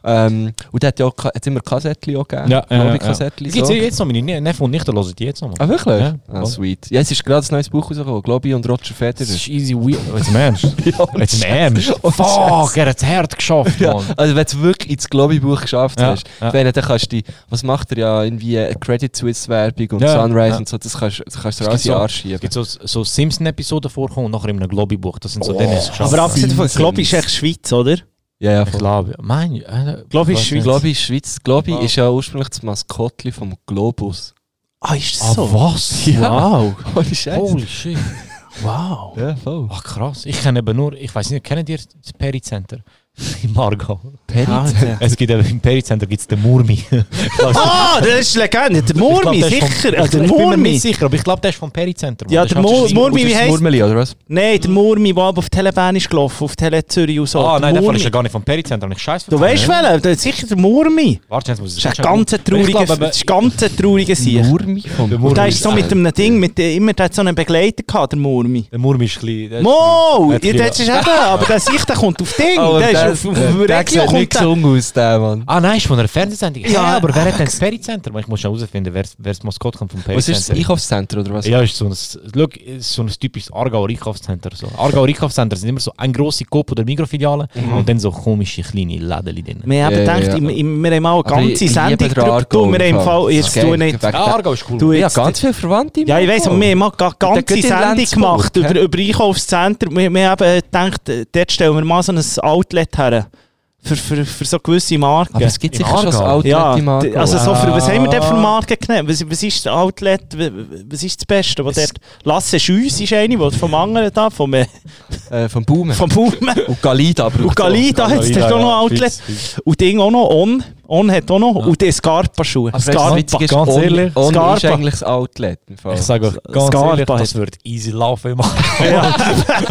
[SPEAKER 7] Ähm, und der hat ja auch, Ka- hat immer Kassettchen auch gegeben.
[SPEAKER 12] Ja, ja, ja, ja.
[SPEAKER 7] Kassettchen.
[SPEAKER 12] Gibt's ja jetzt noch meine Ne- Neffe und Nichte hören die jetzt noch.
[SPEAKER 7] Ah, wirklich?
[SPEAKER 12] Ja,
[SPEAKER 7] ah, sweet. Ja, es ist gerade ein neues Buch rausgekommen, Globi und Roger Federer.
[SPEAKER 12] Das ist easy weird. Jetzt im Ernst? Jetzt im Ernst?
[SPEAKER 7] Oh,
[SPEAKER 12] Fuck, er hat es hart geschafft,
[SPEAKER 7] Ja,
[SPEAKER 12] Mann.
[SPEAKER 7] also wenn du es wirklich ins Globi-Buch geschafft
[SPEAKER 12] Ja,
[SPEAKER 7] hast,
[SPEAKER 12] ja.
[SPEAKER 7] ich meine, dann kannst du, die- was macht er ja, irgendwie eine Credit Suisse-Werbung und
[SPEAKER 12] Ja,
[SPEAKER 7] Sunrise
[SPEAKER 12] ja.
[SPEAKER 7] und so, das kannst, das kannst du
[SPEAKER 12] Es gibt
[SPEAKER 7] dir alles in
[SPEAKER 12] so-
[SPEAKER 7] den Arsch schieben.
[SPEAKER 12] Es gibt so, so Simpson-Episoden vorkommen und nachher in einem Globi-Buch. Das sind so denen
[SPEAKER 13] Oh.
[SPEAKER 12] ist es geschafft.
[SPEAKER 13] Aber abgesehen davon, Globi ist echt Schweiz, oder?
[SPEAKER 7] Ja, ja,
[SPEAKER 12] Ich glaube, mein, äh,
[SPEAKER 13] Globi ist Schweiz.
[SPEAKER 12] ich weiß nicht.
[SPEAKER 7] Globi ist Schweiz. Globi
[SPEAKER 13] Wow.
[SPEAKER 7] ist ja ursprünglich das Maskottli vom Globus.
[SPEAKER 13] Ah, ist das
[SPEAKER 12] Ah,
[SPEAKER 13] so?
[SPEAKER 12] was?
[SPEAKER 13] Wow.
[SPEAKER 7] Holy shit.
[SPEAKER 12] Holy shit.
[SPEAKER 13] Wow.
[SPEAKER 7] Ja, voll.
[SPEAKER 12] Ach, Ah, krass. Ich kenne eben nur, ich weiß nicht, kennt ihr das Pericenter? In Margau.
[SPEAKER 13] Alter.
[SPEAKER 12] Es gibt eben, im Pericenter gibt es den Murmi.
[SPEAKER 13] Ah, das ist eine Legende. Der Murmi, sicher.
[SPEAKER 12] Ich,
[SPEAKER 13] Also, der
[SPEAKER 12] ich bin mir
[SPEAKER 13] Murmi.
[SPEAKER 12] nicht sicher, aber ich glaube, der ist vom Pericenter. Mann.
[SPEAKER 13] Ja,
[SPEAKER 12] Das
[SPEAKER 13] der
[SPEAKER 12] ist halt so
[SPEAKER 13] Mur-
[SPEAKER 12] sein-
[SPEAKER 13] Murmi, wie
[SPEAKER 7] Und das ist
[SPEAKER 13] heisst
[SPEAKER 7] Murmeli, oder was?
[SPEAKER 13] Nein, der Murmi, der aber auf Telebahn ist gelaufen, auf Tele Zürich und so.
[SPEAKER 12] Ah,
[SPEAKER 13] Der
[SPEAKER 12] nein, der Fall
[SPEAKER 13] Murmi.
[SPEAKER 12] ist ja gar nicht vom Pericenter. Ich scheiße.
[SPEAKER 13] Du weißt welchen? Das ist sicher der Murmi.
[SPEAKER 12] Warte, jetzt muss ich
[SPEAKER 13] Das ist ein ganz trauriger,
[SPEAKER 12] glaube,
[SPEAKER 13] das ist ein ganz trauriger Sieg.
[SPEAKER 7] Murmi vom
[SPEAKER 12] Der
[SPEAKER 13] Und
[SPEAKER 12] Murmi
[SPEAKER 13] der ist so
[SPEAKER 7] Ah,
[SPEAKER 13] mit
[SPEAKER 12] dem.
[SPEAKER 13] einem Ding, mit dem, immer, der hat so einen Begleiter gehabt, der Murmi.
[SPEAKER 12] Der Murmi ist klein. der ist-
[SPEAKER 13] Mo!
[SPEAKER 12] hat
[SPEAKER 13] Ja, das ist eben, aber der Sicht, der kommt auf Ding.
[SPEAKER 7] Oh,
[SPEAKER 13] der
[SPEAKER 7] der
[SPEAKER 13] ist auf, auf, auf
[SPEAKER 7] der
[SPEAKER 13] Regio
[SPEAKER 7] sieht nicht
[SPEAKER 13] kommt der.
[SPEAKER 7] gesund aus, der Mann.
[SPEAKER 12] Ah nein, ist von einer Fernsehsendung. Ja,
[SPEAKER 13] Ja,
[SPEAKER 12] aber wer hat denn das Pericenter? Ich muss schon herausfinden, wer, wer das Maskott kommt vom
[SPEAKER 7] Was ist
[SPEAKER 12] Pericenter.
[SPEAKER 7] das? Einkaufszentrum oder was?
[SPEAKER 12] Ja, ist so ein, look, ist so ein typisches Aargauer Einkaufszentrum. So. Aargauer Einkaufszentren sind immer so eine grosse Coop- oder Mikrofiliale und dann so komische kleine Läden drin.
[SPEAKER 13] Wir haben
[SPEAKER 7] Ja, ja,
[SPEAKER 13] gedacht,
[SPEAKER 7] ja. Ah,
[SPEAKER 13] im- im- wir haben auch
[SPEAKER 7] Aber
[SPEAKER 13] eine ganze
[SPEAKER 7] ich- ich liebe
[SPEAKER 13] Sendung
[SPEAKER 7] den
[SPEAKER 13] gedrückt.
[SPEAKER 7] Aargau
[SPEAKER 13] Du, Wir haben
[SPEAKER 7] im
[SPEAKER 13] im Fall,
[SPEAKER 7] Fall.
[SPEAKER 13] jetzt
[SPEAKER 7] Okay.
[SPEAKER 13] tu nicht.
[SPEAKER 7] Weg-
[SPEAKER 12] Ja, Aargau ist cool.
[SPEAKER 13] Du
[SPEAKER 7] Ja,
[SPEAKER 13] jetzt,
[SPEAKER 7] ganz viele Verwandte. im
[SPEAKER 13] Ja, ich weiss,
[SPEAKER 7] Aargau.
[SPEAKER 13] aber wir haben auch eine
[SPEAKER 7] Und dann
[SPEAKER 13] ganze
[SPEAKER 7] geht ihr in
[SPEAKER 13] Sendung
[SPEAKER 7] Lenzburg,
[SPEAKER 13] gemacht
[SPEAKER 7] hä?
[SPEAKER 13] über, über Einkaufszentren. Wir, wir haben eben gedacht, äh, dort stellen wir mal so ein Outlet her. Für, für, für so gewisse Marken.
[SPEAKER 7] Aber es gibt
[SPEAKER 12] Im
[SPEAKER 7] sicher schon das
[SPEAKER 12] Aargau.
[SPEAKER 7] Outlet
[SPEAKER 13] ja,
[SPEAKER 7] im Aargau.
[SPEAKER 13] d- also so für, was haben wir dort für
[SPEAKER 7] Ah.
[SPEAKER 13] Marken genommen? Was, was ist das Outlet, W- w- was ist das Beste? Wo
[SPEAKER 7] Es-
[SPEAKER 13] dort Lasse Schüss ist eine, die vom anderen da, vom, äh,
[SPEAKER 7] Äh, vom Baumen.
[SPEAKER 13] vom Baumann.
[SPEAKER 7] Und Galida braucht
[SPEAKER 13] Und Galida hat es dort auch noch Outlet. Und Ding auch noch, On. On hat auch noch. Und die Scarpa-Schuhe.
[SPEAKER 7] Aber Scarpa, ganz
[SPEAKER 12] ganz
[SPEAKER 7] ehrlich,
[SPEAKER 12] ehrlich,
[SPEAKER 7] On ist
[SPEAKER 13] Scarpa.
[SPEAKER 7] eigentlich das Outlet. Im Fall.
[SPEAKER 12] Ich sage euch ganz
[SPEAKER 13] Scarpa
[SPEAKER 12] ehrlich,
[SPEAKER 13] heißt-
[SPEAKER 12] das wird easy laufen im Aargau.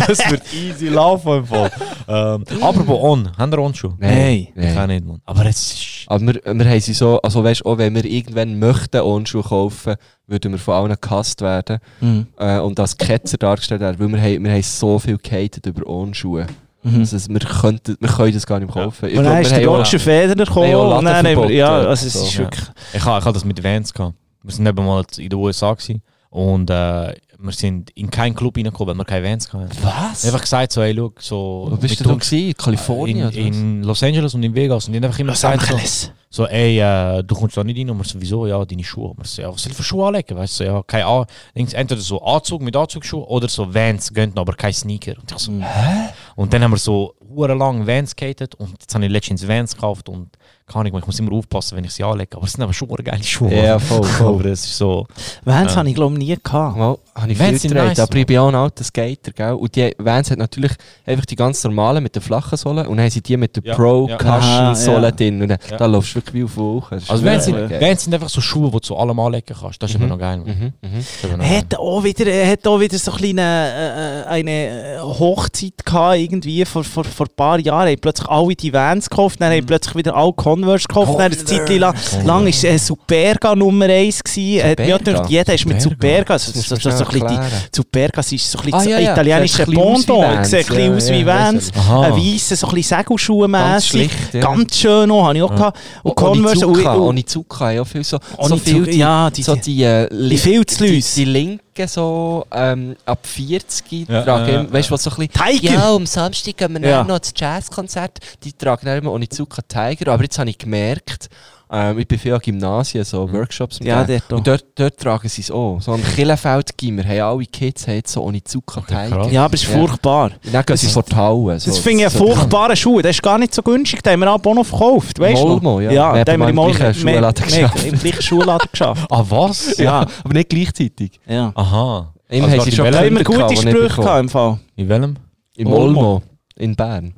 [SPEAKER 12] das wird easy laufen im Fall. Ähm, apropos On, haben wir On schon?
[SPEAKER 13] Nein.
[SPEAKER 12] Ich kann nicht, Mann. Aber es ist...
[SPEAKER 7] Aber wir, wir haben sie so, also weißt, auch wenn wir irgendwann möchten Onschuhe kaufen, würden wir von allen gehasst werden
[SPEAKER 13] Mhm.
[SPEAKER 7] äh, und als Ketzer dargestellt werden, weil wir, haben, wir haben so viel gehatet über Onschuhe. Also es- wir, könnten, wir können das gar nicht mehr kaufen. Ich
[SPEAKER 13] Mhm. Und
[SPEAKER 7] glaub,
[SPEAKER 13] dann ist der
[SPEAKER 7] wir haben auch-
[SPEAKER 13] Roger Federer gekommen.
[SPEAKER 7] wir haben auch
[SPEAKER 13] Und dann haben wir,
[SPEAKER 7] Ladenverbot,
[SPEAKER 13] ja,
[SPEAKER 7] äh,
[SPEAKER 13] also es
[SPEAKER 7] so.
[SPEAKER 13] ist
[SPEAKER 12] Ja.
[SPEAKER 13] wirklich...
[SPEAKER 12] Ich hatte ich ha das mit Vans. Gehabt. Wir sind eben mal in den USA gewesen und äh, wir sind in keinen Club reingekommen, weil wir keine Vans hatten. Ich
[SPEAKER 7] Was?
[SPEAKER 12] hab einfach gesagt, so, ey, schau, so...
[SPEAKER 7] Wo bist
[SPEAKER 12] mit
[SPEAKER 7] du denn
[SPEAKER 12] uns-
[SPEAKER 7] gewesen? Kalifornien?
[SPEAKER 12] in, in Los Angeles und in Vegas. Und die haben einfach immer gesagt, so, so, ey, äh, du kommst da nicht rein. Und wir so, wieso? Ja, deine Schuhe. Und wir so, ja, was soll ich für Schuhe anlegen? Weißt du, so, ja, keine Ahnung. Entweder so Anzug mit Anzugsschuhen oder so Vans gönnt, aber keine Sneaker. Und ich so, hä? Und dann haben wir so lang Vans gehatet und jetzt habe ich letztens Vans gekauft und keine Ahnung, ich muss immer aufpassen, wenn ich sie anlege. Aber es sind aber schon geile Schuhe.
[SPEAKER 7] Ja, voll,
[SPEAKER 12] aber
[SPEAKER 7] voll.
[SPEAKER 12] es ist so...
[SPEAKER 13] Vans habe ich glaube nie gehabt.
[SPEAKER 7] Mal, habe ich
[SPEAKER 12] Vans
[SPEAKER 7] viel
[SPEAKER 12] sind
[SPEAKER 7] getragen,
[SPEAKER 12] nice,
[SPEAKER 7] aber ich bin auch ein alter Skater, gell? Und die Vans hat natürlich einfach die ganz normalen mit der flachen Sohle und dann haben sie die mit der
[SPEAKER 12] Ja, ja.
[SPEAKER 13] Aha,
[SPEAKER 7] Pro-Cushion-Sohle
[SPEAKER 13] ja.
[SPEAKER 7] drin. Und dann,
[SPEAKER 12] Ja.
[SPEAKER 7] da laufst du wirklich wie auf Wochen.
[SPEAKER 12] Also
[SPEAKER 13] Ja,
[SPEAKER 12] Vans sind,
[SPEAKER 7] ja.
[SPEAKER 12] Vans sind einfach so Schuhe, die du zu allem anlegen kannst. Das ist immer noch geil. man.
[SPEAKER 7] Mhm, mhm.
[SPEAKER 12] Das ist eben noch geil.
[SPEAKER 13] Hat auch wieder, er hat auch wieder so kleine, äh, eine Hochzeit gehabt, irgendwie vor, vor, vor ein paar Jahren. Er hat plötzlich alle die Vans gekauft, dann
[SPEAKER 7] Mhm.
[SPEAKER 13] haben plötzlich wieder alle Converse gekauft. Dann ist Zeit lang, lang ist äh, Superga Nummer 1 gewesen. Hat mir auch
[SPEAKER 7] Oh, Superga?
[SPEAKER 13] gedacht, jeder ist mit Superga. Das, das,
[SPEAKER 7] musst
[SPEAKER 13] das,
[SPEAKER 7] du
[SPEAKER 13] das, so ein bisschen
[SPEAKER 7] erklären.
[SPEAKER 13] die, Superga ist so ein bisschen
[SPEAKER 7] Ah,
[SPEAKER 13] das
[SPEAKER 7] ja, ja.
[SPEAKER 13] italienische
[SPEAKER 7] Sieht ein bisschen aus
[SPEAKER 13] Pendant.
[SPEAKER 7] wie
[SPEAKER 13] Er
[SPEAKER 7] Vans.
[SPEAKER 13] Sieht ein bisschen
[SPEAKER 7] Ja,
[SPEAKER 13] aus
[SPEAKER 7] ja,
[SPEAKER 13] wie
[SPEAKER 7] ja,
[SPEAKER 13] Vans.
[SPEAKER 12] Aha.
[SPEAKER 13] Ein weisser, so ein bisschen
[SPEAKER 7] Ganz
[SPEAKER 13] Segelschuhmässig.
[SPEAKER 7] schlicht, ja. Oh,
[SPEAKER 13] Ganz schön auch, habe ich auch gehabt. Und Converse. und-
[SPEAKER 7] Onizuka,
[SPEAKER 13] und-
[SPEAKER 7] Onizuka, ja, viel so, so
[SPEAKER 13] Onizuka,
[SPEAKER 7] viel, die,
[SPEAKER 13] ja, die-
[SPEAKER 7] so die, äh,
[SPEAKER 13] die viel zu
[SPEAKER 7] die,
[SPEAKER 13] lüs.
[SPEAKER 7] die Linken so, ähm, ab 40
[SPEAKER 12] Ja,
[SPEAKER 7] tragen,
[SPEAKER 12] ja,
[SPEAKER 7] immer- weißt du, was so ein bisschen,
[SPEAKER 13] Tiger!
[SPEAKER 7] ja, am Samstag gehen wir
[SPEAKER 13] Ja.
[SPEAKER 7] dann noch ins Jazzkonzert, die tragen dann immer Onizuka Tiger, aber jetzt habe ich gemerkt, ähm, ich bin viel an Gymnasien, so Workshops mit
[SPEAKER 13] Mhm. Ja,
[SPEAKER 7] denen.
[SPEAKER 13] dort auch.
[SPEAKER 7] und dort, dort tragen sie es auch, so am Killenfeld-Gimmer haben alle Kids haben jetzt so Onizuka Tiger.
[SPEAKER 12] krass.
[SPEAKER 13] Ja, aber es ist
[SPEAKER 7] Ja.
[SPEAKER 13] furchtbar.
[SPEAKER 7] Und Dann gehen sie vor die Halle. So.
[SPEAKER 13] Das finde ich einen
[SPEAKER 7] So-
[SPEAKER 13] furchtbaren Schuh. Der ist gar nicht so günstig. Den haben wir ab und auf gekauft. Weißt du?
[SPEAKER 7] Molmo, ja.
[SPEAKER 13] noch?
[SPEAKER 7] Wir
[SPEAKER 13] Ja,
[SPEAKER 7] haben
[SPEAKER 13] den haben wir
[SPEAKER 7] mal
[SPEAKER 13] im
[SPEAKER 7] im gleichen
[SPEAKER 13] Molmo.
[SPEAKER 7] Schuhladen
[SPEAKER 13] wir- wir-
[SPEAKER 7] geschafft.
[SPEAKER 13] Im gleichen Schuhladen geschafft.
[SPEAKER 12] Ah, was?
[SPEAKER 7] Ja, aber nicht gleichzeitig.
[SPEAKER 13] Ja.
[SPEAKER 12] Aha.
[SPEAKER 7] Immer
[SPEAKER 12] Also
[SPEAKER 7] haben
[SPEAKER 12] warte,
[SPEAKER 7] sie schon
[SPEAKER 12] in
[SPEAKER 13] Da
[SPEAKER 12] welchem-
[SPEAKER 13] haben wir
[SPEAKER 7] Kinder gehabt, die
[SPEAKER 13] gute
[SPEAKER 7] nicht
[SPEAKER 13] Sprüche
[SPEAKER 7] bekommen.
[SPEAKER 13] gehabt im Fall.
[SPEAKER 12] In welchem?
[SPEAKER 7] Im
[SPEAKER 12] Olmo.
[SPEAKER 7] Olmo. In Bern.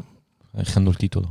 [SPEAKER 12] Ich kenne nur Titel.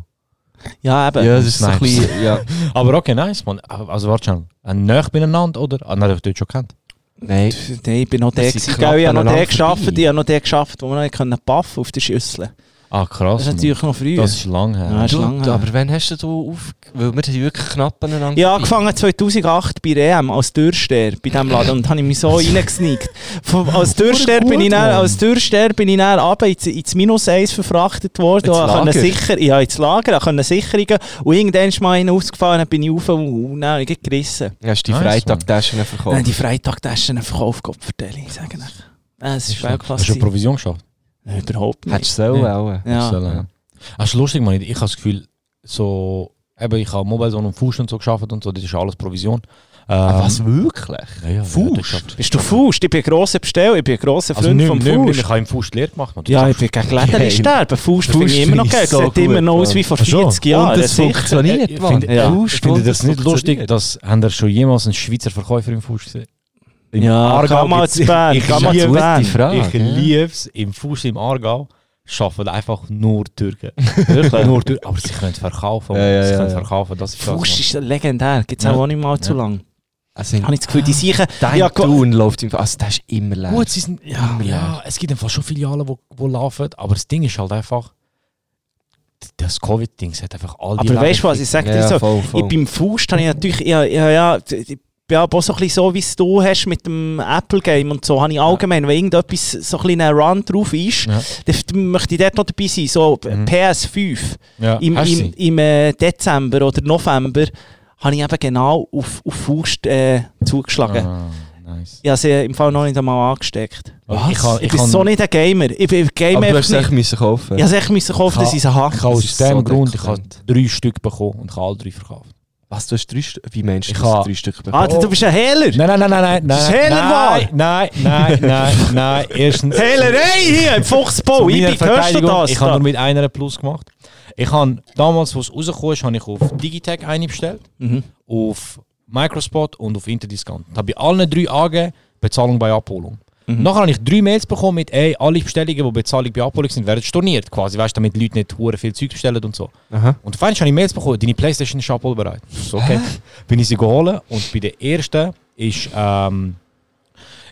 [SPEAKER 13] Ja, eben.
[SPEAKER 7] Ja, das ist so ein
[SPEAKER 12] Snipes.
[SPEAKER 7] bisschen. Ja.
[SPEAKER 12] Aber okay, nice, man. Also warte schon. Ein Nöch beieinander, oder? Ah, nein, das habt ihr schon kennt.
[SPEAKER 7] Nein.
[SPEAKER 13] Nein, ich bin noch der
[SPEAKER 7] sind
[SPEAKER 13] gewesen.
[SPEAKER 7] knapp
[SPEAKER 13] gell? Ich habe noch
[SPEAKER 7] aneinander
[SPEAKER 13] der geschafft,
[SPEAKER 7] vorbei.
[SPEAKER 13] ich habe noch der geschafft, wo wir noch nicht puffen auf der Schüssel.
[SPEAKER 12] Ah, krass.
[SPEAKER 13] Das ist natürlich
[SPEAKER 12] Mann.
[SPEAKER 13] noch früh.
[SPEAKER 12] Das ist lang her.
[SPEAKER 13] Ja, ist lang her.
[SPEAKER 7] aber wann hast du da auf... Weil wir sind wirklich knapp aneinander
[SPEAKER 13] Ja,
[SPEAKER 7] vorbei.
[SPEAKER 13] angefangen 2008 bei REM als Türsteher bei diesem Laden und habe ich mich so reingesneakt. Von- Als Türsteher bin ich dann, als Türsteher bin ich dann runter ins, ins Minus 1 verfrachtet worden.
[SPEAKER 7] Ins
[SPEAKER 13] Ich konnte
[SPEAKER 7] Lager?
[SPEAKER 13] sicher, ja, ins Lager, ich konnte Sicherungen und irgendwann ist mal einer ausgefahren, dann bin ich rauf und dann habe ich gleich gerissen.
[SPEAKER 7] Ja, hast du die
[SPEAKER 13] Nice,
[SPEAKER 7] Freitagtaschen verkauft?
[SPEAKER 13] Nein, die Freitagtaschen verkauft, Gott verteile ich, sage ich. Es ist
[SPEAKER 12] Hast du
[SPEAKER 13] Weltklasse.
[SPEAKER 12] eine Provision geschafft?
[SPEAKER 13] Nein, überhaupt nicht.
[SPEAKER 7] Hättest du sollen
[SPEAKER 12] Ja.
[SPEAKER 7] auch.
[SPEAKER 13] Ja.
[SPEAKER 12] Das ist, äh, Das ist lustig, man. Ich habe das Gefühl, so, eben, ich habe Mobile Zone und Fuß und so geschafft und so, das ist alles Provision.
[SPEAKER 13] Ah,
[SPEAKER 12] Ähm,
[SPEAKER 7] was, wirklich?
[SPEAKER 12] Ja, ja,
[SPEAKER 13] Faust?
[SPEAKER 12] Ja, das
[SPEAKER 13] Bist du Faust? Ich bin ein grosser Besteller, ich bin ein grosser
[SPEAKER 12] also
[SPEAKER 13] Freund
[SPEAKER 12] nicht,
[SPEAKER 13] vom
[SPEAKER 12] nicht,
[SPEAKER 13] Faust.
[SPEAKER 12] nicht, ich habe im Fuß Lehre gemacht. Man.
[SPEAKER 13] Ja, ich bin gegen Läden sterben. Faust
[SPEAKER 12] Faust
[SPEAKER 13] finde ich immer noch
[SPEAKER 12] finde
[SPEAKER 13] geil.
[SPEAKER 12] ich so
[SPEAKER 13] Sieht immer
[SPEAKER 12] gut,
[SPEAKER 13] noch aus wie
[SPEAKER 12] ja.
[SPEAKER 13] vor
[SPEAKER 12] Ach so.
[SPEAKER 13] 40 Jahren.
[SPEAKER 7] Und es
[SPEAKER 13] sicher.
[SPEAKER 7] funktioniert,
[SPEAKER 12] Ich
[SPEAKER 7] Mann.
[SPEAKER 12] finde,
[SPEAKER 13] Ja.
[SPEAKER 12] ich finde das nicht lustig,
[SPEAKER 7] funktioniert.
[SPEAKER 12] dass haben ihr schon jemals einen Schweizer Verkäufer im Fuß gesehen? Im
[SPEAKER 13] Ja,
[SPEAKER 12] Aargau
[SPEAKER 13] geh mal
[SPEAKER 12] gibt's-
[SPEAKER 13] zu Bern,
[SPEAKER 12] Ich
[SPEAKER 13] geh mal
[SPEAKER 12] liebe
[SPEAKER 13] zu Bern.
[SPEAKER 12] die Frage. Ich
[SPEAKER 7] Ja.
[SPEAKER 12] liebe es. Im Fuß im Aargau schaffen einfach nur Türken. nur Türken.
[SPEAKER 13] Oh,
[SPEAKER 12] Aber sie können verkaufen.
[SPEAKER 7] Ja, ja,
[SPEAKER 12] sie
[SPEAKER 7] ja,
[SPEAKER 12] können
[SPEAKER 7] ja.
[SPEAKER 12] verkaufen. Das ist das,
[SPEAKER 13] Faust
[SPEAKER 12] Mann.
[SPEAKER 13] ist legendär. Gibt es
[SPEAKER 12] Ja.
[SPEAKER 13] auch nicht mal zu
[SPEAKER 12] Ja.
[SPEAKER 13] lang.
[SPEAKER 7] Also,
[SPEAKER 13] Habe ich das Gefühl, die sicher.
[SPEAKER 7] dein
[SPEAKER 13] Ja, go-
[SPEAKER 7] Tun läuft im... Also, das ist immer leer.
[SPEAKER 12] Gut, sie sind, ja,
[SPEAKER 7] Ja.
[SPEAKER 12] ja, es gibt einfach schon Filialen, wo, wo laufen, aber das Ding ist halt einfach, das Covid-Ding hat einfach all die
[SPEAKER 13] Aber weißt du was, ich
[SPEAKER 12] ist
[SPEAKER 13] sage dir so.
[SPEAKER 7] voll,
[SPEAKER 13] Ich, beim Faust habe ich natürlich. Ja, ja, ja, ich bin aber auch so ein bisschen so, wie es du hast mit dem Apple-Game und so. Habe ich allgemein, wenn irgendetwas so ein bisschen ein Run drauf ist,
[SPEAKER 12] Ja.
[SPEAKER 13] dann möchte ich dort noch dabei sein. So
[SPEAKER 12] Mhm.
[SPEAKER 13] PS5.
[SPEAKER 12] ja,
[SPEAKER 13] im,
[SPEAKER 12] hast du
[SPEAKER 13] im,
[SPEAKER 12] sie?
[SPEAKER 13] im äh, Dezember oder November habe ich eben genau auf, auf Faust äh, zugeschlagen.
[SPEAKER 12] Ah, nice.
[SPEAKER 13] Ich habe sie im Fall noch nicht einmal angesteckt.
[SPEAKER 12] Was?
[SPEAKER 13] Ich, kann, ich,
[SPEAKER 12] Ich
[SPEAKER 13] bin
[SPEAKER 12] kann-
[SPEAKER 13] so nicht ein Gamer. Ich bin Gamer
[SPEAKER 7] Aber du
[SPEAKER 13] einfach
[SPEAKER 7] hast es echt
[SPEAKER 13] nicht.
[SPEAKER 7] müssen kaufen.
[SPEAKER 13] Ich habe echt müssen kaufen, dass ich sie habe.
[SPEAKER 12] Ich habe
[SPEAKER 7] Das
[SPEAKER 12] aus
[SPEAKER 7] ist
[SPEAKER 12] dem
[SPEAKER 7] so
[SPEAKER 12] Grund, ich habe
[SPEAKER 7] dekadent.
[SPEAKER 12] drei Stück bekommen und ich habe alle drei verkauft.
[SPEAKER 7] Was, du hast drei Stück... Wie meinst du,
[SPEAKER 12] Ich
[SPEAKER 7] dass du
[SPEAKER 12] habe-
[SPEAKER 7] drei Stück bekommen?
[SPEAKER 13] Alter, Ah, du bist ein Hehler!
[SPEAKER 12] Nein, nein, nein, nein, nein,
[SPEAKER 13] Das ist
[SPEAKER 12] nein,
[SPEAKER 13] Hehler
[SPEAKER 12] nein, nein, nein, nein, nein, erstens.
[SPEAKER 13] Hehlerei hier im
[SPEAKER 12] Zu
[SPEAKER 13] Fuchsbau! Ich
[SPEAKER 12] meiner
[SPEAKER 13] bin, Oh, hörst du
[SPEAKER 12] Verteidigung,
[SPEAKER 13] das?
[SPEAKER 12] Ich habe
[SPEAKER 13] da?
[SPEAKER 12] nur mit einer einen Plus gemacht. Ich habe damals, wo es rausgekommen ist, habe ich auf Digitec eine bestellt,
[SPEAKER 13] Mhm.
[SPEAKER 12] auf Microspot und auf Interdiscount. Da habe ich allen drei angegeben, Bezahlung bei Abholung.
[SPEAKER 13] Mhm.
[SPEAKER 12] Nachher habe ich drei Mails bekommen mit, ey, alle Bestellungen, die Bezahlung bei Abholung sind, werden storniert quasi, weißt du, damit die Leute nicht hure viel Zeug bestellen und so.
[SPEAKER 7] Aha.
[SPEAKER 12] Und auf einmal habe ich Mails bekommen, deine Playstation ist abholbereit. So, okay. Bin ich sie geholt und bei der ersten ist, ähm,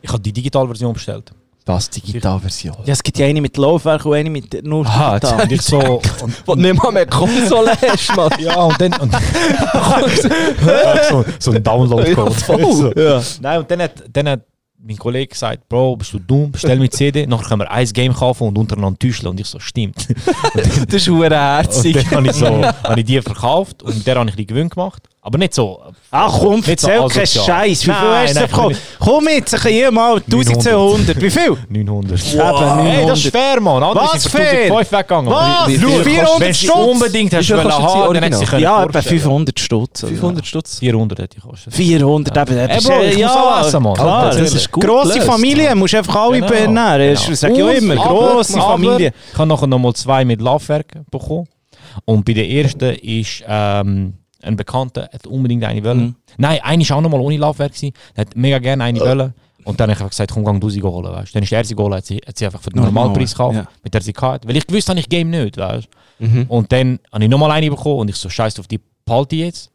[SPEAKER 12] ich habe die Digitalversion bestellt.
[SPEAKER 7] Das Digitalversion.
[SPEAKER 13] ja, es gibt ja eine mit Laufwerk und eine mit nur
[SPEAKER 7] Aha,
[SPEAKER 13] da.
[SPEAKER 12] Und ich so, und
[SPEAKER 7] Wo du nicht mal mehr Konsole hast, Mann.
[SPEAKER 12] Ja, und dann. Und so, so ein Download-Code. so. Nein, und dann hat, dann hat mein Kollege gesagt: Bro, bist du dumm? Bestell mir die CD, nachher können wir ein Game kaufen und untereinander täuschen. Und ich so, stimmt.
[SPEAKER 7] Das ist verdammt
[SPEAKER 12] Und
[SPEAKER 7] herzig.
[SPEAKER 12] dann habe ich, so, hab ich die verkauft und der habe ich die Gewinn gemacht. Aber nicht so.
[SPEAKER 13] Ach Ah, komm,
[SPEAKER 12] Nicht so
[SPEAKER 13] erzähl keinen
[SPEAKER 12] asozial.
[SPEAKER 13] Scheiß. Wie viel
[SPEAKER 12] Nein,
[SPEAKER 13] hast du
[SPEAKER 12] nein,
[SPEAKER 13] bekommen? Komm jetzt, ich hier mal 1200. Wie viel?
[SPEAKER 12] 900.
[SPEAKER 13] Eben,
[SPEAKER 12] Hey, das
[SPEAKER 13] 900.
[SPEAKER 12] ist fair, Mann. Andere
[SPEAKER 13] Was
[SPEAKER 12] sind für
[SPEAKER 13] fair?
[SPEAKER 12] 1005 weggegangen.
[SPEAKER 13] Was?
[SPEAKER 12] Wie- wie-
[SPEAKER 13] Schau,
[SPEAKER 12] wie-
[SPEAKER 13] 400
[SPEAKER 12] Wenn sie
[SPEAKER 13] Stutz.
[SPEAKER 12] unbedingt hast
[SPEAKER 7] Wie viel
[SPEAKER 12] wollen
[SPEAKER 7] kostet
[SPEAKER 12] haben,
[SPEAKER 7] sie
[SPEAKER 12] dann hätte sie können.
[SPEAKER 13] Ja, etwa
[SPEAKER 12] vorstellen.
[SPEAKER 13] 500 Stutz. oder?
[SPEAKER 7] 500 Stutz.
[SPEAKER 12] 400 hätte ich gekostet.
[SPEAKER 13] 400, eben, das
[SPEAKER 12] Ey,
[SPEAKER 13] ist-
[SPEAKER 12] Bro, ich muss auch essen, Mann.
[SPEAKER 13] Klar,
[SPEAKER 12] Alter,
[SPEAKER 13] das
[SPEAKER 12] das
[SPEAKER 13] ist
[SPEAKER 12] ist
[SPEAKER 7] gut
[SPEAKER 13] Grosse
[SPEAKER 7] gelöst.
[SPEAKER 13] Familie, musst einfach alle
[SPEAKER 12] Genau,
[SPEAKER 13] benehren.
[SPEAKER 12] genau.
[SPEAKER 13] Das sag ich auch
[SPEAKER 12] Und,
[SPEAKER 13] immer,
[SPEAKER 12] aber-
[SPEAKER 13] grosse
[SPEAKER 12] aber
[SPEAKER 13] Familie.
[SPEAKER 12] Ich habe nachher nochmal zwei mit Laufwerken bekommen. Und bei der ersten ist ähm, ein Bekannter hat unbedingt eine wollen.
[SPEAKER 13] Mhm. Äh.
[SPEAKER 12] Nein, eine war auch nochmal ohne Laufwerk. gewesen. Der hat mega gerne eine wollen. Und dann habe ich einfach gesagt, komm, gang du sie holen. Weißt. Dann ist er sie geholt, hat sie, hat sie einfach für den
[SPEAKER 13] Normal,
[SPEAKER 12] Normalpreis gekauft,
[SPEAKER 13] ja.
[SPEAKER 12] mit der sie hatte. Weil ich gewusst habe, ich Game nicht. Weißt.
[SPEAKER 7] Mhm.
[SPEAKER 12] Und dann habe ich nochmal eine bekommen und ich so, scheiß auf die Palti jetzt.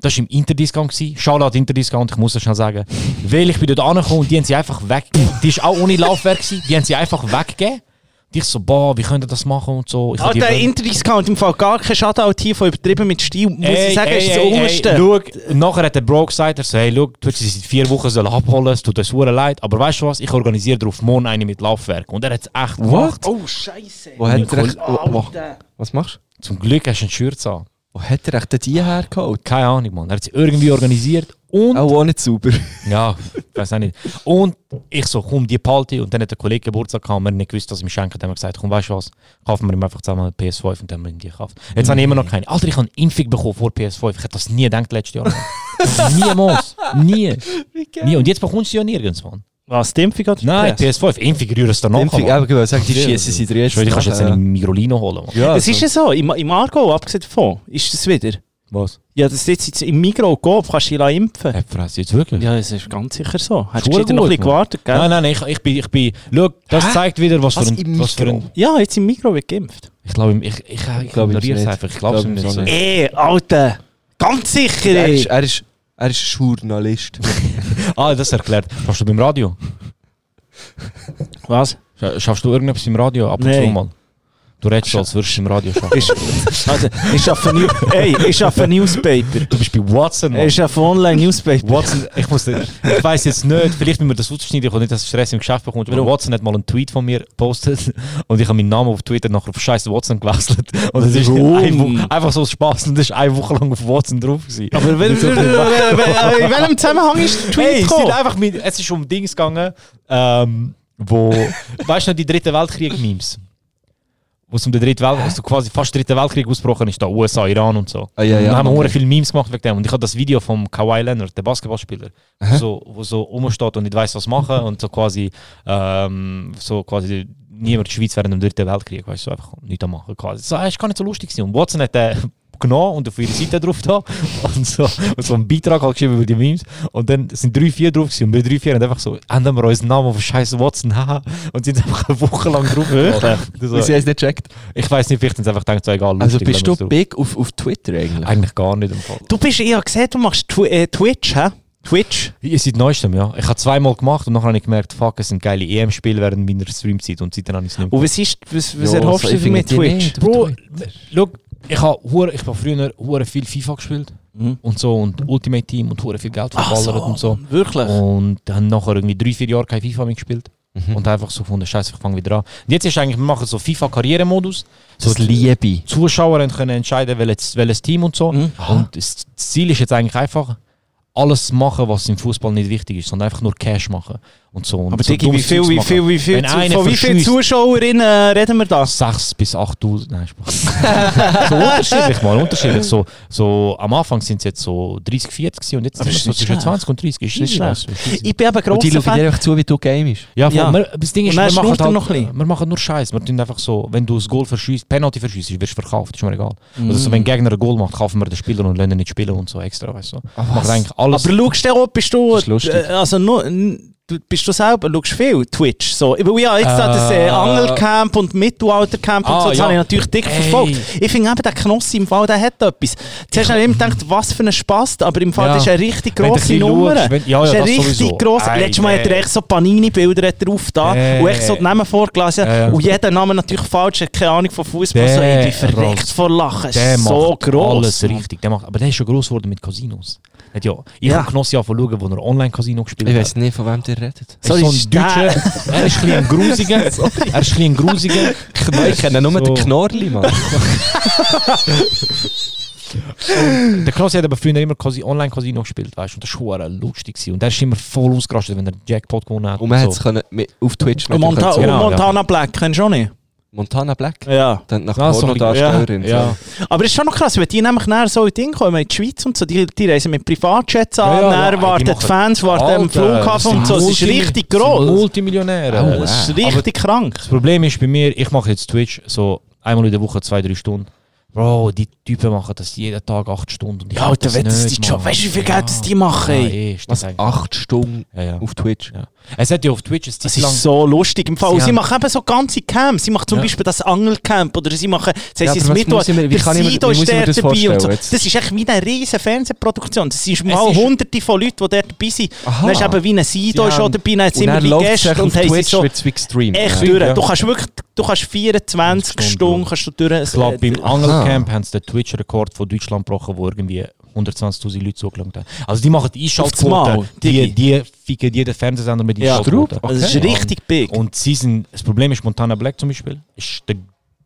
[SPEAKER 12] Das war im Interdiscount. gewesen. Shoutout Interdiscount, ich muss das schon sagen. Weil ich bin dort angekommen und die haben sie einfach weggegeben. Die war auch ohne Laufwerk. gewesen. Die haben sie einfach weggegeben. Und ich so, boah, wie könnt ihr das machen und so. Ich hab die
[SPEAKER 13] Alter,
[SPEAKER 12] Bälle-
[SPEAKER 13] Interdiscount im Fall gar kein Shoutout hier von übertrieben mit Stil. Muss
[SPEAKER 12] Ey,
[SPEAKER 13] ich sagen,
[SPEAKER 12] ey,
[SPEAKER 13] ist das
[SPEAKER 12] ey, ey,
[SPEAKER 13] Unterste.
[SPEAKER 12] schau, und nachher hat der Bro gesagt, er so, dus, hey, schau, du hättest sie seit vier Wochen sollen abholen es tut uns hure leid. Aber weißt du was, ich organisiere drauf morgen eine mit Laufwerk. Und er hat es echt gemacht.
[SPEAKER 13] Oh, Scheiße.
[SPEAKER 7] Wo hat er echt... wo- wo-
[SPEAKER 13] Alter.
[SPEAKER 7] Was machst du?
[SPEAKER 12] Zum Glück hast du einen Schürz an.
[SPEAKER 7] Wo hat er echt die hergeholt?
[SPEAKER 12] Keine Ahnung, Mann. Er hat sie irgendwie organisiert und
[SPEAKER 7] Auch ohne sauber.
[SPEAKER 12] Ja, ich weiß auch nicht. Und ich so, komm, die Palti. Und dann hat der Kollege Geburtstag gehabt und wir haben nicht gewusst, dass ich ihm schenke. Dann haben wir gesagt, komm, weißt du was, kaufen wir ihm einfach zusammen eine PS5 und dann haben wir ihm die gekauft. Jetzt
[SPEAKER 7] Mhm.
[SPEAKER 12] habe ich immer noch keine. Alter, ich habe einen Infig bekommen vor PS5. Ich hätte das nie gedacht letztes Jahr. Mann. Niemals. Nie. Nie. Und jetzt bekommst du sie ja nirgends, Mann.
[SPEAKER 13] Was, die Impfung hat
[SPEAKER 12] Nein, PS5. Infig rühren es danach.
[SPEAKER 7] Dämpfung,
[SPEAKER 12] Mann.
[SPEAKER 7] aber genau, sag, die schießen sie dir
[SPEAKER 12] Ich
[SPEAKER 7] jetzt.
[SPEAKER 12] schwöre, Du kannst jetzt
[SPEAKER 7] nachher.
[SPEAKER 12] eine Migrolino holen, Mann.
[SPEAKER 7] Ja,
[SPEAKER 13] Es ist ja also so, im, im Argo, abgesehen davon, ist das wieder.
[SPEAKER 12] Was?
[SPEAKER 13] Ja, das ist jetzt im Migros gegeben, kannst du dich impfen.
[SPEAKER 12] Hey, Fresse, jetzt wirklich?
[SPEAKER 13] Ja, das ist ganz sicher so. Hättest du
[SPEAKER 12] Schwur
[SPEAKER 13] gescheiter noch ein bisschen
[SPEAKER 12] gut, Mann.
[SPEAKER 13] gewartet, gell?
[SPEAKER 12] Nein, nein, nein, ich, ich bin, ich bin, schau, das
[SPEAKER 7] Hä?
[SPEAKER 12] zeigt wieder, was,
[SPEAKER 7] Was,
[SPEAKER 12] für ein,
[SPEAKER 7] im
[SPEAKER 12] was für ein,
[SPEAKER 7] Mikro?
[SPEAKER 13] Ja, jetzt im Migros wird geimpft.
[SPEAKER 12] ich glaube, ich, ich, ich, ich
[SPEAKER 7] glaub ihm
[SPEAKER 12] ignoriere es
[SPEAKER 7] nicht.
[SPEAKER 12] einfach, ich glaube es ihm
[SPEAKER 7] Ich glaub ihm
[SPEAKER 12] nicht.
[SPEAKER 7] so nicht.
[SPEAKER 13] Ey, Alter! Ganz sicher,
[SPEAKER 7] Er ist,
[SPEAKER 13] ey!
[SPEAKER 7] er ist, er ist Journalist.
[SPEAKER 12] Ah, das erklärt. Schaffst du beim Radio?
[SPEAKER 13] Was?
[SPEAKER 12] Scha- Schaffst du irgendetwas im Radio ab und
[SPEAKER 13] Nein.
[SPEAKER 12] zu mal? Du redest so, als würdest du im Radio arbeiten.
[SPEAKER 13] Ist- Also, ich arbeite New Ey, ich arbeite Newspaper.
[SPEAKER 12] Du bist bei Watson, Mann.
[SPEAKER 13] Ich arbeite Online-Newspaper.
[SPEAKER 12] Watson, ich, muss, ich weiss jetzt nicht, vielleicht müssen wir das ausschneiden, ich will nicht, dass Stress im Geschäft bekommt, aber Watson hat mal einen Tweet von mir gepostet und ich habe meinen Namen auf Twitter nachher auf scheiß Watson gewechselt und es ist
[SPEAKER 13] Warum?
[SPEAKER 12] ein Wo- einfach so aus Spaß und das ist eine Woche lang auf Watson drauf gewesen.
[SPEAKER 13] Aber wenn- in welchem Zusammenhang ist der Tweet
[SPEAKER 12] Hey, es,
[SPEAKER 13] gekommen?
[SPEAKER 12] sind einfach mit, es ist um Dings gegangen, ähm, wo, weißt du noch, die dritte Weltkrieg-Memes? Wo es um den dritten Weltkrieg, also quasi fast dritten Weltkrieg ausgebrochen ist, da USA, Iran und so.
[SPEAKER 7] Ah, ja, ja,
[SPEAKER 12] und da haben
[SPEAKER 7] okay.
[SPEAKER 12] wir viele Memes gemacht wegen dem. Und ich habe das Video vom Kawhi Leonard, der Basketballspieler, wo so, wo so rumsteht und nicht weiß, was machen und so quasi, ähm, so quasi niemand in der Schweiz während dem dritten Weltkrieg, weißt du, so einfach nichts am machen. Quasi. So, es ist gar nicht so lustig gewesen. Und Watson hat den genommen und auf ihre Seite drauf da und so, und so einen Beitrag halt geschrieben über die Memes und dann sind drei, vier drauf gewesen und wir drei, vier haben einfach so, ändern wir unseren Namen auf scheiß Watson, haha, und sind einfach eine Woche lang drauf. Also,
[SPEAKER 7] Wirklich? Und sie haben es nicht gecheckt?
[SPEAKER 12] Ich weiß nicht, vielleicht haben sie einfach gedacht, so Ah, egal,
[SPEAKER 7] Also
[SPEAKER 12] lustig, lassen
[SPEAKER 7] bist du
[SPEAKER 12] wir's drauf.
[SPEAKER 7] big auf, auf Twitter eigentlich?
[SPEAKER 12] Eigentlich gar nicht im Fall.
[SPEAKER 13] Du bist, ich habe gesehen, du machst Twi äh, Twitch, hä? Twitch?
[SPEAKER 12] Ich seit neuestem, ja. Ich habe zweimal gemacht und nachher habe ich gemerkt, fuck, es sind geile EM-Spiele während meiner Streamzeit und seitdem habe ich es nicht mehr
[SPEAKER 13] Und was, ist, was, was
[SPEAKER 12] Ja,
[SPEAKER 13] erhoffst du
[SPEAKER 12] also ich
[SPEAKER 13] dir mit
[SPEAKER 12] finde die
[SPEAKER 13] Twitch?
[SPEAKER 12] nicht. Bro, schau, ich habe hure- ich hab früher hure viel FIFA gespielt
[SPEAKER 13] Mhm.
[SPEAKER 12] und so und Ultimate Team und hure viel Geld verballert und so.
[SPEAKER 13] Wirklich?
[SPEAKER 12] Und dann nachher irgendwie drei, vier Jahre kein FIFA mehr gespielt.
[SPEAKER 13] Mhm.
[SPEAKER 12] Und einfach so gefunden, scheiße, ich fange wieder an. Und jetzt ist eigentlich, wir machen so FIFA-Karrieremodus. So
[SPEAKER 7] Das Liebe.
[SPEAKER 12] Zuschauer haben können entscheiden, welches, welches Team und so.
[SPEAKER 13] Mhm.
[SPEAKER 12] Und das Ziel ist jetzt eigentlich einfach, alles machen, was im Fußball nicht wichtig ist, sondern einfach nur Cash machen und so. Und
[SPEAKER 13] Aber
[SPEAKER 12] so
[SPEAKER 13] Digi, wie
[SPEAKER 12] dummes
[SPEAKER 13] viel,
[SPEAKER 12] Zeugs
[SPEAKER 13] wie
[SPEAKER 12] machen.
[SPEAKER 13] viel, wie viel,
[SPEAKER 12] Wenn
[SPEAKER 13] zu,
[SPEAKER 12] einer
[SPEAKER 13] von wie vielen
[SPEAKER 12] verschiesst-
[SPEAKER 13] Zuschauerinnen reden wir da?
[SPEAKER 12] 6 bis 8000. Nein, Spaß. so unterschiedlich mal, unterschiedlich. So, so, am Anfang sind es jetzt so 30, 40 gewesen und jetzt sind
[SPEAKER 13] ist
[SPEAKER 12] es so
[SPEAKER 13] nicht
[SPEAKER 12] zwischen
[SPEAKER 13] schlecht.
[SPEAKER 12] 20 und 30. Ist
[SPEAKER 13] Nicht
[SPEAKER 12] easy,
[SPEAKER 13] schlecht.
[SPEAKER 12] weißt du, ist easy.
[SPEAKER 13] Ich bin eben
[SPEAKER 7] Und die
[SPEAKER 13] grosser
[SPEAKER 7] schauen dir
[SPEAKER 13] Fan.
[SPEAKER 7] einfach zu, wie du Game ist.
[SPEAKER 12] Ja, voll.
[SPEAKER 13] Ja.
[SPEAKER 12] Wir, das Ding ist,
[SPEAKER 13] Und dann
[SPEAKER 12] wir machen,
[SPEAKER 13] schnurrt er
[SPEAKER 12] halt,
[SPEAKER 13] noch ein bisschen.
[SPEAKER 12] wir machen nur Scheiß. Wir tun einfach so, wenn du das Goal verschießt, Penalty verschießt, wirst du verkauft, ist mir egal.
[SPEAKER 13] Mhm.
[SPEAKER 12] Also so, wenn ein Gegner ein Goal macht, kaufen wir den Spieler und lassen ihn nicht spielen und so extra, weißt du. Wir machen eigentlich alles.
[SPEAKER 13] Aber schaust du auch, bist du,
[SPEAKER 12] Das ist lustig.
[SPEAKER 13] äh, also nur, n- du- bist du selber, schaust viel Twitch? So. Ich- Weil ja, jetzt da das äh,
[SPEAKER 12] Äh.
[SPEAKER 13] Angelcamp und Mittelaltercamp und
[SPEAKER 12] Ah,
[SPEAKER 13] so, das
[SPEAKER 12] ja.
[SPEAKER 13] habe ich natürlich dick
[SPEAKER 12] Ey.
[SPEAKER 13] verfolgt. Ich finde eben, der Knossi im Fall, der hat etwas. Zuerst habe ich immer gedacht, was für ein Spaß, aber im Fall,
[SPEAKER 12] Ja.
[SPEAKER 13] das ist eine richtig
[SPEAKER 12] Wenn du ein
[SPEAKER 13] grosse
[SPEAKER 12] bisschen
[SPEAKER 13] Nummer.
[SPEAKER 12] schaust, wenn- ja, ja,
[SPEAKER 13] das ist eine
[SPEAKER 12] das
[SPEAKER 13] richtig
[SPEAKER 12] sowieso.
[SPEAKER 13] grosse,
[SPEAKER 12] Ey,
[SPEAKER 13] letztes Mal hat er
[SPEAKER 12] nee.
[SPEAKER 13] echt so Panini-Bilder drauf da
[SPEAKER 12] Nee.
[SPEAKER 13] und echt so die Namen vorgelesen
[SPEAKER 12] Ja, ja.
[SPEAKER 13] und jeder Name natürlich falsch, hat keine Ahnung von Fußball,
[SPEAKER 12] Der
[SPEAKER 13] so irgendwie
[SPEAKER 12] Ross.
[SPEAKER 13] verdeckt vor Lachen.
[SPEAKER 12] der
[SPEAKER 13] Ist so
[SPEAKER 12] macht
[SPEAKER 13] gross.
[SPEAKER 12] alles richtig. Der macht, aber der ist schon gross geworden mit Casinos. Er Hat ja, ich
[SPEAKER 13] Ja.
[SPEAKER 12] habe Knossi angefangen, wo er Online-Casino gespielt
[SPEAKER 7] Ich
[SPEAKER 12] hat.
[SPEAKER 7] weiß nicht, von wem ihr redet.
[SPEAKER 12] Er
[SPEAKER 13] Sorry,
[SPEAKER 12] ist so ein Deutscher. Er ist ein bisschen ein Grusiger. Er ist ein bisschen ein Grusiger.
[SPEAKER 7] Nein, ich kenne nur den Knorli, Mann.
[SPEAKER 12] Der Klaus hat aber früher immer quasi Online-Casino gespielt, weißt du? Und das war hure lustig. gewesen. Und der ist immer voll ausgerastet, wenn er den Jackpot gewonnen hat.
[SPEAKER 7] Und man
[SPEAKER 12] so.
[SPEAKER 7] hat es können mit- auf Twitch
[SPEAKER 13] Und
[SPEAKER 7] mit-
[SPEAKER 13] Monta
[SPEAKER 7] können-
[SPEAKER 12] Genau,
[SPEAKER 13] und Montana Black kennst du auch nicht?
[SPEAKER 7] Montana Black.
[SPEAKER 13] Ja.
[SPEAKER 7] Dann nach
[SPEAKER 12] Ah, so ein
[SPEAKER 7] Pornodarstellerin.
[SPEAKER 12] bisschen- ja,
[SPEAKER 13] Aber es ist schon noch krass, wenn die nämlich nachher so in die Ding kommen, in die Schweiz und so, die, die reisen mit Privatjets an,
[SPEAKER 12] Ja, ja,
[SPEAKER 13] nachher
[SPEAKER 12] ja, die
[SPEAKER 13] warten die
[SPEAKER 12] machen-
[SPEAKER 13] Fans, warten am
[SPEAKER 12] Alter, das
[SPEAKER 13] Flughafen
[SPEAKER 12] sind
[SPEAKER 13] und so, es ist
[SPEAKER 12] Multi-
[SPEAKER 13] richtig
[SPEAKER 12] das sind
[SPEAKER 13] gross.
[SPEAKER 12] Multimillionäre.
[SPEAKER 7] Oh,
[SPEAKER 13] Das ist
[SPEAKER 7] wow.
[SPEAKER 13] richtig krank.
[SPEAKER 12] Das Problem ist bei mir, ich mache jetzt Twitch so einmal in der Woche zwei, drei Stunden. Bro, die Typen machen das jeden Tag acht Stunden. Und ich hab
[SPEAKER 13] Alter, wenn das
[SPEAKER 12] nicht,
[SPEAKER 13] die Job,
[SPEAKER 12] Mann.
[SPEAKER 13] weißt du, wie viel
[SPEAKER 12] Ja.
[SPEAKER 13] Geld das die machen,
[SPEAKER 12] Ja,
[SPEAKER 13] ey?
[SPEAKER 12] eh, ist das
[SPEAKER 7] Was?
[SPEAKER 12] eigentlich-
[SPEAKER 7] Acht Stunden
[SPEAKER 12] Ja, ja.
[SPEAKER 7] auf Twitch.
[SPEAKER 12] Ja. Es hat ja auf Twitch ein
[SPEAKER 13] Das
[SPEAKER 12] Zeit lang...
[SPEAKER 13] ist so lustig im Fall.
[SPEAKER 12] Sie
[SPEAKER 13] Und sie
[SPEAKER 12] haben-
[SPEAKER 13] machen eben so ganze Camps. Sie machen zum
[SPEAKER 12] Ja.
[SPEAKER 13] Beispiel das Angelcamp oder sie machen, das
[SPEAKER 7] Ja,
[SPEAKER 13] heisst,
[SPEAKER 7] aber
[SPEAKER 13] jetzt
[SPEAKER 7] was
[SPEAKER 13] mit,
[SPEAKER 7] muss ich mir- wie kann ich mir- wie muss ich mir das vorstellen jetzt?
[SPEAKER 13] Das ist echt wie eine riesige Fernsehproduktion. Das ist mal
[SPEAKER 12] ist-
[SPEAKER 13] hunderte von Leuten, die dort dabei sind.
[SPEAKER 7] Aha.
[SPEAKER 13] Dann ist eben wie ein Sido
[SPEAKER 12] Sie
[SPEAKER 13] ist auch
[SPEAKER 12] haben-
[SPEAKER 13] dabei, dann hat es
[SPEAKER 7] Und
[SPEAKER 13] immer
[SPEAKER 7] dann
[SPEAKER 13] wie
[SPEAKER 7] läuft es
[SPEAKER 13] Gäste
[SPEAKER 7] auf
[SPEAKER 13] und haben sie
[SPEAKER 7] Twitch,
[SPEAKER 13] so
[SPEAKER 7] wird es wie gestreamt.
[SPEAKER 13] echt
[SPEAKER 7] Ja.
[SPEAKER 13] durch.
[SPEAKER 7] Ja.
[SPEAKER 13] Du kannst wirklich, du kannst 24
[SPEAKER 12] Stunden,
[SPEAKER 13] Stunden
[SPEAKER 12] ja.
[SPEAKER 13] kannst du durch.
[SPEAKER 12] Ich glaube, beim Angelcamp
[SPEAKER 7] Aha.
[SPEAKER 12] haben sie den Twitch-Rekord von Deutschland gebrochen, wo irgendwie 120.000 Leute zugelangt haben. Also die machen die
[SPEAKER 13] Auf das
[SPEAKER 12] Einschaltquote,
[SPEAKER 13] Mal, Digi.
[SPEAKER 12] die, die ficken jeden Fernsehsender mit
[SPEAKER 13] Ja,
[SPEAKER 12] Einschaltquote.
[SPEAKER 13] drauf. Das ist richtig big.
[SPEAKER 12] Und sie sind, das Problem ist, Montana Black zum Beispiel, ist der,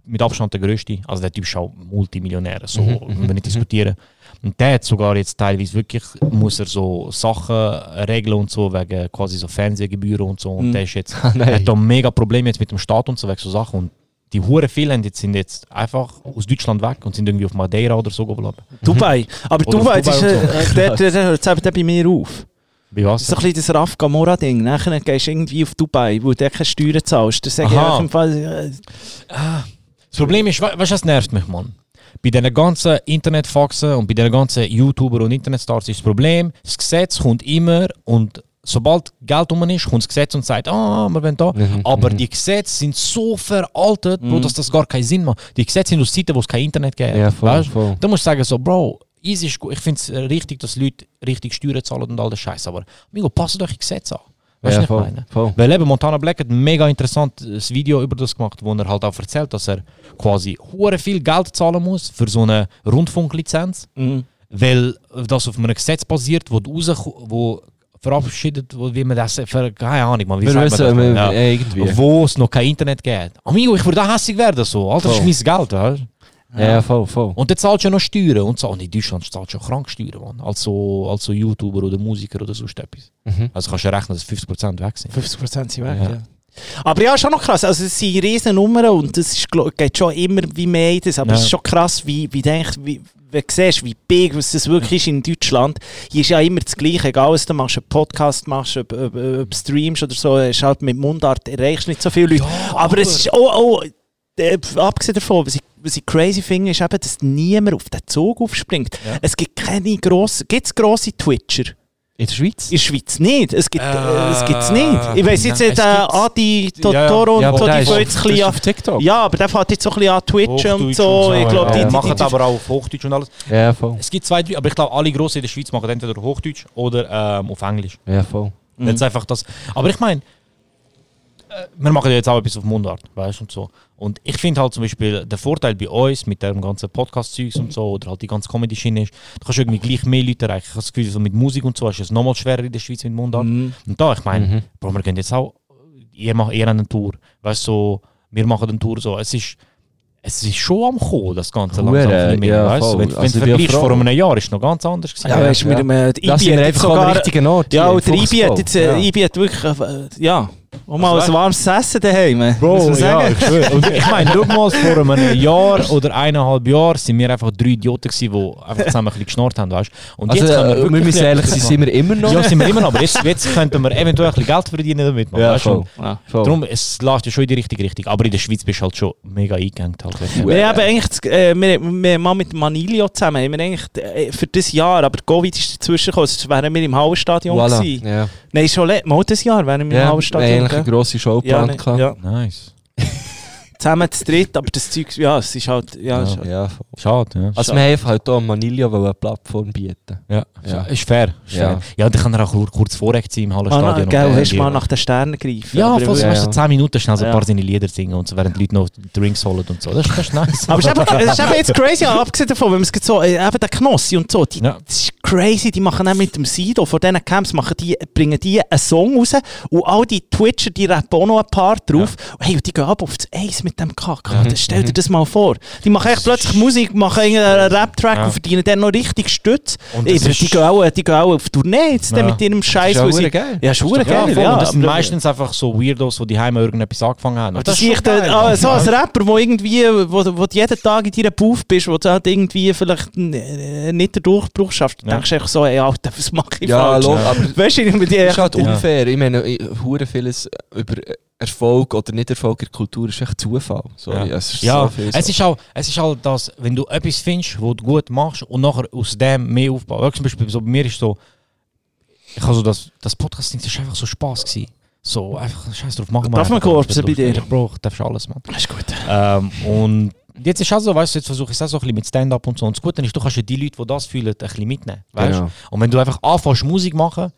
[SPEAKER 12] mit Abstand der größte. Also der Typ ist auch Multimillionär, so wenn wir nicht diskutieren. Und der hat sogar jetzt teilweise wirklich, muss er so Sachen regeln und so, wegen quasi so Fernsehgebühren und so. Und der ist jetzt,
[SPEAKER 7] nein.
[SPEAKER 12] hat da mega Probleme jetzt mit dem Staat und so, wegen so Sachen. Und die Huren vielen jetzt sind jetzt einfach aus Deutschland weg und sind irgendwie auf Madeira oder so geblieben.
[SPEAKER 13] Dubai. Aber
[SPEAKER 12] Oder auf
[SPEAKER 13] Dubai, das ist,
[SPEAKER 12] Dubai und
[SPEAKER 13] äh, äh, der, der, der hört es eben bei mir auf.
[SPEAKER 12] Wie was?
[SPEAKER 13] So ein bisschen das Raf Gamora-Ding. Nachher gehst du irgendwie auf Dubai, wo du dort keine Steuern zahlst. Das sage ich
[SPEAKER 12] Aha.
[SPEAKER 13] euch im Fall. äh,
[SPEAKER 12] Das Problem ist, we weißt du, was nervt mich, Mann? Bei diesen ganzen Internetfaxen und bei den ganzen YouTuber und Internetstars ist das Problem, das Gesetz kommt immer und sobald Geld um ist, kommt das Gesetz und sagt, ah, wir wollen da.
[SPEAKER 7] Mhm.
[SPEAKER 12] Aber die Gesetze sind so veraltet, Bro, dass das gar keinen Sinn macht. Die Gesetze sind aus Zeiten, wo es kein Internet gibt.
[SPEAKER 7] Ja, voll,
[SPEAKER 12] weißt?
[SPEAKER 7] voll.
[SPEAKER 12] Da musst du sagen, so, Bro, easy äh, ist gut. Ich finde es richtig, dass Leute richtig Steuern zahlen und all das Scheiß. Aber, Migo, passt euch die Gesetze an. Weißt
[SPEAKER 7] Ja,
[SPEAKER 12] du,
[SPEAKER 7] voll,
[SPEAKER 12] was ich meine?
[SPEAKER 7] voll.
[SPEAKER 12] Weil eben Montana Black hat ein mega interessantes Video über das gemacht, wo er halt auch erzählt, dass er quasi hure viel Geld zahlen muss für so eine Rundfunklizenz, weil das auf einem Gesetz basiert, wo, raus, wo verabschiedet wird, wie man das, ver- ah keine Ahnung, man, wie
[SPEAKER 7] Wir
[SPEAKER 12] sagt
[SPEAKER 7] wissen,
[SPEAKER 12] man
[SPEAKER 7] wir-
[SPEAKER 12] das?
[SPEAKER 7] ja, irgendwie.
[SPEAKER 12] Wo es noch kein Internet gibt. Amigo, ich würde auch hässig werden so. Alter, das ist
[SPEAKER 7] Voll.
[SPEAKER 12] mein Geld, weißt du?
[SPEAKER 7] Ja, ja, voll, voll.
[SPEAKER 12] Und dann zahlst du ja noch Steuern und so. Und in Deutschland zahlst du ja krank Steuern, Mann. Als so, als so YouTuber oder Musiker oder sonst etwas.
[SPEAKER 13] Mhm.
[SPEAKER 12] Also kannst du ja rechnen, dass 50% weg sind.
[SPEAKER 13] 50% sind weg,
[SPEAKER 12] Ja.
[SPEAKER 13] ja. Aber ja, ist schon noch krass. Also, es sind riesen Nummern und es ist, glaub- geht schon immer wie mehr in das. Aber
[SPEAKER 12] Ja.
[SPEAKER 13] es ist schon krass, wie, wie, denk, wie, wie du siehst, wie big was das wirklich ist in Deutschland. Hier ist ja immer das Gleiche. Egal, was du machst, ob Podcast machst, ob, ob, ob streamst oder so, ist halt mit Mundart erreichst nicht so viele Leute. aber, es ist auch, auch äh, abgesehen davon, was ich, was ich crazy finde, ist eben, dass niemand auf den Zug aufspringt. Es gibt keine grossen, gibt es grosse Twitcher?
[SPEAKER 7] In der Schweiz?
[SPEAKER 13] In der Schweiz nicht. Es gibt äh, es gibt's nicht. Ich weiß jetzt
[SPEAKER 7] Nein,
[SPEAKER 13] nicht, äh,
[SPEAKER 7] es gibt's.
[SPEAKER 13] Adi
[SPEAKER 7] Ja, ja.
[SPEAKER 13] Totoro
[SPEAKER 7] Ja,
[SPEAKER 13] und
[SPEAKER 7] aber
[SPEAKER 13] so,
[SPEAKER 7] der
[SPEAKER 13] die
[SPEAKER 7] ist-
[SPEAKER 13] fangen jetzt ein
[SPEAKER 7] das ist
[SPEAKER 13] bisschen an
[SPEAKER 7] auf TikTok.
[SPEAKER 13] Ja, aber der fährt jetzt so ein bisschen an Twitch und so. Ich glaube, die, die, die,
[SPEAKER 12] machen
[SPEAKER 13] die,
[SPEAKER 12] aber auch auf Hochdeutsch und alles.
[SPEAKER 7] Ja, voll.
[SPEAKER 12] Es gibt zwei, drei, aber ich glaube, alle Grossen in der Schweiz machen entweder auf Hochdeutsch
[SPEAKER 13] eh,
[SPEAKER 12] oder ähm, auf Englisch.
[SPEAKER 7] Ja, voll.
[SPEAKER 12] Mhm. Jetzt einfach das. Aber ich meine, äh, wir machen ja jetzt auch etwas auf Mundart, weißt du, und so. Und ich finde halt zum Beispiel, der Vorteil bei uns mit dem ganzen Podcast-Zeugs und so, oder halt die ganze Comedy-Schiene ist, du kannst irgendwie gleich mehr Leute erreichen. Ich habe das Gefühl, so mit Musik und so hast du es nochmal schwerer in der Schweiz mit Mundart. Und da, ich meine,
[SPEAKER 7] Mhm.
[SPEAKER 12] Bro, wir gehen jetzt auch, ihr macht eher eine Tour, weißt du, so, wir machen eine Tour, so, es ist, es ist schon am Kommen, das Ganze langsam,
[SPEAKER 7] Hure,
[SPEAKER 12] viel mehr,
[SPEAKER 7] ja,
[SPEAKER 12] weißt du,
[SPEAKER 7] voll.
[SPEAKER 12] wenn, wenn
[SPEAKER 7] Also ich
[SPEAKER 12] du
[SPEAKER 7] bin
[SPEAKER 12] vergleichst,
[SPEAKER 7] froh.
[SPEAKER 12] vor einem Jahr ist es noch ganz anders gewesen.
[SPEAKER 13] Ja, weißt du, mit dem äh, der
[SPEAKER 7] Das
[SPEAKER 13] IB
[SPEAKER 7] sind wir
[SPEAKER 13] hat
[SPEAKER 7] einfach am
[SPEAKER 13] sogar-
[SPEAKER 7] richtigen Ort.
[SPEAKER 13] Ja,
[SPEAKER 7] hier,
[SPEAKER 13] und der IB hat
[SPEAKER 7] Fuchsbau.
[SPEAKER 13] jetzt äh,
[SPEAKER 7] Ja.
[SPEAKER 13] IB hat wirklich, äh, ja, auch mal
[SPEAKER 12] Also
[SPEAKER 13] ein warmes Essen daheim. muss man
[SPEAKER 12] Oh, ja,
[SPEAKER 13] sagen.
[SPEAKER 12] ich schwöre. Und ich meine, schau mal, vor einem Jahr oder eineinhalb Jahren sind wir einfach drei Idioten gewesen, die einfach zusammen ein bisschen geschnarrt haben, weißt du? Und
[SPEAKER 7] Also,
[SPEAKER 12] können
[SPEAKER 7] äh, wir
[SPEAKER 12] wirklich
[SPEAKER 7] müssen ehrlich sein,
[SPEAKER 12] etwas
[SPEAKER 7] sind wir
[SPEAKER 12] machen.
[SPEAKER 7] immer noch?
[SPEAKER 12] Ja, sind wir immer noch, aber jetzt, jetzt könnten wir eventuell ein bisschen Geld verdienen damit, man,
[SPEAKER 7] Ja,
[SPEAKER 12] weißt du?
[SPEAKER 7] voll.
[SPEAKER 12] Und
[SPEAKER 7] Ja, voll.
[SPEAKER 12] Darum, es läuft ja schon in die richtige Richtung, aber in der Schweiz bist du halt schon mega eingegangen. Halt, weißt du?
[SPEAKER 13] Wir haben eigentlich, das- äh, wir, wir haben mal mit Manilio zusammen, haben wir eigentlich äh, für das Jahr, aber Covid ist dazwischen gekommen, sonst wären wir im Hallenstadion
[SPEAKER 7] Voilà,
[SPEAKER 13] gewesen.
[SPEAKER 7] ja.
[SPEAKER 13] Nein, schon le- mal das Jahr wären wir
[SPEAKER 7] Ja,
[SPEAKER 13] im
[SPEAKER 7] wir
[SPEAKER 13] Hallenstadion.
[SPEAKER 7] haben eigentlich eine
[SPEAKER 13] gell?
[SPEAKER 7] grosse Show
[SPEAKER 13] ja,
[SPEAKER 7] geplant
[SPEAKER 13] ne- ja.
[SPEAKER 7] gehabt.
[SPEAKER 12] Nice.
[SPEAKER 13] Zusammen zu dritt, aber das Zeug, ja, es ist halt, ja, es ist halt
[SPEAKER 7] Ja, voll.
[SPEAKER 12] Schade, ja.
[SPEAKER 7] Also, wir haben einfach halt hier Manilio wollen eine Plattform bieten.
[SPEAKER 12] Ja,
[SPEAKER 7] Ja.
[SPEAKER 12] ist fair. Ist
[SPEAKER 7] Ja.
[SPEAKER 12] fair. ja, und ich kann er auch kurz vorweg sein im
[SPEAKER 13] Mann,
[SPEAKER 12] Hallenstadion.
[SPEAKER 13] äh,
[SPEAKER 12] und
[SPEAKER 13] gell,
[SPEAKER 12] dann
[SPEAKER 13] hast du mal
[SPEAKER 12] irgendwie-
[SPEAKER 13] nach den Sternen gegriffen.
[SPEAKER 12] Ja,
[SPEAKER 13] aber,
[SPEAKER 12] fast
[SPEAKER 13] aber
[SPEAKER 12] ja, ja. 10 Minuten schnell so ein
[SPEAKER 13] Ja.
[SPEAKER 12] paar seine Lieder singen und so, während die Leute noch Drinks holen und so. Das ist, das ist nice.
[SPEAKER 13] es ist eben- es ist eben jetzt crazy, aber abgesehen davon, wenn man es jetzt so, äh, eben der Knossi und so, die,
[SPEAKER 12] Ja.
[SPEAKER 13] das ist crazy, die machen auch mit dem Sido, von diesen Camps machen die, bringen die einen Song raus und all die Twitcher, die rappen auch noch ein paar drauf. Und Hey, und die gehen ab auf das Eis mit dem Kack.
[SPEAKER 12] Mhm,
[SPEAKER 13] Alter, Stell dir das mal vor. Die machen echt plötzlich Musik, machen irgendeinen Rap-Track
[SPEAKER 12] Ja.
[SPEAKER 13] und verdienen dann noch richtig Stütz.
[SPEAKER 12] Und
[SPEAKER 13] Ey,
[SPEAKER 12] das
[SPEAKER 13] Die,
[SPEAKER 12] ist-
[SPEAKER 13] gehen auch, die gehen auch auf Tournee jetzt dann
[SPEAKER 12] Ja.
[SPEAKER 13] mit ihrem Scheiß.
[SPEAKER 7] ja
[SPEAKER 13] wo sie-
[SPEAKER 7] hure geil.
[SPEAKER 13] Ja, ist hure
[SPEAKER 12] Ja,
[SPEAKER 13] geil.
[SPEAKER 12] voll.
[SPEAKER 13] Ja,
[SPEAKER 12] und das sind
[SPEAKER 13] aber-
[SPEAKER 12] meistens einfach so Weirdos, die daheim irgendetwas angefangen haben. Und
[SPEAKER 13] das ist echt
[SPEAKER 12] schon
[SPEAKER 13] ein,
[SPEAKER 12] geil.
[SPEAKER 13] ah, so als Rapper, wo irgendwie, wo, wo du jeden Tag in deiner Puff bist, wo du halt irgendwie vielleicht n- äh, nicht den Durchbruch schaffst, dann
[SPEAKER 12] Ja.
[SPEAKER 13] denkst du einfach so, ey Alter, was mach ich
[SPEAKER 7] Ja,
[SPEAKER 13] falsch?
[SPEAKER 7] lo- aber
[SPEAKER 13] Weißt du, ich mit dir
[SPEAKER 7] ist halt
[SPEAKER 12] Ja.
[SPEAKER 7] unfair. eh, Ich meine, ich- hure vieles über Erfolg oder Nicht-Erfolg in der Kultur ist echt Zufall. Sorry,
[SPEAKER 12] Ja.
[SPEAKER 7] es ist
[SPEAKER 12] ja,
[SPEAKER 7] so viel.
[SPEAKER 12] es
[SPEAKER 7] so.
[SPEAKER 12] ist auch, es ist auch das, wenn du etwas findest, was du gut machst und nachher aus dem mehr aufbaust. Weißt du, Zum Beispiel so bei mir ist so, ich habe so das, das Podcasting, das ist einfach so Spaß gewesen. So einfach Scheiß drauf machen. wir
[SPEAKER 13] Darf man
[SPEAKER 12] einfach.
[SPEAKER 13] Korpsen bei dir?
[SPEAKER 12] Bro, ich darfst alles, Mann.
[SPEAKER 13] Das ist gut.
[SPEAKER 12] Ähm, und jetzt ist auch so, weißt du, jetzt versuche ich es auch so ein bisschen mit Stand-up und so. Und das Gute ist, du kannst ja die Leute, die das fühlen, ein bisschen mitnehmen. Weißt?
[SPEAKER 7] Genau.
[SPEAKER 12] Und wenn du einfach anfängst, Musik machen,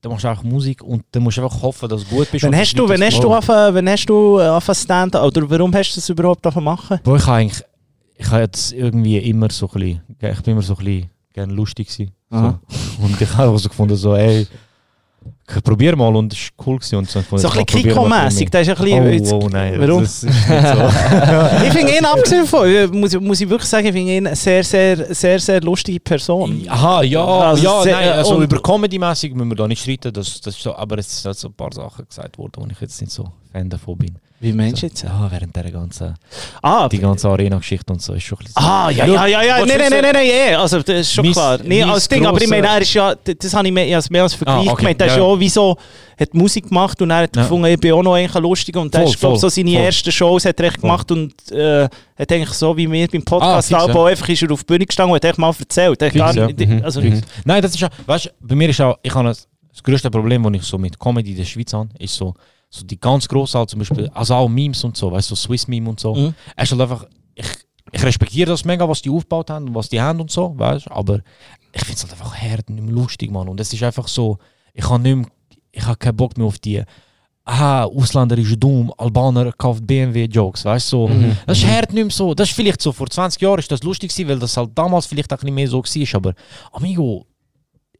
[SPEAKER 12] dann machst du einfach Musik und dann musst du einfach hoffen, dass du gut bist.
[SPEAKER 13] Wann
[SPEAKER 12] und
[SPEAKER 13] hast
[SPEAKER 12] dass
[SPEAKER 13] du,
[SPEAKER 12] Leute
[SPEAKER 13] wenn
[SPEAKER 12] das
[SPEAKER 13] hast du
[SPEAKER 12] glauben.
[SPEAKER 13] angefangen, wenn hast du äh, angefangen Stand oder warum hast du das überhaupt angefangen machen?
[SPEAKER 12] Bro, ich habe eigentlich, ich habe jetzt irgendwie immer so ein bisschen, ich bin immer so ein bisschen gerne lustig gewesen.
[SPEAKER 13] Aha.
[SPEAKER 12] So. Und ich habe auch so gefunden, so, ey, ich probier mal und es war cool gewesen. Und so,
[SPEAKER 13] So ein bisschen Kiko-mässig, das ist ein bisschen... jetzt-
[SPEAKER 12] Oh, oh nein,
[SPEAKER 13] Warum?
[SPEAKER 12] das ist nicht so.
[SPEAKER 13] ich finde ihn, abgesehen davon, äh, muss, ich- muss ich wirklich sagen, ich finde ihn eine sehr, sehr, sehr, sehr lustige Person.
[SPEAKER 12] Aha, ja,
[SPEAKER 13] Also
[SPEAKER 12] ja,
[SPEAKER 13] sehr-
[SPEAKER 12] nein, also
[SPEAKER 13] und-
[SPEAKER 12] über Comedy-mäßig müssen wir da nicht streiten, das, das ist so, aber es sind halt so ein paar Sachen gesagt worden, wo ich jetzt nicht so Fan davon bin.
[SPEAKER 13] Wie meinst du jetzt?
[SPEAKER 12] So, ja, während der ganzen,
[SPEAKER 13] Ah,
[SPEAKER 12] die ganze Arena-Geschichte und so ist schon ein bisschen
[SPEAKER 13] Ah, ja, ja, ja, ja, nein, nein, nein, nein, nein, eh, also das ist schon
[SPEAKER 12] Mein-
[SPEAKER 13] klar. Nein,
[SPEAKER 12] mein
[SPEAKER 13] als Ding, aber ich meine,
[SPEAKER 12] grosser-
[SPEAKER 13] er ist ja, d- das habe ich mehr, ich hab's mehr als Vergleich
[SPEAKER 12] Ah, okay,
[SPEAKER 13] gemeint, er ist
[SPEAKER 12] ja,
[SPEAKER 13] ja
[SPEAKER 12] ja.
[SPEAKER 13] auch wie so, hat Musik gemacht und er hat
[SPEAKER 12] Ja.
[SPEAKER 13] gefunden, ich bin auch noch eigentlich lustig und das
[SPEAKER 12] Voll,
[SPEAKER 13] ist, glaube ich, so
[SPEAKER 12] voll,
[SPEAKER 13] seine
[SPEAKER 12] voll.
[SPEAKER 13] ersten Shows hat er echt gemacht und äh, hat eigentlich so wie wir beim Podcast
[SPEAKER 12] Ah, fix,
[SPEAKER 13] auch, auch einfach ist er auf die Bühne gestanden und hat echt mal erzählt. Er hat
[SPEAKER 12] Fix,
[SPEAKER 13] gar
[SPEAKER 12] ja.
[SPEAKER 13] nicht,
[SPEAKER 7] Mhm.
[SPEAKER 13] also,
[SPEAKER 7] Mhm.
[SPEAKER 12] Nein, das ist ja, weißt du, bei mir ist auch, ich habe das, das größte Problem, das ich so mit Comedy in der Schweiz habe, ist so, so die ganz grossen, halt zum Beispiel, also auch Memes und so, weißt du, so Swiss Meme und so.
[SPEAKER 13] Mhm.
[SPEAKER 12] Es ist halt einfach, ich, ich respektiere das mega, was die aufgebaut haben und was die haben und so, weißt du, aber ich finde es halt einfach hart nicht mehr lustig, Mann. Und es ist einfach so, ich kann nicht mehr, ich habe keinen Bock mehr auf die ah, Ausländer ist dumm, Albaner kauft BMW-Jokes, weißt du? So.
[SPEAKER 7] Mhm.
[SPEAKER 12] Das ist hart nicht mehr so. Das ist vielleicht so, vor 20 Jahren ist das lustig gewesen, weil das halt damals vielleicht auch ein bisschen mehr so war, aber amigo,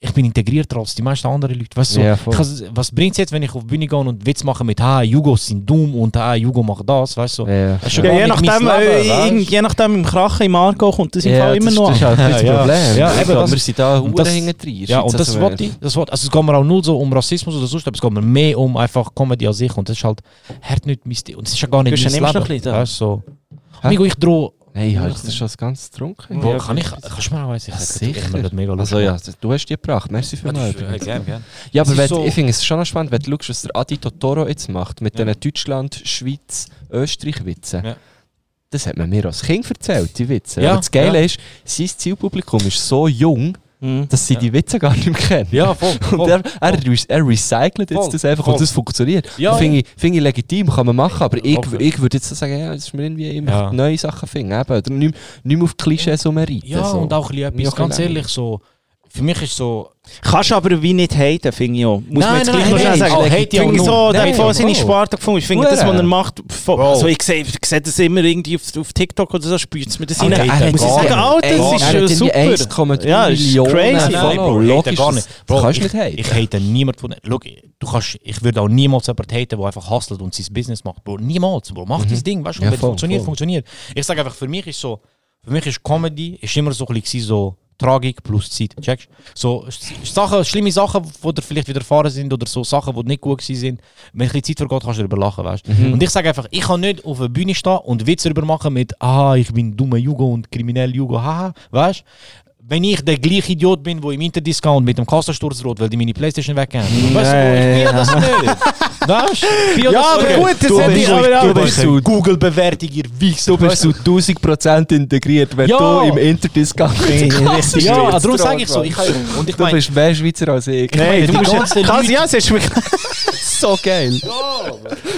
[SPEAKER 12] ich bin integrierter als die meisten anderen Leute, weißt du? So.
[SPEAKER 7] Ja, voll.
[SPEAKER 12] Ich has- was bringt es jetzt, wenn ich auf die Bühne gehe und Witz mache mit, ah, Jugos sind dumm und ah, Jugo macht das, weißt du? So. Das ist schon
[SPEAKER 13] Ja,
[SPEAKER 12] gar
[SPEAKER 13] je,
[SPEAKER 12] nicht mein
[SPEAKER 13] nachdem,
[SPEAKER 12] Leben,
[SPEAKER 13] äh,
[SPEAKER 12] weißt du?
[SPEAKER 13] in- je nachdem, im Krachen, im Aargau kommt das im Fall immer noch. an.
[SPEAKER 12] Ja, eben, das,
[SPEAKER 7] wir sind da
[SPEAKER 12] und
[SPEAKER 7] hure hinten drin, in der
[SPEAKER 12] Ja, und
[SPEAKER 7] Schweiz,
[SPEAKER 12] das
[SPEAKER 7] also
[SPEAKER 12] wollte ich. Das wollte, also es geht mir auch nur so um Rassismus oder sonst, aber es geht mir mehr um einfach Comedy an sich. Und das ist halt, hört nicht mein Stil. Und es ist ja gar nicht
[SPEAKER 13] Gehst du
[SPEAKER 12] mein
[SPEAKER 13] ja nimmst
[SPEAKER 12] Leben.
[SPEAKER 13] noch ein bisschen da?
[SPEAKER 12] Weißt du, so.
[SPEAKER 7] Hä?
[SPEAKER 12] Amigo, ich drohe...
[SPEAKER 7] Nein, hast du das schon ganz getrunken?
[SPEAKER 12] Boah, kann ich... Kannst du mir auch eins? Ich
[SPEAKER 7] Ja,
[SPEAKER 12] sag, ich hab mir
[SPEAKER 7] sicher.
[SPEAKER 12] das mega
[SPEAKER 7] Also
[SPEAKER 12] lustig
[SPEAKER 7] ja, du hast die gebracht. Merci für
[SPEAKER 12] Ja,
[SPEAKER 7] mal.
[SPEAKER 12] das ist- ja, gern, gern.
[SPEAKER 7] Ja, aber
[SPEAKER 12] Es ist
[SPEAKER 7] wenn,
[SPEAKER 12] so-
[SPEAKER 7] ich finde es schon noch spannend, wenn du schaust, was der Adi Totoro jetzt macht, mit diesen Deutschland, Schweiz, Österreich-Witzen.
[SPEAKER 12] Ja.
[SPEAKER 7] Das hat man mir als Kind erzählt, die Witze.
[SPEAKER 12] Ja,
[SPEAKER 7] aber das Geile
[SPEAKER 12] ja.
[SPEAKER 7] ist, sein Zielpublikum ist so jung,
[SPEAKER 13] Mhm.
[SPEAKER 7] dass sie die Witze gar nicht mehr kennen.
[SPEAKER 12] Ja, voll.
[SPEAKER 7] Und
[SPEAKER 12] voll.
[SPEAKER 7] er, er, re- er recycelt jetzt
[SPEAKER 12] Voll,
[SPEAKER 7] das einfach
[SPEAKER 12] voll.
[SPEAKER 7] und das funktioniert.
[SPEAKER 12] Ja,
[SPEAKER 7] Finde
[SPEAKER 12] ja.
[SPEAKER 7] ich, find ich legitim, kann man machen, aber ich,
[SPEAKER 12] Hoffe.
[SPEAKER 7] ich würde jetzt so sagen, ja, das ist mir irgendwie immer
[SPEAKER 12] Ja.
[SPEAKER 7] neue Sachen finden. Eben, oder nicht, nicht mehr auf die Klischees rumreiten.
[SPEAKER 12] ja,
[SPEAKER 7] so.
[SPEAKER 12] und auch ein bisschen
[SPEAKER 7] Ja,
[SPEAKER 12] etwas, ganz
[SPEAKER 7] genau.
[SPEAKER 12] ehrlich, so... Für mich ist so...
[SPEAKER 13] Kannst du aber wie nicht haten, finde ich auch. Muss
[SPEAKER 12] Nein,
[SPEAKER 13] man jetzt
[SPEAKER 12] nein,
[SPEAKER 13] gleich noch
[SPEAKER 12] nein,
[SPEAKER 13] schnell
[SPEAKER 12] nein,
[SPEAKER 13] sagen.
[SPEAKER 12] oh, hate
[SPEAKER 13] ich
[SPEAKER 12] ich auch
[SPEAKER 13] finde so,
[SPEAKER 12] null.
[SPEAKER 13] der
[SPEAKER 12] Nein, oh.
[SPEAKER 13] hat voll seine
[SPEAKER 12] voll.
[SPEAKER 13] Sparte gefunden. Ich finde
[SPEAKER 7] Hure.
[SPEAKER 13] das, was er macht, voll,
[SPEAKER 12] Bro.
[SPEAKER 13] also ich sehe ich sehe das immer irgendwie auf, auf TikTok oder so, spürt es mir das rein.
[SPEAKER 12] Alter, er hat
[SPEAKER 13] muss ich
[SPEAKER 12] gar
[SPEAKER 13] sagen,
[SPEAKER 12] nicht.
[SPEAKER 13] Alter,
[SPEAKER 12] Gar
[SPEAKER 13] das ist
[SPEAKER 12] nicht.
[SPEAKER 7] Er
[SPEAKER 13] äh,
[SPEAKER 7] hat irgendwie
[SPEAKER 13] super.
[SPEAKER 7] 1,3
[SPEAKER 13] Ja, ist
[SPEAKER 7] Millionen
[SPEAKER 13] crazy.
[SPEAKER 7] Follower.
[SPEAKER 12] Bro,
[SPEAKER 7] Logisch,
[SPEAKER 12] ich hate gar
[SPEAKER 7] das-
[SPEAKER 12] nicht. Bro,
[SPEAKER 7] kannst
[SPEAKER 12] ich,
[SPEAKER 7] nicht haten.
[SPEAKER 12] Ich hate niemand von. Schau, du kannst, ich würde auch niemals jemanden haten, der einfach hustelt und sein Business macht. Bro, niemals. Bro, mach dein Ding, weißt du,
[SPEAKER 7] Mhm. Ja,
[SPEAKER 12] wenn es
[SPEAKER 7] voll,
[SPEAKER 12] funktioniert,
[SPEAKER 7] voll.
[SPEAKER 12] funktioniert. Ich sage einfach, für mich ist so, für mich ist Comedy ist immer so ein bisschen so Tragik plus Zeit. Checkst So s- Sachen, schlimme Sachen, die dir vielleicht widerfahren sind oder so Sachen, die nicht gut waren. sind. Wenn ein bisschen Zeit vergeht, kannst du darüber lachen, weißt
[SPEAKER 7] Mhm.
[SPEAKER 12] du. Und ich sage einfach, ich kann nicht auf der Bühne stehen und Witze darüber machen mit, ah, ich bin dummer Jugo und kriminell Jugo, haha, weißt du. Wenn ich der gleiche Idiot bin, der im Interdiscount mit dem Kassensturz droht, weil die meine Playstation weggehen. Weißt du, ich bin das nicht. Weißt du? Ich bin
[SPEAKER 13] Ja, aber
[SPEAKER 12] nicht.
[SPEAKER 13] gut, das
[SPEAKER 12] du
[SPEAKER 13] hätte
[SPEAKER 12] bist
[SPEAKER 13] ich-
[SPEAKER 12] so-
[SPEAKER 13] aber-
[SPEAKER 12] du
[SPEAKER 13] aber-
[SPEAKER 12] bist so Google-Bewertung, ihr Wichs.
[SPEAKER 7] Du bist zu 1000% integriert, wenn
[SPEAKER 12] Ja.
[SPEAKER 7] du im Interdiscount bist.
[SPEAKER 12] Ja, darum sage ich so. Ich, kann- und ich
[SPEAKER 7] Du
[SPEAKER 12] meine,
[SPEAKER 7] bist mehr Schweizer als ich.
[SPEAKER 12] Nein, du musst ganzen
[SPEAKER 13] Kannst
[SPEAKER 12] Leute,
[SPEAKER 13] ja, es ist wirklich
[SPEAKER 7] so geil.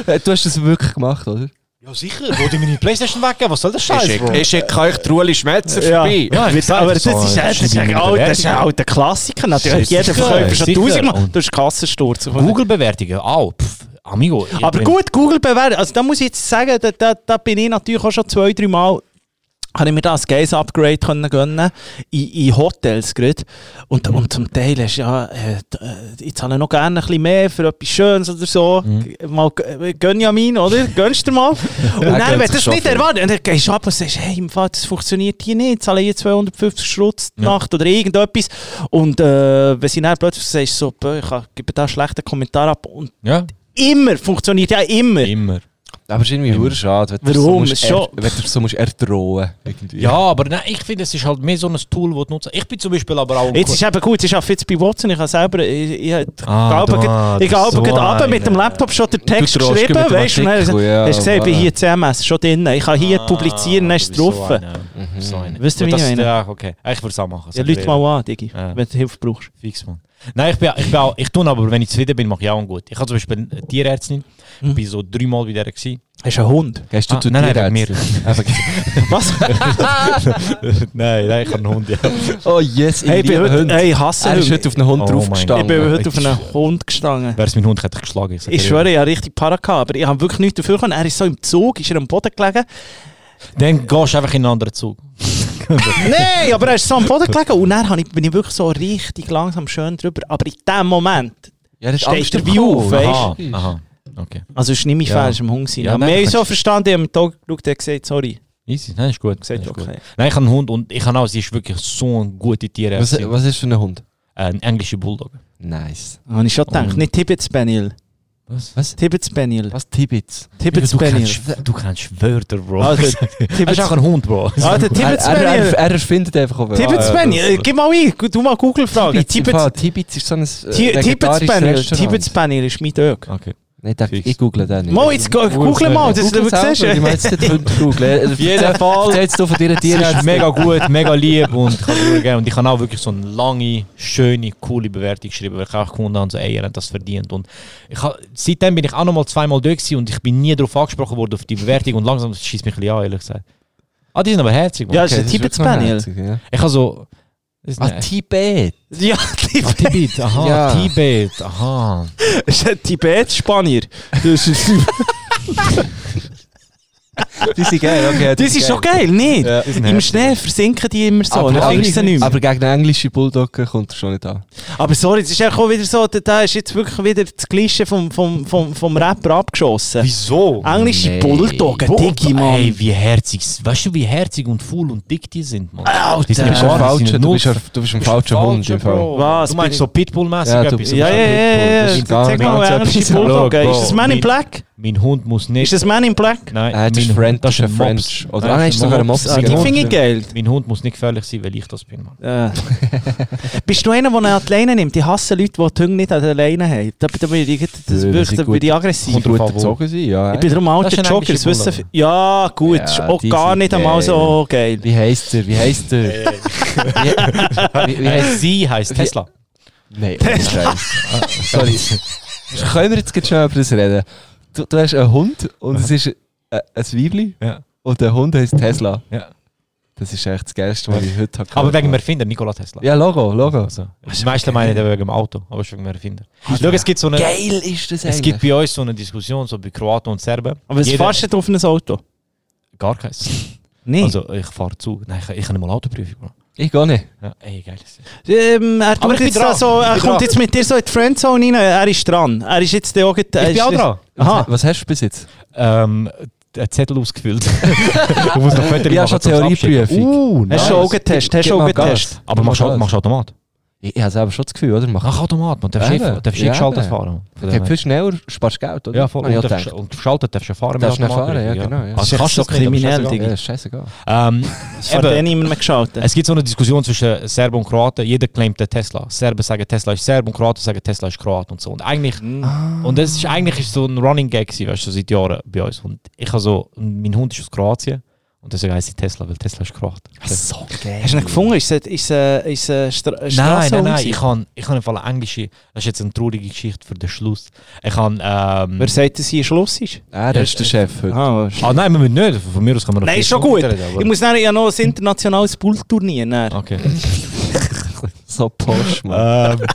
[SPEAKER 7] Äh, Du hast das wirklich gemacht, oder?
[SPEAKER 12] ja sicher, wo die meine Playstation weggeben, was soll das Scheiß, Bro?
[SPEAKER 7] Ich schicke euch Truli Schmetzer
[SPEAKER 13] Ja.
[SPEAKER 12] Ja, ich sag
[SPEAKER 13] Aber das
[SPEAKER 12] das
[SPEAKER 13] ist, das
[SPEAKER 12] so, das
[SPEAKER 13] ist,
[SPEAKER 12] ist die
[SPEAKER 13] ein alter- das ist ein
[SPEAKER 12] Bewertung.
[SPEAKER 13] alter Klassiker. Natürlich.
[SPEAKER 12] Sicher,
[SPEAKER 13] Jeder Verkäufer schon
[SPEAKER 12] sicher.
[SPEAKER 13] tausendmal.
[SPEAKER 12] Und-
[SPEAKER 13] Du hast Kassensturz.
[SPEAKER 12] Google-Bewertungen, auch, pff, amigo. ich
[SPEAKER 13] Aber
[SPEAKER 12] bin-
[SPEAKER 13] gut, Google bewertet. Also da muss ich jetzt sagen, da, da, da bin ich natürlich auch schon zwei, drei Mal habe ich mir das Gaze Upgrade können gönnen in, in Hotels gerade. Und, und zum Teil ist ja, äh, d- äh, jetzt habe ich noch gerne ein bisschen mehr für etwas Schönes oder so.
[SPEAKER 12] Mhm.
[SPEAKER 13] G- Mal g- äh, gönn ja mein, oder? Gönnst du dir mal. Und
[SPEAKER 7] Er
[SPEAKER 13] dann, wenn
[SPEAKER 7] gönnt sich
[SPEAKER 13] du das
[SPEAKER 7] schon
[SPEAKER 13] nicht
[SPEAKER 7] viel.
[SPEAKER 13] erwartet, dann gehst du ab und sagst, hey, im Fall, das funktioniert hier nicht, zahle ich 250 Schrutz die Nacht oder irgendetwas. Und äh, wenn sie dann plötzlich sagst, so, boah, ich hab- gebe da einen schlechten Kommentar ab und
[SPEAKER 12] Ja,
[SPEAKER 13] immer, funktioniert ja immer.
[SPEAKER 12] immer.
[SPEAKER 7] Aber es ist irgendwie hure schade, wenn du
[SPEAKER 13] Warum?
[SPEAKER 7] so musst
[SPEAKER 13] Ist schon-
[SPEAKER 7] er- wenn du so musst erdrohen irgendwie.
[SPEAKER 12] Ja, aber nein, ich finde, es ist halt mehr so ein Tool, das du nutzt. Ich bin zum Beispiel aber auch...
[SPEAKER 13] Jetzt ist eben gut, ich arbeite jetzt bei Watson, ich habe selber, ich, ich, ich
[SPEAKER 12] Ah, du- ah,
[SPEAKER 13] ich
[SPEAKER 12] das
[SPEAKER 13] habe
[SPEAKER 12] so
[SPEAKER 13] gerade runter mit dem
[SPEAKER 12] einer.
[SPEAKER 13] Laptop schon den Text
[SPEAKER 7] drohst
[SPEAKER 13] geschrieben,
[SPEAKER 7] mit dem
[SPEAKER 13] weißt du, und dann
[SPEAKER 7] Artikel,
[SPEAKER 13] hast
[SPEAKER 7] ja,
[SPEAKER 13] du gesehen, ich bin
[SPEAKER 7] voilà.
[SPEAKER 13] hier CMS, schon drin, ich kann hier
[SPEAKER 12] Ah,
[SPEAKER 13] publizieren, dann ist es
[SPEAKER 12] du bist
[SPEAKER 13] drauf.
[SPEAKER 12] So einer. So einer.
[SPEAKER 13] Wisst ihr, wie
[SPEAKER 12] Das-
[SPEAKER 13] ich meine?
[SPEAKER 12] Ja, okay. Ich würde es auch machen.
[SPEAKER 13] Ja, Leute mal an, Digi,
[SPEAKER 12] Ja.
[SPEAKER 13] wenn du Hilfe brauchst.
[SPEAKER 12] Fix, Mann. Nein, ich bin, ich bin auch, ich tue aber, wenn ich zufrieden bin, mache ich auch einen gut. Ich habe zum Beispiel eine Tierärztin,
[SPEAKER 13] Hm.
[SPEAKER 12] ich bin so dreimal bei der gewesen.
[SPEAKER 13] Hast du einen Hund?
[SPEAKER 7] Gehst du
[SPEAKER 12] Ah,
[SPEAKER 7] zu
[SPEAKER 12] nein,
[SPEAKER 7] dir
[SPEAKER 12] nein,
[SPEAKER 7] jetzt?
[SPEAKER 12] wegen
[SPEAKER 7] Einfach-
[SPEAKER 13] Was?
[SPEAKER 12] nein, nein, ich habe einen Hund, ja.
[SPEAKER 7] Oh yes, ich
[SPEAKER 13] hey, ich bin
[SPEAKER 7] liebe
[SPEAKER 13] heute,
[SPEAKER 7] Hunde.
[SPEAKER 13] hey, ich hasse
[SPEAKER 7] Er ist
[SPEAKER 13] Hunde.
[SPEAKER 7] heute auf einen Hund
[SPEAKER 12] Oh
[SPEAKER 13] Ich
[SPEAKER 7] draufgestanden.
[SPEAKER 13] bin heute auf einen Hund gestanden.
[SPEAKER 12] Wäre es mein Hund, hätte ich geschlagen. sag
[SPEAKER 13] Ich
[SPEAKER 12] dir
[SPEAKER 13] schwöre, ich habe richtig Para gehabt, aber ich habe wirklich nichts dafür können. Er ist so im Zug, ist er am Boden gelegen.
[SPEAKER 12] ehrlich. Dann gehst du einfach in einen anderen Zug.
[SPEAKER 13] Nein, aber er ist so am Boden gelegen und dann habe ich, bin ich wirklich so richtig langsam schön drüber. Aber in dem Moment,
[SPEAKER 7] Ja, das ist
[SPEAKER 13] Steht
[SPEAKER 7] Angst
[SPEAKER 13] er wie
[SPEAKER 7] davor.
[SPEAKER 13] auf, weißt du?
[SPEAKER 12] Aha, aha. Okay.
[SPEAKER 13] also es ist nicht mein
[SPEAKER 12] Ja.
[SPEAKER 13] Fehler, es war im Hunger.
[SPEAKER 12] Ja,
[SPEAKER 13] Ja,
[SPEAKER 12] nein,
[SPEAKER 13] wir
[SPEAKER 12] du
[SPEAKER 13] haben so
[SPEAKER 12] kannst-
[SPEAKER 13] verstanden, ich habe mit dem Tag geschaut, er hat gesagt, sorry.
[SPEAKER 12] Easy, nein, ist gut.
[SPEAKER 13] Gesagt,
[SPEAKER 12] ist gut.
[SPEAKER 13] okay.
[SPEAKER 12] Nein, ich habe einen Hund und ich habe auch, sie ist wirklich so eine gute
[SPEAKER 7] Was,
[SPEAKER 12] Tierärztin.
[SPEAKER 7] was ist für ein Hund?
[SPEAKER 12] Ein englischer Bulldog.
[SPEAKER 7] Nice.
[SPEAKER 13] Da habe ich schon gedacht,
[SPEAKER 12] Und-
[SPEAKER 13] nicht Tibet Spaniel.
[SPEAKER 12] Was?
[SPEAKER 7] Was?
[SPEAKER 13] Tibet Spaniel.
[SPEAKER 7] Was Tibets?
[SPEAKER 13] Tibet
[SPEAKER 12] Du
[SPEAKER 13] Spaniel.
[SPEAKER 12] kennst, du kennst Wörter, Bro.
[SPEAKER 13] Also,
[SPEAKER 12] Also, du
[SPEAKER 13] Tibet
[SPEAKER 12] bist auch ein Hund, Bro.
[SPEAKER 13] Ah, der
[SPEAKER 7] Er,
[SPEAKER 13] Tibet
[SPEAKER 7] er, er,
[SPEAKER 13] Spaniel.
[SPEAKER 7] er erfindet einfach auf
[SPEAKER 13] Tibet Spaniel. Äh, Gib mal ein, gu- du mal Google fragen. Tibet
[SPEAKER 7] Tibets. Tibets ist so ein äh,
[SPEAKER 13] Ti- Tibet
[SPEAKER 7] vegetarisches
[SPEAKER 13] Spaniel.
[SPEAKER 7] Restaurant.
[SPEAKER 13] Tibet Spaniel ist mein Tag.
[SPEAKER 12] Okay.
[SPEAKER 7] Nein, der-
[SPEAKER 12] Fix.
[SPEAKER 7] ich google den nicht.
[SPEAKER 13] Mo, jetzt go- google mal, dass du siehst.
[SPEAKER 7] Ich meine, jetzt nicht Hund googeln. Auf
[SPEAKER 12] jeden Fall.
[SPEAKER 7] Erzählst du von dir
[SPEAKER 12] Die ist
[SPEAKER 7] Tier?
[SPEAKER 12] mega gut, mega lieb und ich kann es geben. Und ich habe auch nou wirklich so eine lange, schöne, coole Bewertung geschrieben, weil ich auch gefunden habe, so, ey, ihr habt das verdient. Und ich habe, seitdem bin ich auch noch mal zweimal durch gewesen und ich bin nie darauf angesprochen worden, auf die Bewertung und langsam schießt mich ein bisschen an, ehrlich gesagt. Ah, die sind aber nou herzig, Mann.
[SPEAKER 13] Ja, das ist ein Tibet Spaniel.
[SPEAKER 7] Ja.
[SPEAKER 12] Ich habe so, Ist
[SPEAKER 7] Ah,
[SPEAKER 12] nicht-
[SPEAKER 7] Tibet.
[SPEAKER 13] Ja, Tibet.
[SPEAKER 12] Ah, Tibet, aha,
[SPEAKER 7] Ja.
[SPEAKER 12] Tibet, aha.
[SPEAKER 13] Ist ein Tibet-Spanier. Das ist-
[SPEAKER 7] Die sind geil, okay.
[SPEAKER 13] Das ist schon geil, nicht?
[SPEAKER 7] Ja.
[SPEAKER 13] Im Schnee versinken die immer so. dann findest du sie nicht mehr.
[SPEAKER 7] aber gegen den englischen Bulldoggen kommt er schon nicht an.
[SPEAKER 13] Aber Ah, sorry, es ist echt auch wieder so, da- da ist jetzt wirklich wieder das Klischee vom, vom, vom, vom Rapper abgeschossen.
[SPEAKER 14] Wieso?
[SPEAKER 13] Englische
[SPEAKER 12] Nee.
[SPEAKER 13] Bulldoggen, Diggi, Mann.
[SPEAKER 12] Ey, wie herzig. Weißt du, wie herzig und faul und dick die sind, Mann?
[SPEAKER 13] Alter.
[SPEAKER 12] Die sind
[SPEAKER 7] Du bist, ein
[SPEAKER 12] gar nicht- die
[SPEAKER 7] falscher,
[SPEAKER 12] sind
[SPEAKER 7] du, bist ein,
[SPEAKER 12] nur-
[SPEAKER 7] du bist ein falscher Hund im Fall.
[SPEAKER 12] Bro.
[SPEAKER 13] Was?
[SPEAKER 12] Du meinst so Pitbull-mäßig
[SPEAKER 7] Ja, du
[SPEAKER 12] etwas?
[SPEAKER 7] bist
[SPEAKER 13] Ja, ja, ja, ja.
[SPEAKER 7] Das
[SPEAKER 13] ja.
[SPEAKER 7] ist gar
[SPEAKER 13] Sag mal,
[SPEAKER 7] ganz
[SPEAKER 13] englische
[SPEAKER 7] etwas.
[SPEAKER 13] Bulldoggen.
[SPEAKER 12] Bro,
[SPEAKER 13] Ist das Man in
[SPEAKER 12] mit-
[SPEAKER 13] Black?
[SPEAKER 12] Mein Hund muss
[SPEAKER 13] Ist
[SPEAKER 12] nicht...
[SPEAKER 13] das Man in Black?
[SPEAKER 12] Nein,
[SPEAKER 7] Äh, das ist
[SPEAKER 12] mein-
[SPEAKER 7] French,
[SPEAKER 12] das ist ein
[SPEAKER 7] French.
[SPEAKER 12] Mops.
[SPEAKER 7] Oder-
[SPEAKER 12] Nein,
[SPEAKER 7] ah, nein,
[SPEAKER 12] das
[SPEAKER 7] ist sogar ein Mops.
[SPEAKER 13] Ah, die
[SPEAKER 7] Genau.
[SPEAKER 13] finde ich geil.
[SPEAKER 12] Mein Hund muss nicht gefährlich sein, weil ich das bin, Mann.
[SPEAKER 13] Äh. Bist du einer, der ihn an die Leine nimmt? Ich hasse Leute, die die Hunde nicht an der Leine haben. Da, da, bin ich, das
[SPEAKER 7] sind
[SPEAKER 13] wirklich, da
[SPEAKER 7] gut.
[SPEAKER 13] bin ich aggressiv.
[SPEAKER 7] Und gut erzogen sein, ja.
[SPEAKER 13] Ich bin darum
[SPEAKER 12] Das
[SPEAKER 13] alter
[SPEAKER 12] ist ein
[SPEAKER 13] Jogger.
[SPEAKER 12] englischer
[SPEAKER 13] das wissen
[SPEAKER 12] Bulldogge.
[SPEAKER 13] vi- Ja, gut.
[SPEAKER 7] Ja,
[SPEAKER 13] ist auch
[SPEAKER 7] die
[SPEAKER 13] gar
[SPEAKER 7] sind
[SPEAKER 13] nicht einmal so geil.
[SPEAKER 7] Wie heisst er? Wie heisst er? wie, wie, wie heisst
[SPEAKER 12] sie heißt Tesla.
[SPEAKER 7] Nein, ohne Scheiß. Sorry. Können wir jetzt gerade schnell über das reden? Du, du hast einen Hund und es ist ein, ein Weibli
[SPEAKER 12] Ja.
[SPEAKER 7] und der Hund heißt Tesla.
[SPEAKER 12] Ja.
[SPEAKER 7] Das ist echt das Geilste, was ich heute habe.
[SPEAKER 12] Aber wegen dem Erfinder, Nikola Tesla.
[SPEAKER 7] Ja, Logo, Logo.
[SPEAKER 12] Also, die meisten meinen der wegen dem Auto, aber es ist wegen dem Erfinder. Schau, es gibt so eine...
[SPEAKER 7] Geil ist das
[SPEAKER 12] Es gibt bei uns so eine Diskussion, so bei Kroaten und Serben.
[SPEAKER 13] Aber es
[SPEAKER 12] Jeder-
[SPEAKER 13] fährst du auf ein Auto?
[SPEAKER 12] Gar keins.
[SPEAKER 13] Nein.
[SPEAKER 12] Also ich fahre zu. Nein, ich, ich habe nicht mal Autoprüfung. Bro.
[SPEAKER 7] ich gar nicht.
[SPEAKER 12] Ja, ey, geil. ist das.
[SPEAKER 13] Ähm, er tut
[SPEAKER 12] Aber ich bin
[SPEAKER 13] jetzt
[SPEAKER 12] dran.
[SPEAKER 13] da so,
[SPEAKER 12] Ich
[SPEAKER 13] er
[SPEAKER 12] bin
[SPEAKER 13] kommt
[SPEAKER 12] dran.
[SPEAKER 13] jetzt mit dir so in die Friendzone rein. Er ist dran. Er ist jetzt der auch gerade- er
[SPEAKER 12] Ich bin
[SPEAKER 13] ist-
[SPEAKER 12] auch dran. Also,
[SPEAKER 13] Aha.
[SPEAKER 7] Ah, Was hast du bis jetzt?
[SPEAKER 12] Ähm, einen Zettel ausgefüllt. du musst noch Fotos
[SPEAKER 7] Ich habe
[SPEAKER 12] machen,
[SPEAKER 7] schon
[SPEAKER 12] zum
[SPEAKER 7] Theorieprüfung.
[SPEAKER 12] Abschicken.
[SPEAKER 7] Uh,
[SPEAKER 13] Hast du schon Augentest? Hast du Augentest?
[SPEAKER 12] Aber machst du machst du Automat?
[SPEAKER 7] Ich, ich habe selber schon das Gefühl, oder? Mach.
[SPEAKER 12] Mach Automat, man. Darfst
[SPEAKER 7] Eben.
[SPEAKER 12] du darfst
[SPEAKER 7] Ja,
[SPEAKER 12] ja, geschaltet
[SPEAKER 7] eben.
[SPEAKER 12] fahren. Von
[SPEAKER 7] Okay,
[SPEAKER 12] dem her.
[SPEAKER 7] viel schneller sparst Geld, oder?
[SPEAKER 12] Ja, voll.
[SPEAKER 7] Habe ich
[SPEAKER 12] Und,
[SPEAKER 7] auch
[SPEAKER 12] darfst,
[SPEAKER 7] Ah, gedacht.
[SPEAKER 12] und geschaltet darfst du fahren. mit
[SPEAKER 7] Darfst du
[SPEAKER 12] Automat.
[SPEAKER 7] fahren, ja, genau, ja.
[SPEAKER 12] Also
[SPEAKER 13] Ist
[SPEAKER 12] kannst du
[SPEAKER 13] echt so
[SPEAKER 12] das nicht, aber
[SPEAKER 13] kriminell,
[SPEAKER 12] scheißegal.
[SPEAKER 13] Digga.
[SPEAKER 7] Ja, ist scheißegal.
[SPEAKER 12] Ähm,
[SPEAKER 13] Von
[SPEAKER 12] eben,
[SPEAKER 13] denen immer mehr geschaltet.
[SPEAKER 12] Es gibt so eine Diskussion zwischen Serben und Kroaten. Jeder claimt den Tesla. Serben sagen Tesla ist Serb und Kroaten sagen Tesla ist Kroat und so. Und eigentlich,
[SPEAKER 13] Mhm.
[SPEAKER 12] und das ist eigentlich ist so ein Running Gag gewesen, weißt du, seit Jahren bei uns. Und ich habe so, und mein Hund ist aus Kroatien und deswegen heißt sie Tesla, weil Tesla ist Kroat.
[SPEAKER 13] So geil. Hast du ihn gefunden? Ist es ist es- ist es Stra
[SPEAKER 12] Nein,
[SPEAKER 13] Strasse
[SPEAKER 12] nein, nein. Ich habe ich hab im Fall eine englische. Das ist jetzt eine traurige Geschichte für den Schluss. Ich habe. Ähm,
[SPEAKER 13] Wer sagt, dass hier Schluss ist?
[SPEAKER 7] Er ist der Chef heute.
[SPEAKER 13] Ah,
[SPEAKER 12] ah, nein, wir müssen nicht. Von mir aus kann man
[SPEAKER 13] nein, ist schon gut. Ich muss nachher ja noch ein internationales Poolturnier. nachher.
[SPEAKER 12] Okay.
[SPEAKER 7] So posch, Mann.
[SPEAKER 12] Ähm,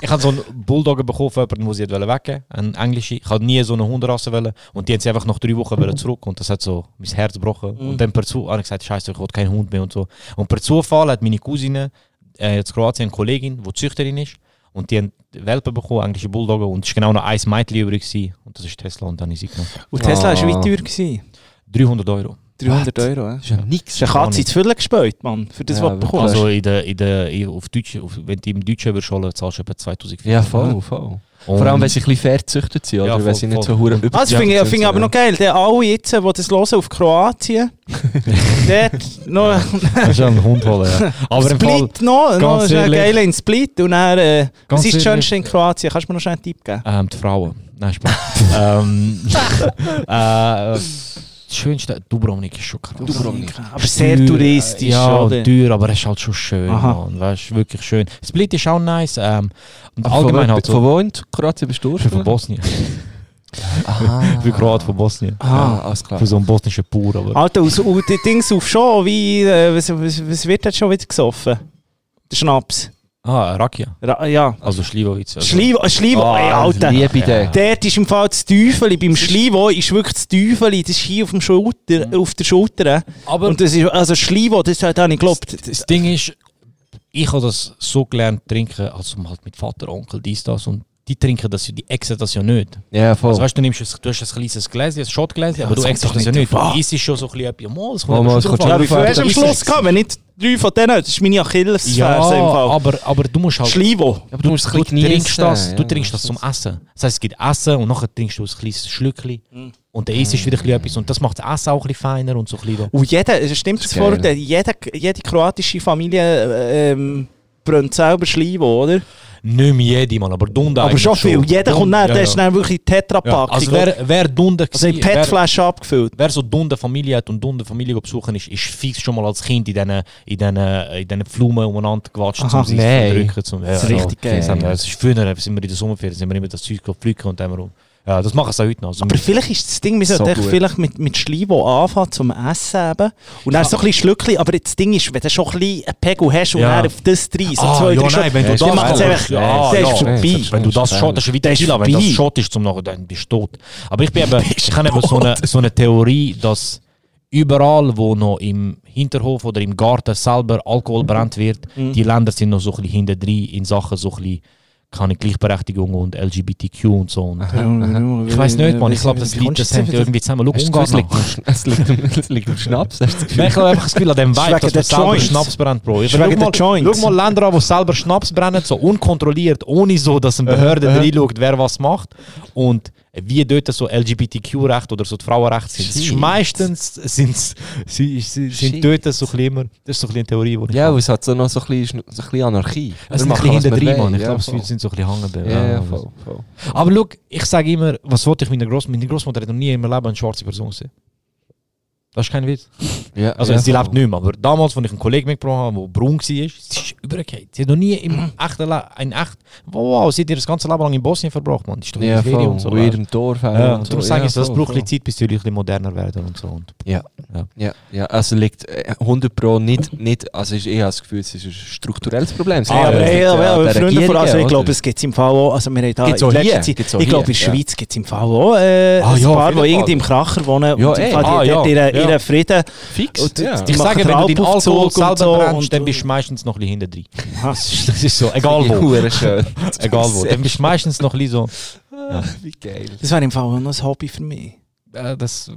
[SPEAKER 12] ich habe so einen Bulldogger bekommen von jemandem, den sie wollte wecken einen englischen. Ich wollte nie so eine Hunderasse. Wollen. Und die haben sie einfach nach drei Wochen wollen zurück. Und das hat so mein Herz gebrochen. Und dann per Zufall habe ich gesagt, ah, scheiße, ich will keinen Hund mehr und so. Und per Zufall hat meine Cousine, äh, jetzt Kroatien, eine Kollegin, die Züchterin ist. Und die haben Welpen bekommen, englische Bulldogger. Und es war genau noch ein Mädchen übrig. Gewesen. Und das ist Tesla. Und dann habe ich sie genommen.
[SPEAKER 13] Und Tesla war
[SPEAKER 7] Ah.
[SPEAKER 13] weit teuer. Gewesen.
[SPEAKER 12] 300 Euro.
[SPEAKER 13] 300 Euro. Ja.
[SPEAKER 7] Das ist ja nix.
[SPEAKER 13] Ist eine Katze zu viel gespielt, Mann, für das,
[SPEAKER 7] Ja,
[SPEAKER 13] was du bekommst.
[SPEAKER 12] Also in der, in der, in, auf Deutsch, auf, wenn du im Deutschen würdest, holen, zahlst du etwa 2500.
[SPEAKER 7] Ja, voll, voll.
[SPEAKER 12] Und-
[SPEAKER 7] Vor allem, wenn sie ein bisschen fair gezüchtet sind, oder?
[SPEAKER 12] Ja,
[SPEAKER 7] wenn
[SPEAKER 12] voll,
[SPEAKER 7] sie nicht
[SPEAKER 12] voll.
[SPEAKER 7] so hure über...
[SPEAKER 13] Also, finde ich finde ich aber noch geil, der alle jetzt, die das hören auf Kroatien, dort noch,
[SPEAKER 12] Kannst du einen Hund holen, ja. Aber im Fall...
[SPEAKER 13] Split noch, noch
[SPEAKER 12] ganz
[SPEAKER 13] ist ein
[SPEAKER 12] ehrlich-
[SPEAKER 13] geiler in Split und dann, äh, was ist das
[SPEAKER 12] ehrlich-
[SPEAKER 13] Schönste in Kroatien? Kannst du mir noch schnell einen Tipp geben?
[SPEAKER 12] Ähm, die Frauen. Nein, Spaß. ähm, äh, das schönste, Dubrovnik ist schon krass.
[SPEAKER 13] Aber sehr
[SPEAKER 12] Teuer,
[SPEAKER 13] touristisch,
[SPEAKER 12] Ja,
[SPEAKER 13] oder?
[SPEAKER 12] teuer, aber es ist halt schon schön,
[SPEAKER 13] Aha.
[SPEAKER 12] Mann. Weißt, du, wirklich schön. Split ist auch nice. Ähm, und
[SPEAKER 7] Aber
[SPEAKER 12] allgemein
[SPEAKER 7] von,
[SPEAKER 12] halt
[SPEAKER 7] Von
[SPEAKER 12] so.
[SPEAKER 7] wo in Kroatien bist du
[SPEAKER 12] Ich bin von
[SPEAKER 7] ursprünglich?
[SPEAKER 12] Bosnien. Ich bin Kroat von Bosnien.
[SPEAKER 7] Ah, alles klar.
[SPEAKER 12] Von so einem bosnischen Bauer. Aber
[SPEAKER 13] Alter, und, und die Dings auf schon, wie, äh, was, was, was wird jetzt schon wieder gesoffen? Der Schnaps.
[SPEAKER 12] ah, Rakia.
[SPEAKER 13] Ra ja.
[SPEAKER 12] Also Schliwowitz. Also.
[SPEAKER 13] Schlivo, Schlivo, ey, Alter.
[SPEAKER 7] Liebe den.
[SPEAKER 13] Dort ist im Fall das Teufel, beim Schlivo ist wirklich das Teufel, das ist hier auf, dem Schulter,
[SPEAKER 12] Mhm.
[SPEAKER 13] auf der Schulter.
[SPEAKER 12] Aber
[SPEAKER 13] und das ist, also Schlivo, das hat auch nicht geglaubt.
[SPEAKER 12] das Ding ist, ich habe das so gelernt trinken, also halt mit Vater, Onkel, dies, das. Und die trinken das, ja- die exen das ja nicht.
[SPEAKER 7] Ja, voll.
[SPEAKER 12] Also weißt du, du nimmst ein- du hast ein kleines Gläschen, ein Schottgläschen, aber du
[SPEAKER 13] das
[SPEAKER 12] extra
[SPEAKER 13] kommt
[SPEAKER 12] das ja
[SPEAKER 13] doch
[SPEAKER 12] nicht.
[SPEAKER 13] nicht drauf
[SPEAKER 12] Du isst schon so ein bisschen etwas. Mal, es
[SPEAKER 7] Mal,
[SPEAKER 12] kommt
[SPEAKER 7] es kommt
[SPEAKER 12] drauf an.
[SPEAKER 7] schon
[SPEAKER 13] Ja, wie viel
[SPEAKER 7] Fahrt-
[SPEAKER 13] hast du am Schluss gehabt? Wenn nicht drei von denen, das ist meine Achillesferse im
[SPEAKER 12] Ja,
[SPEAKER 13] Fall.
[SPEAKER 12] aber, aber du musst halt...
[SPEAKER 13] Schlivo.
[SPEAKER 7] aber du musst es
[SPEAKER 12] Du
[SPEAKER 7] ein bisschen
[SPEAKER 12] trinkst
[SPEAKER 7] geniessen,
[SPEAKER 12] das, du
[SPEAKER 7] ja.
[SPEAKER 12] trinkst das zum Essen. Das heisst, es gibt Essen und nachher trinkst du ein kleines Schlückchen und dann isst du wieder ein bisschen etwas und das macht das Essen auch ein bisschen feiner und so ein bisschen...
[SPEAKER 13] Und jeder, es stimmt das
[SPEAKER 7] geil.
[SPEAKER 13] Vorurteil, jede, jede kroatische Familie äh, ähm, brennt selber Schlivo, oder?
[SPEAKER 12] Nicht mehr jede, Mann, aber Dunde
[SPEAKER 13] aber
[SPEAKER 12] eigentlich
[SPEAKER 13] schon viel. Jeder kommt
[SPEAKER 12] Dunde,
[SPEAKER 13] näher,
[SPEAKER 12] ja,
[SPEAKER 13] der ist
[SPEAKER 12] ja.
[SPEAKER 13] dann wirklich
[SPEAKER 12] Ja,
[SPEAKER 13] Tetrapack.
[SPEAKER 12] also wer, wer Dunde
[SPEAKER 13] also in
[SPEAKER 12] gewesen- wer-
[SPEAKER 13] PET-Flaschen abgefüllt.
[SPEAKER 12] Wer so Dunde Familie hat und Dunde Familie go besuchen ist, ist fix schon mal als Kind in diesen in diesen, in diesen Pflumen umeinander gewatscht,
[SPEAKER 13] Aha,
[SPEAKER 12] um sich
[SPEAKER 7] nein.
[SPEAKER 12] zu drücken. Zum, ja,
[SPEAKER 13] Das ist richtig
[SPEAKER 12] ja.
[SPEAKER 13] geil.
[SPEAKER 12] Das haben wir- das ist früher, sind wir in der Sommerferien, sind wir immer das Zeug gepflückt und haben wir um. Ja, das machen sie auch heute noch. Also
[SPEAKER 13] Aber vielleicht ist das Ding, wir sollten echt
[SPEAKER 12] gut.
[SPEAKER 13] vielleicht mit, mit Schleibo anfangen zum Essen eben. Und dann so ein bisschen Schlückchen, aber das Ding ist, wenn du schon ein bisschen einen Pegel hast und
[SPEAKER 12] Ja.
[SPEAKER 13] dann auf das drei, so
[SPEAKER 12] Ah,
[SPEAKER 13] zwei,
[SPEAKER 12] ja,
[SPEAKER 13] drei
[SPEAKER 12] nein, wenn du
[SPEAKER 13] dann
[SPEAKER 12] das
[SPEAKER 13] macht es
[SPEAKER 12] machst,
[SPEAKER 13] einfach,
[SPEAKER 12] ja,
[SPEAKER 13] dann
[SPEAKER 12] ja.
[SPEAKER 13] ist es vorbei.
[SPEAKER 12] Wenn du das schon, das ist wie
[SPEAKER 13] Dann
[SPEAKER 12] der
[SPEAKER 13] ist
[SPEAKER 12] Killer, wenn das
[SPEAKER 13] vorbei.
[SPEAKER 12] Schott ist zum Nachhinein, dann bist du tot. Aber ich bin eben, ich habe eben so eine, so eine Theorie, dass überall, wo noch im Hinterhof oder im Garten selber Alkohol brennt wird,
[SPEAKER 13] Mhm.
[SPEAKER 12] die Länder sind noch so ein bisschen hinter drin in Sachen so ein bisschen keine Gleichberechtigung und LGBTQ und so. Und Ich weiß nicht, Mann. Ich glaube, das
[SPEAKER 7] Wie
[SPEAKER 12] liegt,
[SPEAKER 7] kommst du
[SPEAKER 12] das hängt
[SPEAKER 7] jetzt
[SPEAKER 12] irgendwie zusammen. Schau,
[SPEAKER 7] Hast du
[SPEAKER 12] Ungarn
[SPEAKER 7] das Gefühl, es liegt am- Es liegt am- es liegt am Schnaps. hast du das Gefühl?
[SPEAKER 12] Nein, ich habe einfach das Gefühl an dem Vibe,
[SPEAKER 7] Schmeckt
[SPEAKER 12] dass
[SPEAKER 7] der
[SPEAKER 12] man selber
[SPEAKER 7] Joint.
[SPEAKER 12] Schnaps brennt, Bro. Ich
[SPEAKER 7] Schmeckt
[SPEAKER 12] schau,
[SPEAKER 7] der
[SPEAKER 12] mal,
[SPEAKER 7] Joint.
[SPEAKER 12] schau mal Länder an, die selber Schnaps brennen, so unkontrolliert, ohne so, dass
[SPEAKER 7] Uh-huh,
[SPEAKER 12] eine Behörde
[SPEAKER 7] Aha.
[SPEAKER 12] reinschaut, wer was macht. Und wie dort so LGBTQ-Recht oder so die Frauenrechte sind. Es ist
[SPEAKER 7] Shit.
[SPEAKER 12] Meistens sind's, sie, sie, sind
[SPEAKER 7] Shit.
[SPEAKER 12] dort so ein bisschen immer, das ist so ein bisschen eine Theorie, die ich
[SPEAKER 7] Ja, weil es hat so noch so ein bisschen, so ein bisschen Anarchie.
[SPEAKER 12] es
[SPEAKER 7] Wir
[SPEAKER 12] sind ein
[SPEAKER 7] machen,
[SPEAKER 12] bisschen
[SPEAKER 7] was
[SPEAKER 12] hinter
[SPEAKER 7] wir
[SPEAKER 12] drin,
[SPEAKER 7] wollen.
[SPEAKER 12] Mann. Ich
[SPEAKER 7] Ja,
[SPEAKER 12] glaube, es
[SPEAKER 7] voll.
[SPEAKER 12] sind so ein bisschen hängen
[SPEAKER 7] Ja, ja, voll, voll.
[SPEAKER 12] Aber schau, ich sage immer, was wollte ich mit einer Grossmutter? Meine Großmutter hat noch nie in meinem Leben eine schwarze Person gesehen. Das ist kein Witz.
[SPEAKER 7] Ja,
[SPEAKER 12] also,
[SPEAKER 7] ja,
[SPEAKER 12] sie
[SPEAKER 7] voll.
[SPEAKER 12] lebt nicht mehr. Aber damals, als ich einen Kollegen mitgebracht habe, der braun war, sie ist übergegangen. Sie hat noch nie im echten Leben, in echt, wow, sie hat ihr das ganze Leben lang in Bosnien verbracht, Mann. Die ist doch in
[SPEAKER 7] Ja,
[SPEAKER 12] der Ferien
[SPEAKER 7] voll.
[SPEAKER 12] und so.
[SPEAKER 7] Und in ihrem Dorf auch
[SPEAKER 12] Ja,
[SPEAKER 7] und
[SPEAKER 12] und darum
[SPEAKER 7] so.
[SPEAKER 12] sage
[SPEAKER 7] Ja,
[SPEAKER 12] ich, so, das
[SPEAKER 7] voll,
[SPEAKER 12] braucht ein
[SPEAKER 7] voll.
[SPEAKER 12] bisschen Zeit, bis die Leute ein bisschen moderner werden und so. Und
[SPEAKER 7] Ja.
[SPEAKER 12] Ja.
[SPEAKER 7] Ja, ja, also liegt äh, 100 Pro nicht, nicht also ist, ich habe das Gefühl, es ist ein strukturelles Problem. Es
[SPEAKER 13] Ah,
[SPEAKER 7] liegt
[SPEAKER 13] aber,
[SPEAKER 7] an
[SPEAKER 13] ey,
[SPEAKER 7] der-
[SPEAKER 13] aber,
[SPEAKER 7] an
[SPEAKER 13] aber Freunde
[SPEAKER 7] der
[SPEAKER 13] von
[SPEAKER 7] Regierung,
[SPEAKER 13] also ich
[SPEAKER 7] oder?
[SPEAKER 13] glaube, es gibt im Fall auch, also wir haben da
[SPEAKER 7] Gibt's
[SPEAKER 13] in
[SPEAKER 7] auch
[SPEAKER 13] letzter
[SPEAKER 7] hier?
[SPEAKER 13] Zeit,
[SPEAKER 7] Gibt's auch
[SPEAKER 13] ich glaube, in der
[SPEAKER 7] hier? Ja.
[SPEAKER 13] Schweiz gibt es im Fall auch äh,
[SPEAKER 7] Ah,
[SPEAKER 13] ein
[SPEAKER 7] ja, auf
[SPEAKER 13] paar, die
[SPEAKER 7] jeden Fall.
[SPEAKER 13] irgendwie im Kracher wohnen
[SPEAKER 7] Ja,
[SPEAKER 13] und im
[SPEAKER 7] ey.
[SPEAKER 13] Fall, die
[SPEAKER 12] Ah,
[SPEAKER 13] dort
[SPEAKER 12] ja.
[SPEAKER 13] ihre,
[SPEAKER 12] Ja.
[SPEAKER 13] ihre Frieden.
[SPEAKER 7] Fix.
[SPEAKER 13] Und
[SPEAKER 7] Ja.
[SPEAKER 13] die
[SPEAKER 12] Ich
[SPEAKER 13] machen
[SPEAKER 12] sage, wenn du deinen
[SPEAKER 13] Raupaufzug
[SPEAKER 12] Alkohol
[SPEAKER 13] und so
[SPEAKER 12] selber brennst,
[SPEAKER 13] und-
[SPEAKER 12] dann bist du meistens noch ein bisschen hinter drin. Das ist so, egal
[SPEAKER 7] Finde ich
[SPEAKER 12] wo.
[SPEAKER 7] hure schön.
[SPEAKER 12] Egal wo. Dann bist du meistens noch ein bisschen so.
[SPEAKER 7] Wie geil.
[SPEAKER 13] Das wäre im Fall auch noch ein Hobby für mich.
[SPEAKER 12] Äh, das,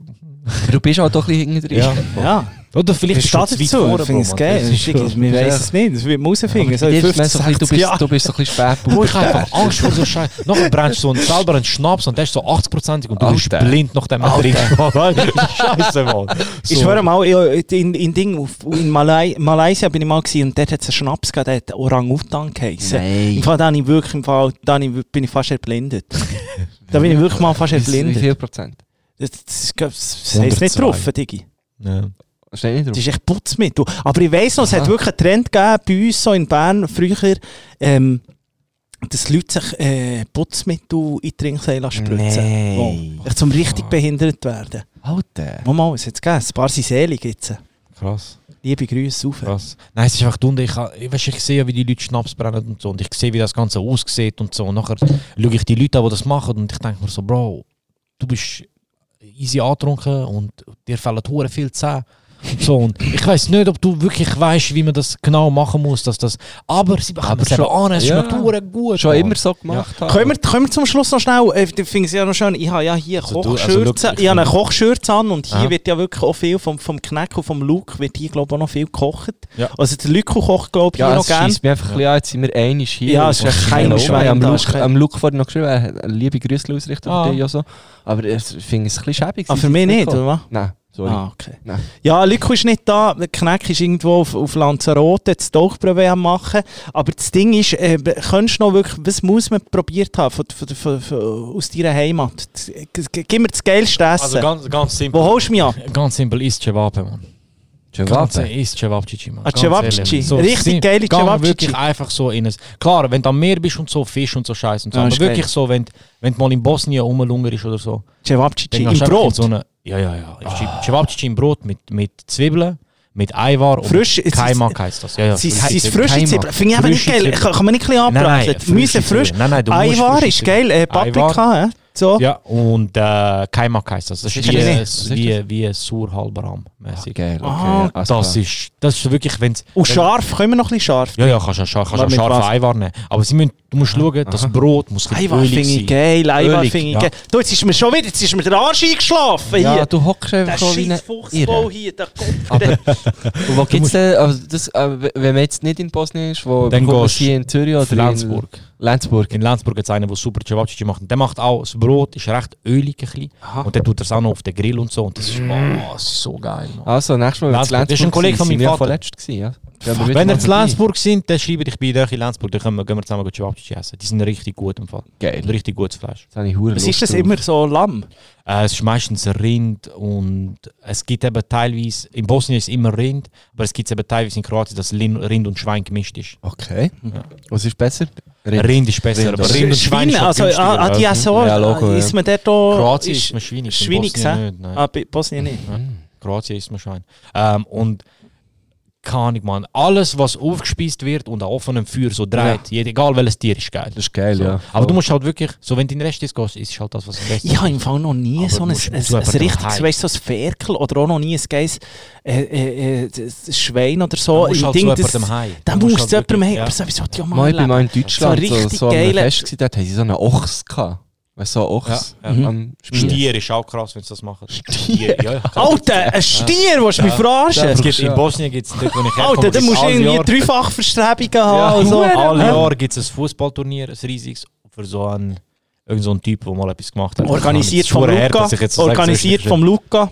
[SPEAKER 7] Aber du bist auch doch ein bisschen hinten drin.
[SPEAKER 12] Ja.
[SPEAKER 13] Ja.
[SPEAKER 12] Oder vielleicht
[SPEAKER 13] steht
[SPEAKER 12] steht es weit
[SPEAKER 13] dazu.
[SPEAKER 12] vorne,
[SPEAKER 13] Ich finde es
[SPEAKER 12] Bro,
[SPEAKER 13] geil.
[SPEAKER 12] Mann. Das ist
[SPEAKER 13] Ich- ich-
[SPEAKER 12] schon-
[SPEAKER 13] Wir
[SPEAKER 7] Ja.
[SPEAKER 13] wissen es nicht. Das wird man herausfinden. So
[SPEAKER 7] Bei dir
[SPEAKER 13] in
[SPEAKER 7] ist es
[SPEAKER 13] 50,
[SPEAKER 7] mehr so ein bisschen- du,
[SPEAKER 13] 60
[SPEAKER 7] bist,
[SPEAKER 13] Jahren.
[SPEAKER 7] du bist so ein bisschen
[SPEAKER 12] Bro, ich
[SPEAKER 7] spätpubertär.
[SPEAKER 12] habe einfach Angst vor so Scheiße. Nachher brennst du so einen, selber einen Schnaps und der ist so 80% und du bist
[SPEAKER 7] Alter.
[SPEAKER 12] blind nach dem
[SPEAKER 7] Alter.
[SPEAKER 12] Trick. Scheiße, Mann. So.
[SPEAKER 13] Ich schwöre mal, ich- äh, in, in, Ding, auf- in Malai, Malaysia bin ich mal gewesen, und dort hat es einen Schnaps gegeben, der hat Orang-Utan geheißen.
[SPEAKER 7] Nein.
[SPEAKER 13] Im Fall, da habe ich wirklich, im Fall, da habe ich- bin ich fast erblindet. da bin ich wirklich mal fast
[SPEAKER 7] Wie
[SPEAKER 13] erblindet.
[SPEAKER 7] viel Prozent?
[SPEAKER 13] Das, das, das, das heisst nicht
[SPEAKER 12] 102.
[SPEAKER 13] drauf, Digi.
[SPEAKER 12] Ja.
[SPEAKER 7] Steht nicht drauf.
[SPEAKER 13] Das ist echt Putzmittel. Aber ich weiss noch, es hat
[SPEAKER 7] Aha.
[SPEAKER 13] wirklich einen Trend gegeben bei uns so in Bern früher, ähm, dass Leute sich äh, Putzmittel in die Trinkseile spritzen.
[SPEAKER 7] Nein.
[SPEAKER 13] Oh. Echt zum richtig behindert werden.
[SPEAKER 7] Alter.
[SPEAKER 13] Mama, es hat gegeben. Ein paar sind selig jetzt.
[SPEAKER 12] Krass,
[SPEAKER 13] Liebe Grüße, auf.
[SPEAKER 12] krass. Nein, es ist einfach dumm. Ich, ha- ich, weiss, ich sehe ja, wie die Leute Schnaps brennen und so. Und ich sehe, wie das Ganze aussieht und so. Und nachher schaue ich die Leute an, die das machen. Und ich denke mir so, Bro, du bist easy angetrunken und dir fehlen hure viel Zähne. So, und ich weiß nicht, ob du wirklich weißt, wie man das genau machen muss, dass das. Aber sie bekommen
[SPEAKER 7] Aber
[SPEAKER 12] es eben
[SPEAKER 7] schon-
[SPEAKER 12] an, es
[SPEAKER 7] ja.
[SPEAKER 12] schmeckt hure gut.
[SPEAKER 7] Schon
[SPEAKER 12] Mann.
[SPEAKER 7] immer so gemacht. Ja.
[SPEAKER 13] Können wir, können wir zum Schluss noch schnell, äh, ich finde es ja noch schön, ich habe ja hier
[SPEAKER 12] Also du-
[SPEAKER 13] Kochschürze,
[SPEAKER 12] also schau, ich
[SPEAKER 13] ich habe eine
[SPEAKER 12] finde-
[SPEAKER 13] Kochschürze an und hier
[SPEAKER 12] Aha.
[SPEAKER 13] wird ja wirklich auch viel vom, vom Kneck und vom Look wird hier glaube ich auch noch viel gekocht.
[SPEAKER 12] Ja.
[SPEAKER 13] Also der Lücke kocht glaube ich
[SPEAKER 7] Ja,
[SPEAKER 13] hier
[SPEAKER 7] es
[SPEAKER 13] noch gerne.
[SPEAKER 7] scheisst mich einfach ein bisschen an, jetzt sind wir einig hier.
[SPEAKER 13] Ja, es ist echt kein Schwein
[SPEAKER 7] Am
[SPEAKER 13] da,
[SPEAKER 7] Luke,
[SPEAKER 13] es ist kein-
[SPEAKER 7] am Luke vorhin noch geschrieben, er hat liebe Grüße ausrichten
[SPEAKER 12] Ah.
[SPEAKER 7] für dich und so. Aber es- ich finde es ein bisschen schäbig.
[SPEAKER 13] Ah,
[SPEAKER 7] sie
[SPEAKER 13] für
[SPEAKER 7] sind
[SPEAKER 13] mich nicht,
[SPEAKER 7] gekommen.
[SPEAKER 13] oder was?
[SPEAKER 7] Nein, sorry.
[SPEAKER 13] Ah, okay.
[SPEAKER 7] Nein.
[SPEAKER 13] Ja, Lücke ist nicht da, der Kneck ist irgendwo auf, auf Lanzarote, das Tauchprobe am machen. Aber das Ding ist, äh, kannst du noch wirklich, was muss man probiert haben von, von, von, von, aus deiner Heimat? G- g- Gib mir das geilste Essen.
[SPEAKER 12] Also ganz, ganz
[SPEAKER 13] Wo holst du mich ab?
[SPEAKER 12] Ganz simpel ist Cevape, Mann. Ganze
[SPEAKER 7] Cevape.
[SPEAKER 12] ist Cevapcici, Mann.
[SPEAKER 13] Ah,
[SPEAKER 12] Ganz
[SPEAKER 13] Cevapcici.
[SPEAKER 12] ehrlich.
[SPEAKER 13] Richtig
[SPEAKER 12] sim-
[SPEAKER 13] geile
[SPEAKER 12] gang
[SPEAKER 13] Cevapcici.
[SPEAKER 12] wirklich einfach so in ein... Klar, wenn du am Meer bist und so, Fisch und so Scheiße und so.
[SPEAKER 13] Ja,
[SPEAKER 12] aber
[SPEAKER 13] ist geil.
[SPEAKER 12] wirklich so, wenn, du- wenn du mal in Bosnien rumlungerst oder so.
[SPEAKER 13] Cevapcici,
[SPEAKER 12] dann
[SPEAKER 13] im
[SPEAKER 12] gehst du einfach in
[SPEAKER 13] Brot.
[SPEAKER 12] So eine, ja, ja, ja. Oh. Cevapcici im Brot mit, mit Zwiebeln, mit Eiwar und
[SPEAKER 13] Frisch, es ist-
[SPEAKER 12] Kaimak heisst das. Ja, ja,
[SPEAKER 13] Sie
[SPEAKER 12] frisch.
[SPEAKER 13] sind frische
[SPEAKER 7] Keima.
[SPEAKER 13] Zwiebeln. Finde ich eben nicht
[SPEAKER 12] Frische
[SPEAKER 13] geil.
[SPEAKER 12] Zwiebeln.
[SPEAKER 13] Kann, kann man nicht ein bisschen
[SPEAKER 12] Nein, nein,
[SPEAKER 13] anbraten. Müssen
[SPEAKER 12] frische
[SPEAKER 13] frisch.
[SPEAKER 12] Zwiebeln. Nein, nein, du musst
[SPEAKER 13] Eiwar
[SPEAKER 12] frische
[SPEAKER 13] ist
[SPEAKER 12] Zwiebeln.
[SPEAKER 13] geil. Äh, Paprika, hä? So.
[SPEAKER 12] Ja, und äh, Kaimak heisst das. Das ist
[SPEAKER 7] ist
[SPEAKER 12] wie,
[SPEAKER 7] das?
[SPEAKER 12] äh,
[SPEAKER 7] Was ist
[SPEAKER 12] wie, wie Surhalbaram mäßig.
[SPEAKER 7] Geil, okay.
[SPEAKER 13] Ah,
[SPEAKER 7] ja, alles
[SPEAKER 12] Das
[SPEAKER 7] klar.
[SPEAKER 12] ist, das ist wirklich, wenn's,
[SPEAKER 13] Und
[SPEAKER 12] wenn-
[SPEAKER 13] scharf. Können wir noch ein bisschen scharf?
[SPEAKER 12] Ja, ja, kannst du kannst
[SPEAKER 13] Aber
[SPEAKER 12] auch
[SPEAKER 13] mit
[SPEAKER 12] scharfen
[SPEAKER 13] was?
[SPEAKER 12] Eiwar nehmen. Aber sie müssen, du musst schauen, das Brot muss ein bisschen
[SPEAKER 13] Eiwar finde ich
[SPEAKER 12] ölig sein.
[SPEAKER 13] geil. Eiwar
[SPEAKER 12] Ölig,
[SPEAKER 13] finde ich
[SPEAKER 12] ja.
[SPEAKER 13] geil. Du, jetzt ist mir schon wieder, jetzt ist mir der Arsch eingeschlafen
[SPEAKER 7] Ja,
[SPEAKER 13] hier.
[SPEAKER 7] du hockst
[SPEAKER 13] Der
[SPEAKER 7] einfach so wie
[SPEAKER 13] scheiß
[SPEAKER 7] ein Irre.
[SPEAKER 13] Fuchsbau hier, der Kopf. der-
[SPEAKER 7] Und wo gibt's denn, also das, äh, w- wenn man jetzt nicht in Bosnien ist, wo
[SPEAKER 12] Dann
[SPEAKER 7] wo man
[SPEAKER 12] gehst
[SPEAKER 7] hier in Zürich oder
[SPEAKER 12] Für Lenzburg.
[SPEAKER 7] in Lenzburg?
[SPEAKER 12] In Lenzburg gibt es einen, der super Cevapcici macht. Und der macht auch, das Brot ist recht ölig ein bisschen. Und der tut das auch noch auf den Grill und so. Und das ist,
[SPEAKER 13] Mm.
[SPEAKER 12] oh, so geil. Mann.
[SPEAKER 7] Also, nächstes Mal, wenn wir
[SPEAKER 12] Lenzburg. Das
[SPEAKER 7] zu
[SPEAKER 12] ist ein
[SPEAKER 7] Lenzburg
[SPEAKER 12] Kollege von
[SPEAKER 7] sind,
[SPEAKER 12] meinem
[SPEAKER 7] sind wir
[SPEAKER 12] Vater.
[SPEAKER 7] vorletzt gewesen, ja. Ja,
[SPEAKER 12] Wenn ihr
[SPEAKER 7] aber wieder
[SPEAKER 12] zu
[SPEAKER 7] mal vorbei.
[SPEAKER 12] Lenzburg sind, dann schreibe ich bei euch in Lenzburg. Dann können wir, gehen wir zusammen Cevapcici essen. Die sind richtig gut im Fall.
[SPEAKER 7] Geil.
[SPEAKER 12] Und richtig gutes Fleisch.
[SPEAKER 7] Jetzt habe ich hure
[SPEAKER 13] Was
[SPEAKER 7] Lust
[SPEAKER 13] ist das
[SPEAKER 7] drauf.
[SPEAKER 13] immer so lamm?
[SPEAKER 12] Äh, es ist meistens Rind und es gibt eben teilweise, in Bosnien ist es immer Rind, aber es gibt eben teilweise in Kroatien, dass Lin- Rind und Schwein gemischt ist.
[SPEAKER 7] Okay. Was ist besser?
[SPEAKER 12] Rind, ist besser, aber Rind und Schwein ist halt
[SPEAKER 13] also
[SPEAKER 12] günstiger,
[SPEAKER 13] ah, ah, die
[SPEAKER 12] weißt du?
[SPEAKER 13] Azor, ist man dort auch...
[SPEAKER 12] Kroatien ist man Schweinig, in
[SPEAKER 13] Schweinig,
[SPEAKER 12] Bosnien
[SPEAKER 13] hä?
[SPEAKER 12] nicht, nein.
[SPEAKER 13] Ah, bei Bosnien nicht.
[SPEAKER 12] Ja. Kroatien ist man Schwein. Ähm, und keine Ahnung, man. Alles, was aufgespeist wird und an offenem Feuer so dreht, jed- egal welches Tier, ist geil. Das
[SPEAKER 7] ist geil,
[SPEAKER 12] so.
[SPEAKER 7] ja.
[SPEAKER 12] Aber du musst halt wirklich, so wenn du in den Rest ist, gehst, ist halt das, was am besten
[SPEAKER 13] Ich habe im Fall noch nie
[SPEAKER 12] Aber
[SPEAKER 13] so ein, ein,
[SPEAKER 12] du musst-
[SPEAKER 13] ein,
[SPEAKER 12] musst du aber
[SPEAKER 13] richtiges,
[SPEAKER 12] daheim.
[SPEAKER 13] weißt du, so ein Ferkel oder auch noch nie ein geiles äh, äh, äh, das- das Schwein oder so.
[SPEAKER 12] Da musst
[SPEAKER 13] Ich
[SPEAKER 12] du halt
[SPEAKER 13] denk,
[SPEAKER 12] zu
[SPEAKER 13] das-
[SPEAKER 12] jemandem heim.
[SPEAKER 13] Da
[SPEAKER 12] Da musst
[SPEAKER 13] musst
[SPEAKER 12] du
[SPEAKER 13] du zu
[SPEAKER 12] halt
[SPEAKER 13] jemandem
[SPEAKER 12] wirklich-
[SPEAKER 13] heim.
[SPEAKER 12] ja.
[SPEAKER 13] Aber so, ich ja
[SPEAKER 7] Mal,
[SPEAKER 13] mal
[SPEAKER 7] ich bin mal in
[SPEAKER 13] erleben.
[SPEAKER 7] Deutschland
[SPEAKER 13] Oh, So
[SPEAKER 7] so, so,
[SPEAKER 13] richtig
[SPEAKER 7] an einem
[SPEAKER 13] geile...
[SPEAKER 7] Fest gewesen, dort haben sie so einen Ochs gehabt. Weißt du, so einen Ochs Mhm.
[SPEAKER 12] Ja, ja.
[SPEAKER 7] am Spiel.
[SPEAKER 12] Stier ist auch krass, wenn sie das machen. Stier? Ja, ja.
[SPEAKER 13] Alter, ein Stier, willst du mich verarschen?
[SPEAKER 12] Es gibt, in Bosnien gibt es dort, wo ich herkomme,
[SPEAKER 13] Alter, da
[SPEAKER 12] gibt's
[SPEAKER 13] musst du
[SPEAKER 12] alle
[SPEAKER 13] irgendwie
[SPEAKER 12] Jahr-
[SPEAKER 13] dreifach Verstrebungen haben. also. und so.
[SPEAKER 12] also, Alle
[SPEAKER 13] Ja.
[SPEAKER 12] Jahre gibt es ein Fußballturnier, ein riesiges, für so einen, irgend so einen Typ, der mal etwas gemacht hat.
[SPEAKER 13] Organisiert
[SPEAKER 12] Das ist
[SPEAKER 13] vom
[SPEAKER 12] verdammt hart,
[SPEAKER 13] Luca.
[SPEAKER 12] dass ich jetzt so sage,
[SPEAKER 13] Organisiert
[SPEAKER 12] das ist
[SPEAKER 13] vom Luca.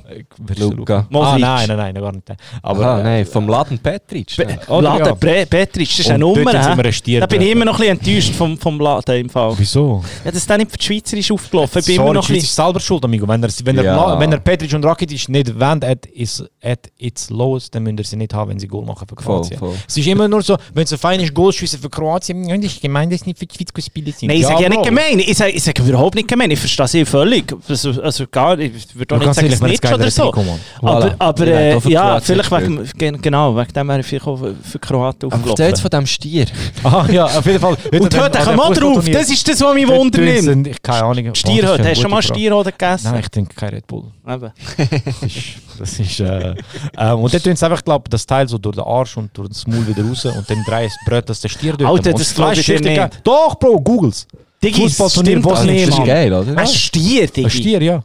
[SPEAKER 7] Luca.
[SPEAKER 12] Ah,
[SPEAKER 13] Modric. Ah,
[SPEAKER 12] nein, nein, nein, gar nicht. Aber
[SPEAKER 7] Aha,
[SPEAKER 12] äh,
[SPEAKER 7] Ah, nein, vom Laden Petric. ne?
[SPEAKER 12] Oder ja.
[SPEAKER 13] Laden Bre- Petric, das ist
[SPEAKER 12] Und
[SPEAKER 13] eine
[SPEAKER 12] dort
[SPEAKER 13] Nummer.
[SPEAKER 12] haben sie mir einen
[SPEAKER 13] hä?
[SPEAKER 12] Stier
[SPEAKER 13] Da bin ich
[SPEAKER 12] gegeben.
[SPEAKER 13] immer noch ein bisschen enttäuscht vom, vom Laden im Fall.
[SPEAKER 12] Wieso?
[SPEAKER 13] Ja, das ist dann nicht für die Schweizer ist aufgelaufen. Ich bin immer
[SPEAKER 12] Sorry, die
[SPEAKER 13] noch ein
[SPEAKER 12] Schweiz ist
[SPEAKER 13] bisschen...
[SPEAKER 12] selber schuld, Amigo. Wenn er, wenn
[SPEAKER 7] Ja.
[SPEAKER 12] er, Ma- wenn er Petric und Rakitic nicht wendet at, is, at its lowest, dann müssen sie nicht haben, wenn sie Goal machen für
[SPEAKER 7] Voll,
[SPEAKER 12] Kroatien.
[SPEAKER 7] voll.
[SPEAKER 12] Es ist immer nur so, wenn sie ein feines Goal schiessen hmm, für Kroatien, ja, das ist gemein, dass sie nicht für die Schweiz gespielt sind.
[SPEAKER 13] Nein, ich sage ja nicht
[SPEAKER 12] Bro.
[SPEAKER 13] gemein. Ich sage, ich sage überhaupt nicht gemein. Ich verstehe sie völlig. Also, also gar nicht. Ich würde auch nicht
[SPEAKER 12] Du kannst
[SPEAKER 13] sagen, es
[SPEAKER 12] ehrlich, wenn es
[SPEAKER 13] nicht
[SPEAKER 12] geiler
[SPEAKER 13] oder so.
[SPEAKER 12] Trikot, Mann.
[SPEAKER 13] Aber,
[SPEAKER 7] Voilà.
[SPEAKER 13] aber
[SPEAKER 7] Wir
[SPEAKER 13] äh,
[SPEAKER 7] werden auch für
[SPEAKER 13] ja,
[SPEAKER 7] Kroatien
[SPEAKER 13] vielleicht wegen, gen- genau, wegen dem wäre ich vielleicht auch für- für Kroaten
[SPEAKER 7] Aber erzähl jetzt
[SPEAKER 13] aufgelaufen.
[SPEAKER 7] von dem Stier.
[SPEAKER 12] Ah, ja, auf jeden Fall. Heute
[SPEAKER 13] Und heute kommen wir drauf. Das ist das, was mich wundern nimmt.
[SPEAKER 12] Ich keine Ahnung.
[SPEAKER 13] Stier
[SPEAKER 12] Oh, das ist
[SPEAKER 13] heute.
[SPEAKER 12] eine
[SPEAKER 13] Hast du schon
[SPEAKER 12] gute
[SPEAKER 13] mal
[SPEAKER 12] Frage.
[SPEAKER 13] Stierhoden gegessen?
[SPEAKER 12] Nein, ich trinke kein Red Bull.
[SPEAKER 13] Eben.
[SPEAKER 12] Das ist, das ist, äh, ähm, und dann tun sie einfach glaub, das Teil so durch den Arsch und durch den Maul wieder raus und dann drehen sie Brot, dass der Stier durch
[SPEAKER 13] Alter, das glaub ich dir nicht.
[SPEAKER 12] Doch, Bro, googles.
[SPEAKER 13] Digi,
[SPEAKER 12] Fußballturnier
[SPEAKER 13] stimmt
[SPEAKER 12] Bosnien,
[SPEAKER 13] alles.
[SPEAKER 7] Das ist
[SPEAKER 12] Mann.
[SPEAKER 7] geil, oder?
[SPEAKER 13] Ein Stier,
[SPEAKER 12] Ein
[SPEAKER 13] Digi.
[SPEAKER 12] Stier, ja.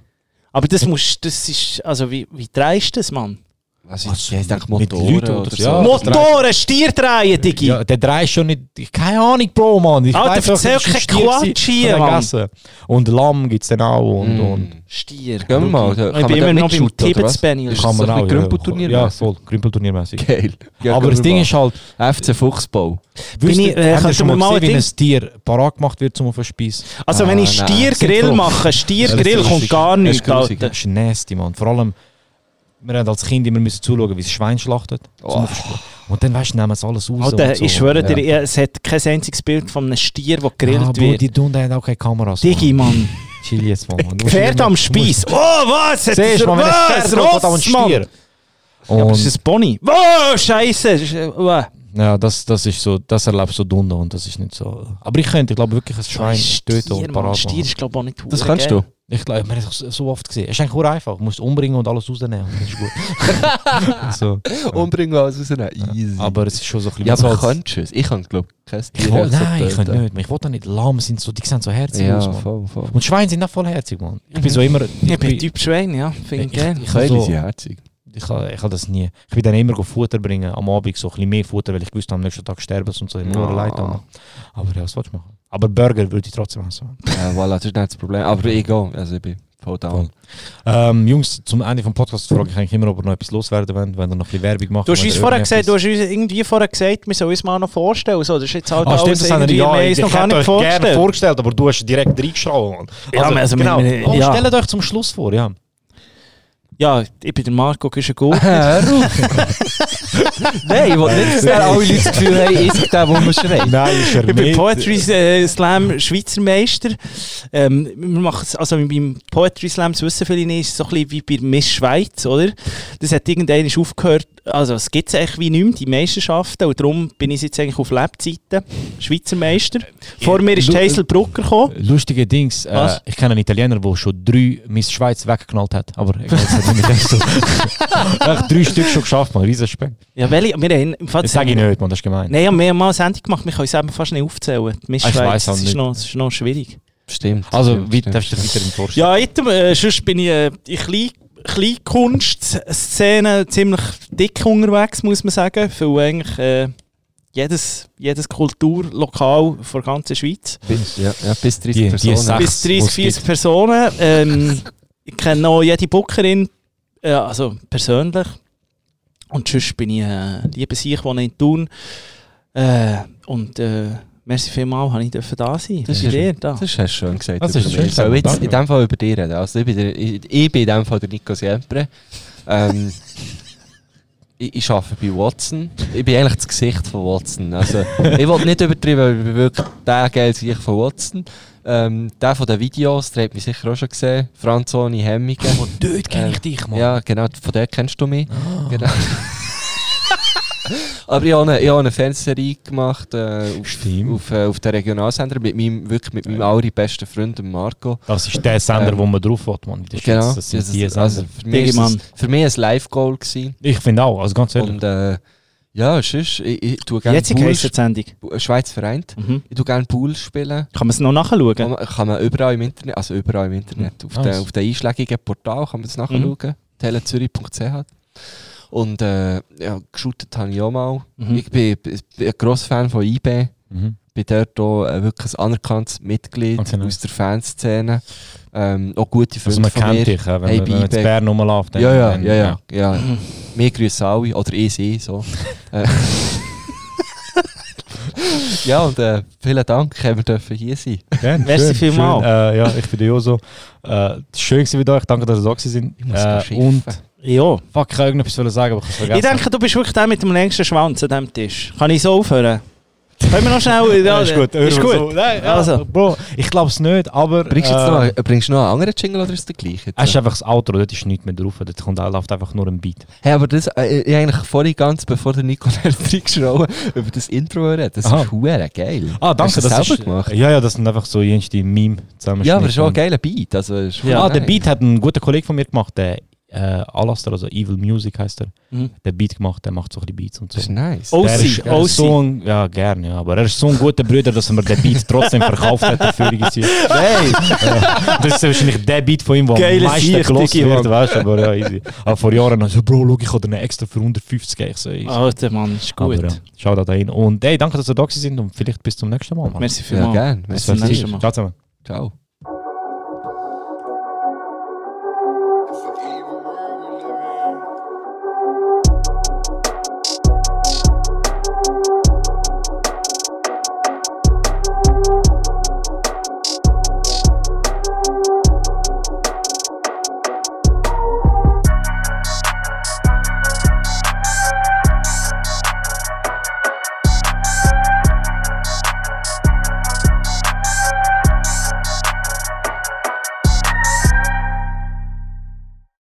[SPEAKER 13] Aber das muss, das ist, also wie, wie dreist das, Mann?
[SPEAKER 7] Was ist das? Ich denke,
[SPEAKER 12] mit
[SPEAKER 7] Motoren
[SPEAKER 12] Leuten
[SPEAKER 7] oder,
[SPEAKER 12] oder so.
[SPEAKER 7] so.
[SPEAKER 12] Ja.
[SPEAKER 13] Motoren, Stier drehen, Digi.
[SPEAKER 12] ja der dreht schon nicht. ich- Keine Ahnung, Bro, Mann. Ich
[SPEAKER 13] Alter,
[SPEAKER 12] weiß doch,
[SPEAKER 13] erzähl
[SPEAKER 12] das ist ein
[SPEAKER 13] keinen
[SPEAKER 12] Stier
[SPEAKER 13] Quatsch
[SPEAKER 12] gewesen.
[SPEAKER 13] hier,
[SPEAKER 12] Hat er
[SPEAKER 13] Mann. Mm.
[SPEAKER 12] gegessen. Und Lamm gibt es dann auch. Und, und.
[SPEAKER 13] Stier.
[SPEAKER 7] Gehen wir mal.
[SPEAKER 13] Ich bin immer noch beim Tibet-Spaniel.
[SPEAKER 12] Dus
[SPEAKER 7] Ist das so ein Grümpelturnier?
[SPEAKER 12] Ja, voll. Grümpelturniermäßig.
[SPEAKER 7] Geil. Ja,
[SPEAKER 12] Aber das
[SPEAKER 7] gehen wir
[SPEAKER 12] Ding ist halt,
[SPEAKER 7] mal. FC Fuchsbau.
[SPEAKER 12] wisst
[SPEAKER 13] ich- äh,
[SPEAKER 12] ihr, habt ihr
[SPEAKER 13] kannst
[SPEAKER 12] schon
[SPEAKER 13] du
[SPEAKER 12] mal
[SPEAKER 13] mir mal
[SPEAKER 12] gesehen, wie
[SPEAKER 13] ein
[SPEAKER 12] ein Tier parat gemacht wird zum auf den Spieß?
[SPEAKER 13] Also wenn ich
[SPEAKER 7] Ah, nein.
[SPEAKER 13] Stiergrill
[SPEAKER 12] Sind
[SPEAKER 13] mache, Stiergrill
[SPEAKER 7] Das ist genau
[SPEAKER 13] kommt gar
[SPEAKER 7] grusig.
[SPEAKER 13] nichts,
[SPEAKER 7] Das ist grusig,
[SPEAKER 13] Alter.
[SPEAKER 12] Das ist nasty, Mann. Vor allem, wir haben als Kind immer müssen zuschauen, wie das Schwein schlachtet. zum
[SPEAKER 7] Oh.
[SPEAKER 12] Aufspüren. Und dann, weißt du, nehmen sie alles raus.
[SPEAKER 13] Alter,
[SPEAKER 12] und so.
[SPEAKER 13] ich schwöre dir, es hat kein einziges Bild von einem Stier, der gegrillt
[SPEAKER 12] ah, Bro,
[SPEAKER 13] wird.
[SPEAKER 12] die tun haben auch keine Kameras.
[SPEAKER 13] Digi,
[SPEAKER 12] Mann.
[SPEAKER 13] Mann.
[SPEAKER 12] Chill jetzt, Mann. Du musst
[SPEAKER 13] Pferd
[SPEAKER 12] nicht
[SPEAKER 13] am
[SPEAKER 12] mehr- du musst-
[SPEAKER 13] Spieß. Oh, was? Hat
[SPEAKER 12] Siehst du, Mann, wenn ein
[SPEAKER 13] was?
[SPEAKER 12] Pferd rot am
[SPEAKER 13] Ross, Mann.
[SPEAKER 12] Stier.
[SPEAKER 13] Ja, aber
[SPEAKER 12] Und-
[SPEAKER 13] es ist ein Pony. Wow, scheiße. Das ist, äh, wow.
[SPEAKER 12] Ja, das, das ist so, das erlebst du dunno und das ist nicht so. Aber ich könnte, ich glaube wirklich ein Schwein töten
[SPEAKER 13] Stier,
[SPEAKER 12] und
[SPEAKER 13] Mann.
[SPEAKER 12] parat
[SPEAKER 13] Stier
[SPEAKER 12] machen.
[SPEAKER 13] ist glaube ich auch nicht
[SPEAKER 7] Das
[SPEAKER 13] hure
[SPEAKER 7] kannst
[SPEAKER 13] geil.
[SPEAKER 7] du.
[SPEAKER 12] Ich glaube, man hat es so- so oft gesehen. Es ist eigentlich nur einfach. Du musst umbringen und alles rausnehmen. und Das ist gut. so.
[SPEAKER 7] Umbringen alles rausnehmen. Easy.
[SPEAKER 12] Aber es ist schon so ein bisschen...
[SPEAKER 7] ja,
[SPEAKER 12] so
[SPEAKER 7] aber
[SPEAKER 12] als-
[SPEAKER 7] könntest du es? Ich kann, glaube ich, kein
[SPEAKER 12] Ich
[SPEAKER 7] Tier
[SPEAKER 12] will,
[SPEAKER 7] so
[SPEAKER 12] nein, ich
[SPEAKER 7] töten.
[SPEAKER 13] äh,
[SPEAKER 12] könnte nicht. Ich wollte nicht. Lamm sind so, die sehen so herzig
[SPEAKER 7] Ja,
[SPEAKER 12] aus. Mann.
[SPEAKER 7] voll, voll.
[SPEAKER 12] Und Schweine sind auch vollherzig, Mann. Ich bin so immer.
[SPEAKER 13] Mhm. Ich bin Typ Schwein, ja. Finde ich
[SPEAKER 12] Ich-
[SPEAKER 13] geil.
[SPEAKER 12] ich-
[SPEAKER 7] Geil,
[SPEAKER 12] so-
[SPEAKER 7] die sind herzig.
[SPEAKER 12] Ich habe ich hab das nie. Ich bin dann immer go Futter bringen, am Abend so ein bisschen mehr Futter, weil ich wusste, am nächsten Tag sterben sie und so. Ich habe nur
[SPEAKER 7] Ah.
[SPEAKER 12] leid daran. Aber ja, was willst du machen? Aber Burger würde ich trotzdem essen.
[SPEAKER 7] Ja, voilà, das ist nicht das Problem. Aber egal, also ich bin voll down.
[SPEAKER 12] Ähm, Jungs, zum Ende vom Podcast frage ich eigentlich immer, ob ihr noch etwas loswerden wollt, wenn ihr noch ein bisschen Werbung macht.
[SPEAKER 13] Du hast
[SPEAKER 12] wenn
[SPEAKER 13] uns
[SPEAKER 12] ihr
[SPEAKER 13] vorher
[SPEAKER 12] irgendetwas-
[SPEAKER 13] gesagt, du hast uns irgendwie vorher gesagt, wir sollen uns mal noch vorstellen. So, das ist jetzt halt
[SPEAKER 12] Ah, stimmt, das haben wir
[SPEAKER 13] irgendwie, wir
[SPEAKER 12] ja,
[SPEAKER 13] haben
[SPEAKER 12] ich
[SPEAKER 13] uns noch
[SPEAKER 12] noch
[SPEAKER 13] gar nicht
[SPEAKER 12] gerne
[SPEAKER 13] vorgestellt.
[SPEAKER 12] vorgestellt, aber du hast direkt reingeschraubt. Mann.
[SPEAKER 13] Ja, aber also wir-
[SPEAKER 12] genau.
[SPEAKER 13] wir-
[SPEAKER 12] Komm,
[SPEAKER 13] ja.
[SPEAKER 12] stellt euch zum Schluss vor, ja.
[SPEAKER 13] ja, ich bin der Marco Güschengut.
[SPEAKER 7] Eh, Nein, ich will nicht, dass dann alle Leute das Gefühl haben, ich bin der, der man schreit.
[SPEAKER 12] Nein, ist er
[SPEAKER 13] Ich bin Poetry äh, Slam Schweizer Meister. Ähm, wir machen es, also beim Poetry Slam, das wissen viele nicht, ist es so ein bisschen wie bei Miss Schweiz, oder? Das hat irgendwann aufgehört, also es gibt es eigentlich wie nicht mehr, die Meisterschaften, und darum bin ich jetzt eigentlich auf Lebzeiten Schweizer Meister. Vor mir ist
[SPEAKER 12] Lu-
[SPEAKER 13] Hazel Brucker gekommen.
[SPEAKER 12] Lustige Dings, äh,
[SPEAKER 13] Was?
[SPEAKER 12] ich kenne einen Italiener, der schon drei Miss Schweiz weggeknallt hat. Aber ich weiß nicht, mit dem so. Echt drei Stück schon geschafft, man. Riesen Speck.
[SPEAKER 13] Ja, welche? Wir haben, im Fall-
[SPEAKER 12] Das sage ich nicht, man, das ist gemein.
[SPEAKER 13] Nein, wir haben mehrmals ein Sendung gemacht, wir können es eben fast nicht aufzählen. Die Miss
[SPEAKER 12] Ah, ich
[SPEAKER 13] Schweiz
[SPEAKER 12] weiss auch
[SPEAKER 13] das ist,
[SPEAKER 12] nicht.
[SPEAKER 13] noch, das ist noch schwierig.
[SPEAKER 7] Stimmt.
[SPEAKER 12] Also,
[SPEAKER 7] stimmt,
[SPEAKER 12] wie,
[SPEAKER 7] stimmt,
[SPEAKER 12] darfst du dich
[SPEAKER 7] stimmt.
[SPEAKER 12] weiter im Forst?
[SPEAKER 13] Ja, jetzt, äh, sonst bin ich äh, in Klein Kleinkunstszene ziemlich dick unterwegs, muss man sagen. Weil eigentlich äh, jedes, jedes Kulturlokal von der ganzen Schweiz.
[SPEAKER 7] Bis, ja, ja, bis 30
[SPEAKER 12] Die- die
[SPEAKER 7] Personen.
[SPEAKER 12] Sache-
[SPEAKER 13] Bis
[SPEAKER 12] wo's
[SPEAKER 13] 30,
[SPEAKER 12] gibt.
[SPEAKER 13] 40 Personen. Ähm, ich kenne auch jede Bookerin, äh, also persönlich. Und sonst bin ich äh, lieber ich wohne in Thun. Äh, und äh, Merci vielmals, habe ich dürfen da sein.
[SPEAKER 7] Das
[SPEAKER 13] Bei
[SPEAKER 7] ist-
[SPEAKER 13] dir da.
[SPEAKER 7] das ist hast du schön gesagt.
[SPEAKER 13] Das ist
[SPEAKER 7] über
[SPEAKER 13] schön
[SPEAKER 7] mich. Ich soll
[SPEAKER 13] gesagt,
[SPEAKER 7] jetzt
[SPEAKER 13] danke.
[SPEAKER 7] in dem Fall über dich reden. Also ich, bin der, ich, ich bin in dem Fall der Nico Siempre. Ähm, ich, ich arbeite bei Watson. Ich bin eigentlich das Gesicht von Watson. Also, ich will nicht übertreiben, aber ich bin wirklich der geile Sicht von Watson. Ähm, der von den Videos, der hat mich sicher auch schon gesehen. Franz ohne Hemmungen. Von
[SPEAKER 12] dort kenn ich dich, Mann. Ah.
[SPEAKER 7] Ja, genau, von dort kennst du mich. Genau. Aber ich habe eine, ich habe eine Fernsehserie gemacht äh, auf,
[SPEAKER 12] Hm.
[SPEAKER 7] auf, äh, auf den Regionalsender mit meinem, wirklich mit meinem allerbesten Freund dem Marco.
[SPEAKER 12] Das ist der Sender, wo man drauf will, Mann. in der Schweiz.
[SPEAKER 7] Genau,
[SPEAKER 12] Das sind
[SPEAKER 7] das-
[SPEAKER 12] die Sender.
[SPEAKER 7] also für mich ist es- für mich ein Live-Goal gewesen.
[SPEAKER 12] Ich finde auch, also ganz ehrlich.
[SPEAKER 7] Und äh, ja, sonst, ich, ich tue gerne
[SPEAKER 13] Jetzt
[SPEAKER 7] Pool
[SPEAKER 13] heisst die
[SPEAKER 7] sp-
[SPEAKER 13] Sendung.
[SPEAKER 7] Bu- Schweiz vereint. Ich tue gerne Pool spielen.
[SPEAKER 13] Kann man es noch nachschauen?
[SPEAKER 7] Kann man, kann man überall im Internet, also überall im
[SPEAKER 12] Hm.
[SPEAKER 7] Internet, auf,
[SPEAKER 13] Nice.
[SPEAKER 7] den, auf den einschlägigen Portal kann man das nachschauen.
[SPEAKER 12] Mhm.
[SPEAKER 7] telezürich.ch und äh, ja, geshootet habe ich auch mal.
[SPEAKER 13] Mhm.
[SPEAKER 7] Ich bin, bin ein grosser Fan von IB.
[SPEAKER 12] Mhm.
[SPEAKER 7] Bin dort auch äh, wirklich ein anerkanntes Mitglied aus der Fanszene. Ähm, auch gute
[SPEAKER 12] Also
[SPEAKER 7] Freunde
[SPEAKER 12] man
[SPEAKER 7] von
[SPEAKER 12] kennt
[SPEAKER 7] mir.
[SPEAKER 12] dich, äh, wenn man- wenn man
[SPEAKER 7] IB.
[SPEAKER 12] in Bern rumläuft, dann-
[SPEAKER 7] Ja, ja,
[SPEAKER 12] dann-
[SPEAKER 7] ja. ja,
[SPEAKER 12] ja.
[SPEAKER 7] ja.
[SPEAKER 13] Mhm.
[SPEAKER 7] Mir grüßen alle. Oder ich sie, so. Äh, ja, und äh, vielen Dank, dass wir dürfen hier sein
[SPEAKER 12] Gerne.
[SPEAKER 7] Merci vielmals.
[SPEAKER 12] Schön. Äh, ja, ich bin der Joso. Äh, schön gewesen mit euch. Danke, dass ihr da gewesen sind. Ich
[SPEAKER 7] muss
[SPEAKER 12] äh,
[SPEAKER 7] schiffen.
[SPEAKER 12] und
[SPEAKER 13] ja.
[SPEAKER 12] Fuck, ich kann irgendetwas wollen sagen, aber ich habe
[SPEAKER 13] Ich
[SPEAKER 12] vergessen.
[SPEAKER 13] denke, du bist wirklich der mit dem längsten Schwanz an diesem Tisch. Kann ich so aufhören? Können wir noch schnell...
[SPEAKER 12] Ja, ist gut.
[SPEAKER 13] Ist gut.
[SPEAKER 12] So. Nein, ja,
[SPEAKER 13] also.
[SPEAKER 12] Bro, ich glaube es nicht, aber...
[SPEAKER 7] Bringst du
[SPEAKER 12] äh,
[SPEAKER 7] jetzt noch, einen- bringst du noch einen anderen Jingle oder ist der gleiche?
[SPEAKER 12] Es ist einfach das Outro, dort ist nichts mehr drauf. Dort kommt, läuft einfach nur ein Beat.
[SPEAKER 7] Hey, aber das, äh, ich eigentlich vorhin ganz, bevor der Nico reingeschraubt über das Intro redet, das
[SPEAKER 12] Aha.
[SPEAKER 7] ist hure geil.
[SPEAKER 12] Ah, danke,
[SPEAKER 7] Hast du
[SPEAKER 12] das,
[SPEAKER 7] das selber
[SPEAKER 12] ist,
[SPEAKER 7] gemacht?
[SPEAKER 12] Ja, ja, das sind einfach so jenste Meme zusammen.
[SPEAKER 7] Ja, aber schon ein geiler Beat. Also, ist
[SPEAKER 12] Ja, ah,
[SPEAKER 7] verdammt
[SPEAKER 12] der
[SPEAKER 7] nice.
[SPEAKER 12] Beat hat ein guter Kollege von mir gemacht, der äh, Alastair, also Evil Music heißt er.
[SPEAKER 13] Mhm.
[SPEAKER 12] Der Beat gemacht, der macht so ein bisschen Beats und so.
[SPEAKER 7] Das ist nice.
[SPEAKER 12] Der
[SPEAKER 13] OC,
[SPEAKER 12] ist, er
[SPEAKER 13] OC.
[SPEAKER 12] ist so ein, ja, gerne, ja, aber er ist so ein guter Bruder, dass er mir den Beat trotzdem verkauft hat dafür Jahr. Ja, das ist wahrscheinlich der Beat von ihm, der am
[SPEAKER 13] Geile
[SPEAKER 12] meisten
[SPEAKER 13] Sicht,
[SPEAKER 12] gelost
[SPEAKER 13] Digi,
[SPEAKER 12] wird,
[SPEAKER 13] Mann.
[SPEAKER 12] weißt du, aber ja, easy. Ah, Aber vor Jahren noch so, Bro, schau, ich habe dir einen extra für 150 gegeben. Ich so, easy.
[SPEAKER 13] Alter Mann, ist gut.
[SPEAKER 12] Aber ja, schau da hin. Und hey, danke, dass ihr da gewesen sind und vielleicht bis zum nächsten Mal. Mann.
[SPEAKER 13] Merci vielmals.
[SPEAKER 12] Ja,
[SPEAKER 13] Ja, gern.
[SPEAKER 12] gerne.
[SPEAKER 13] Bis zum nächsten Mal.
[SPEAKER 12] Ciao zusammen.
[SPEAKER 7] Ciao.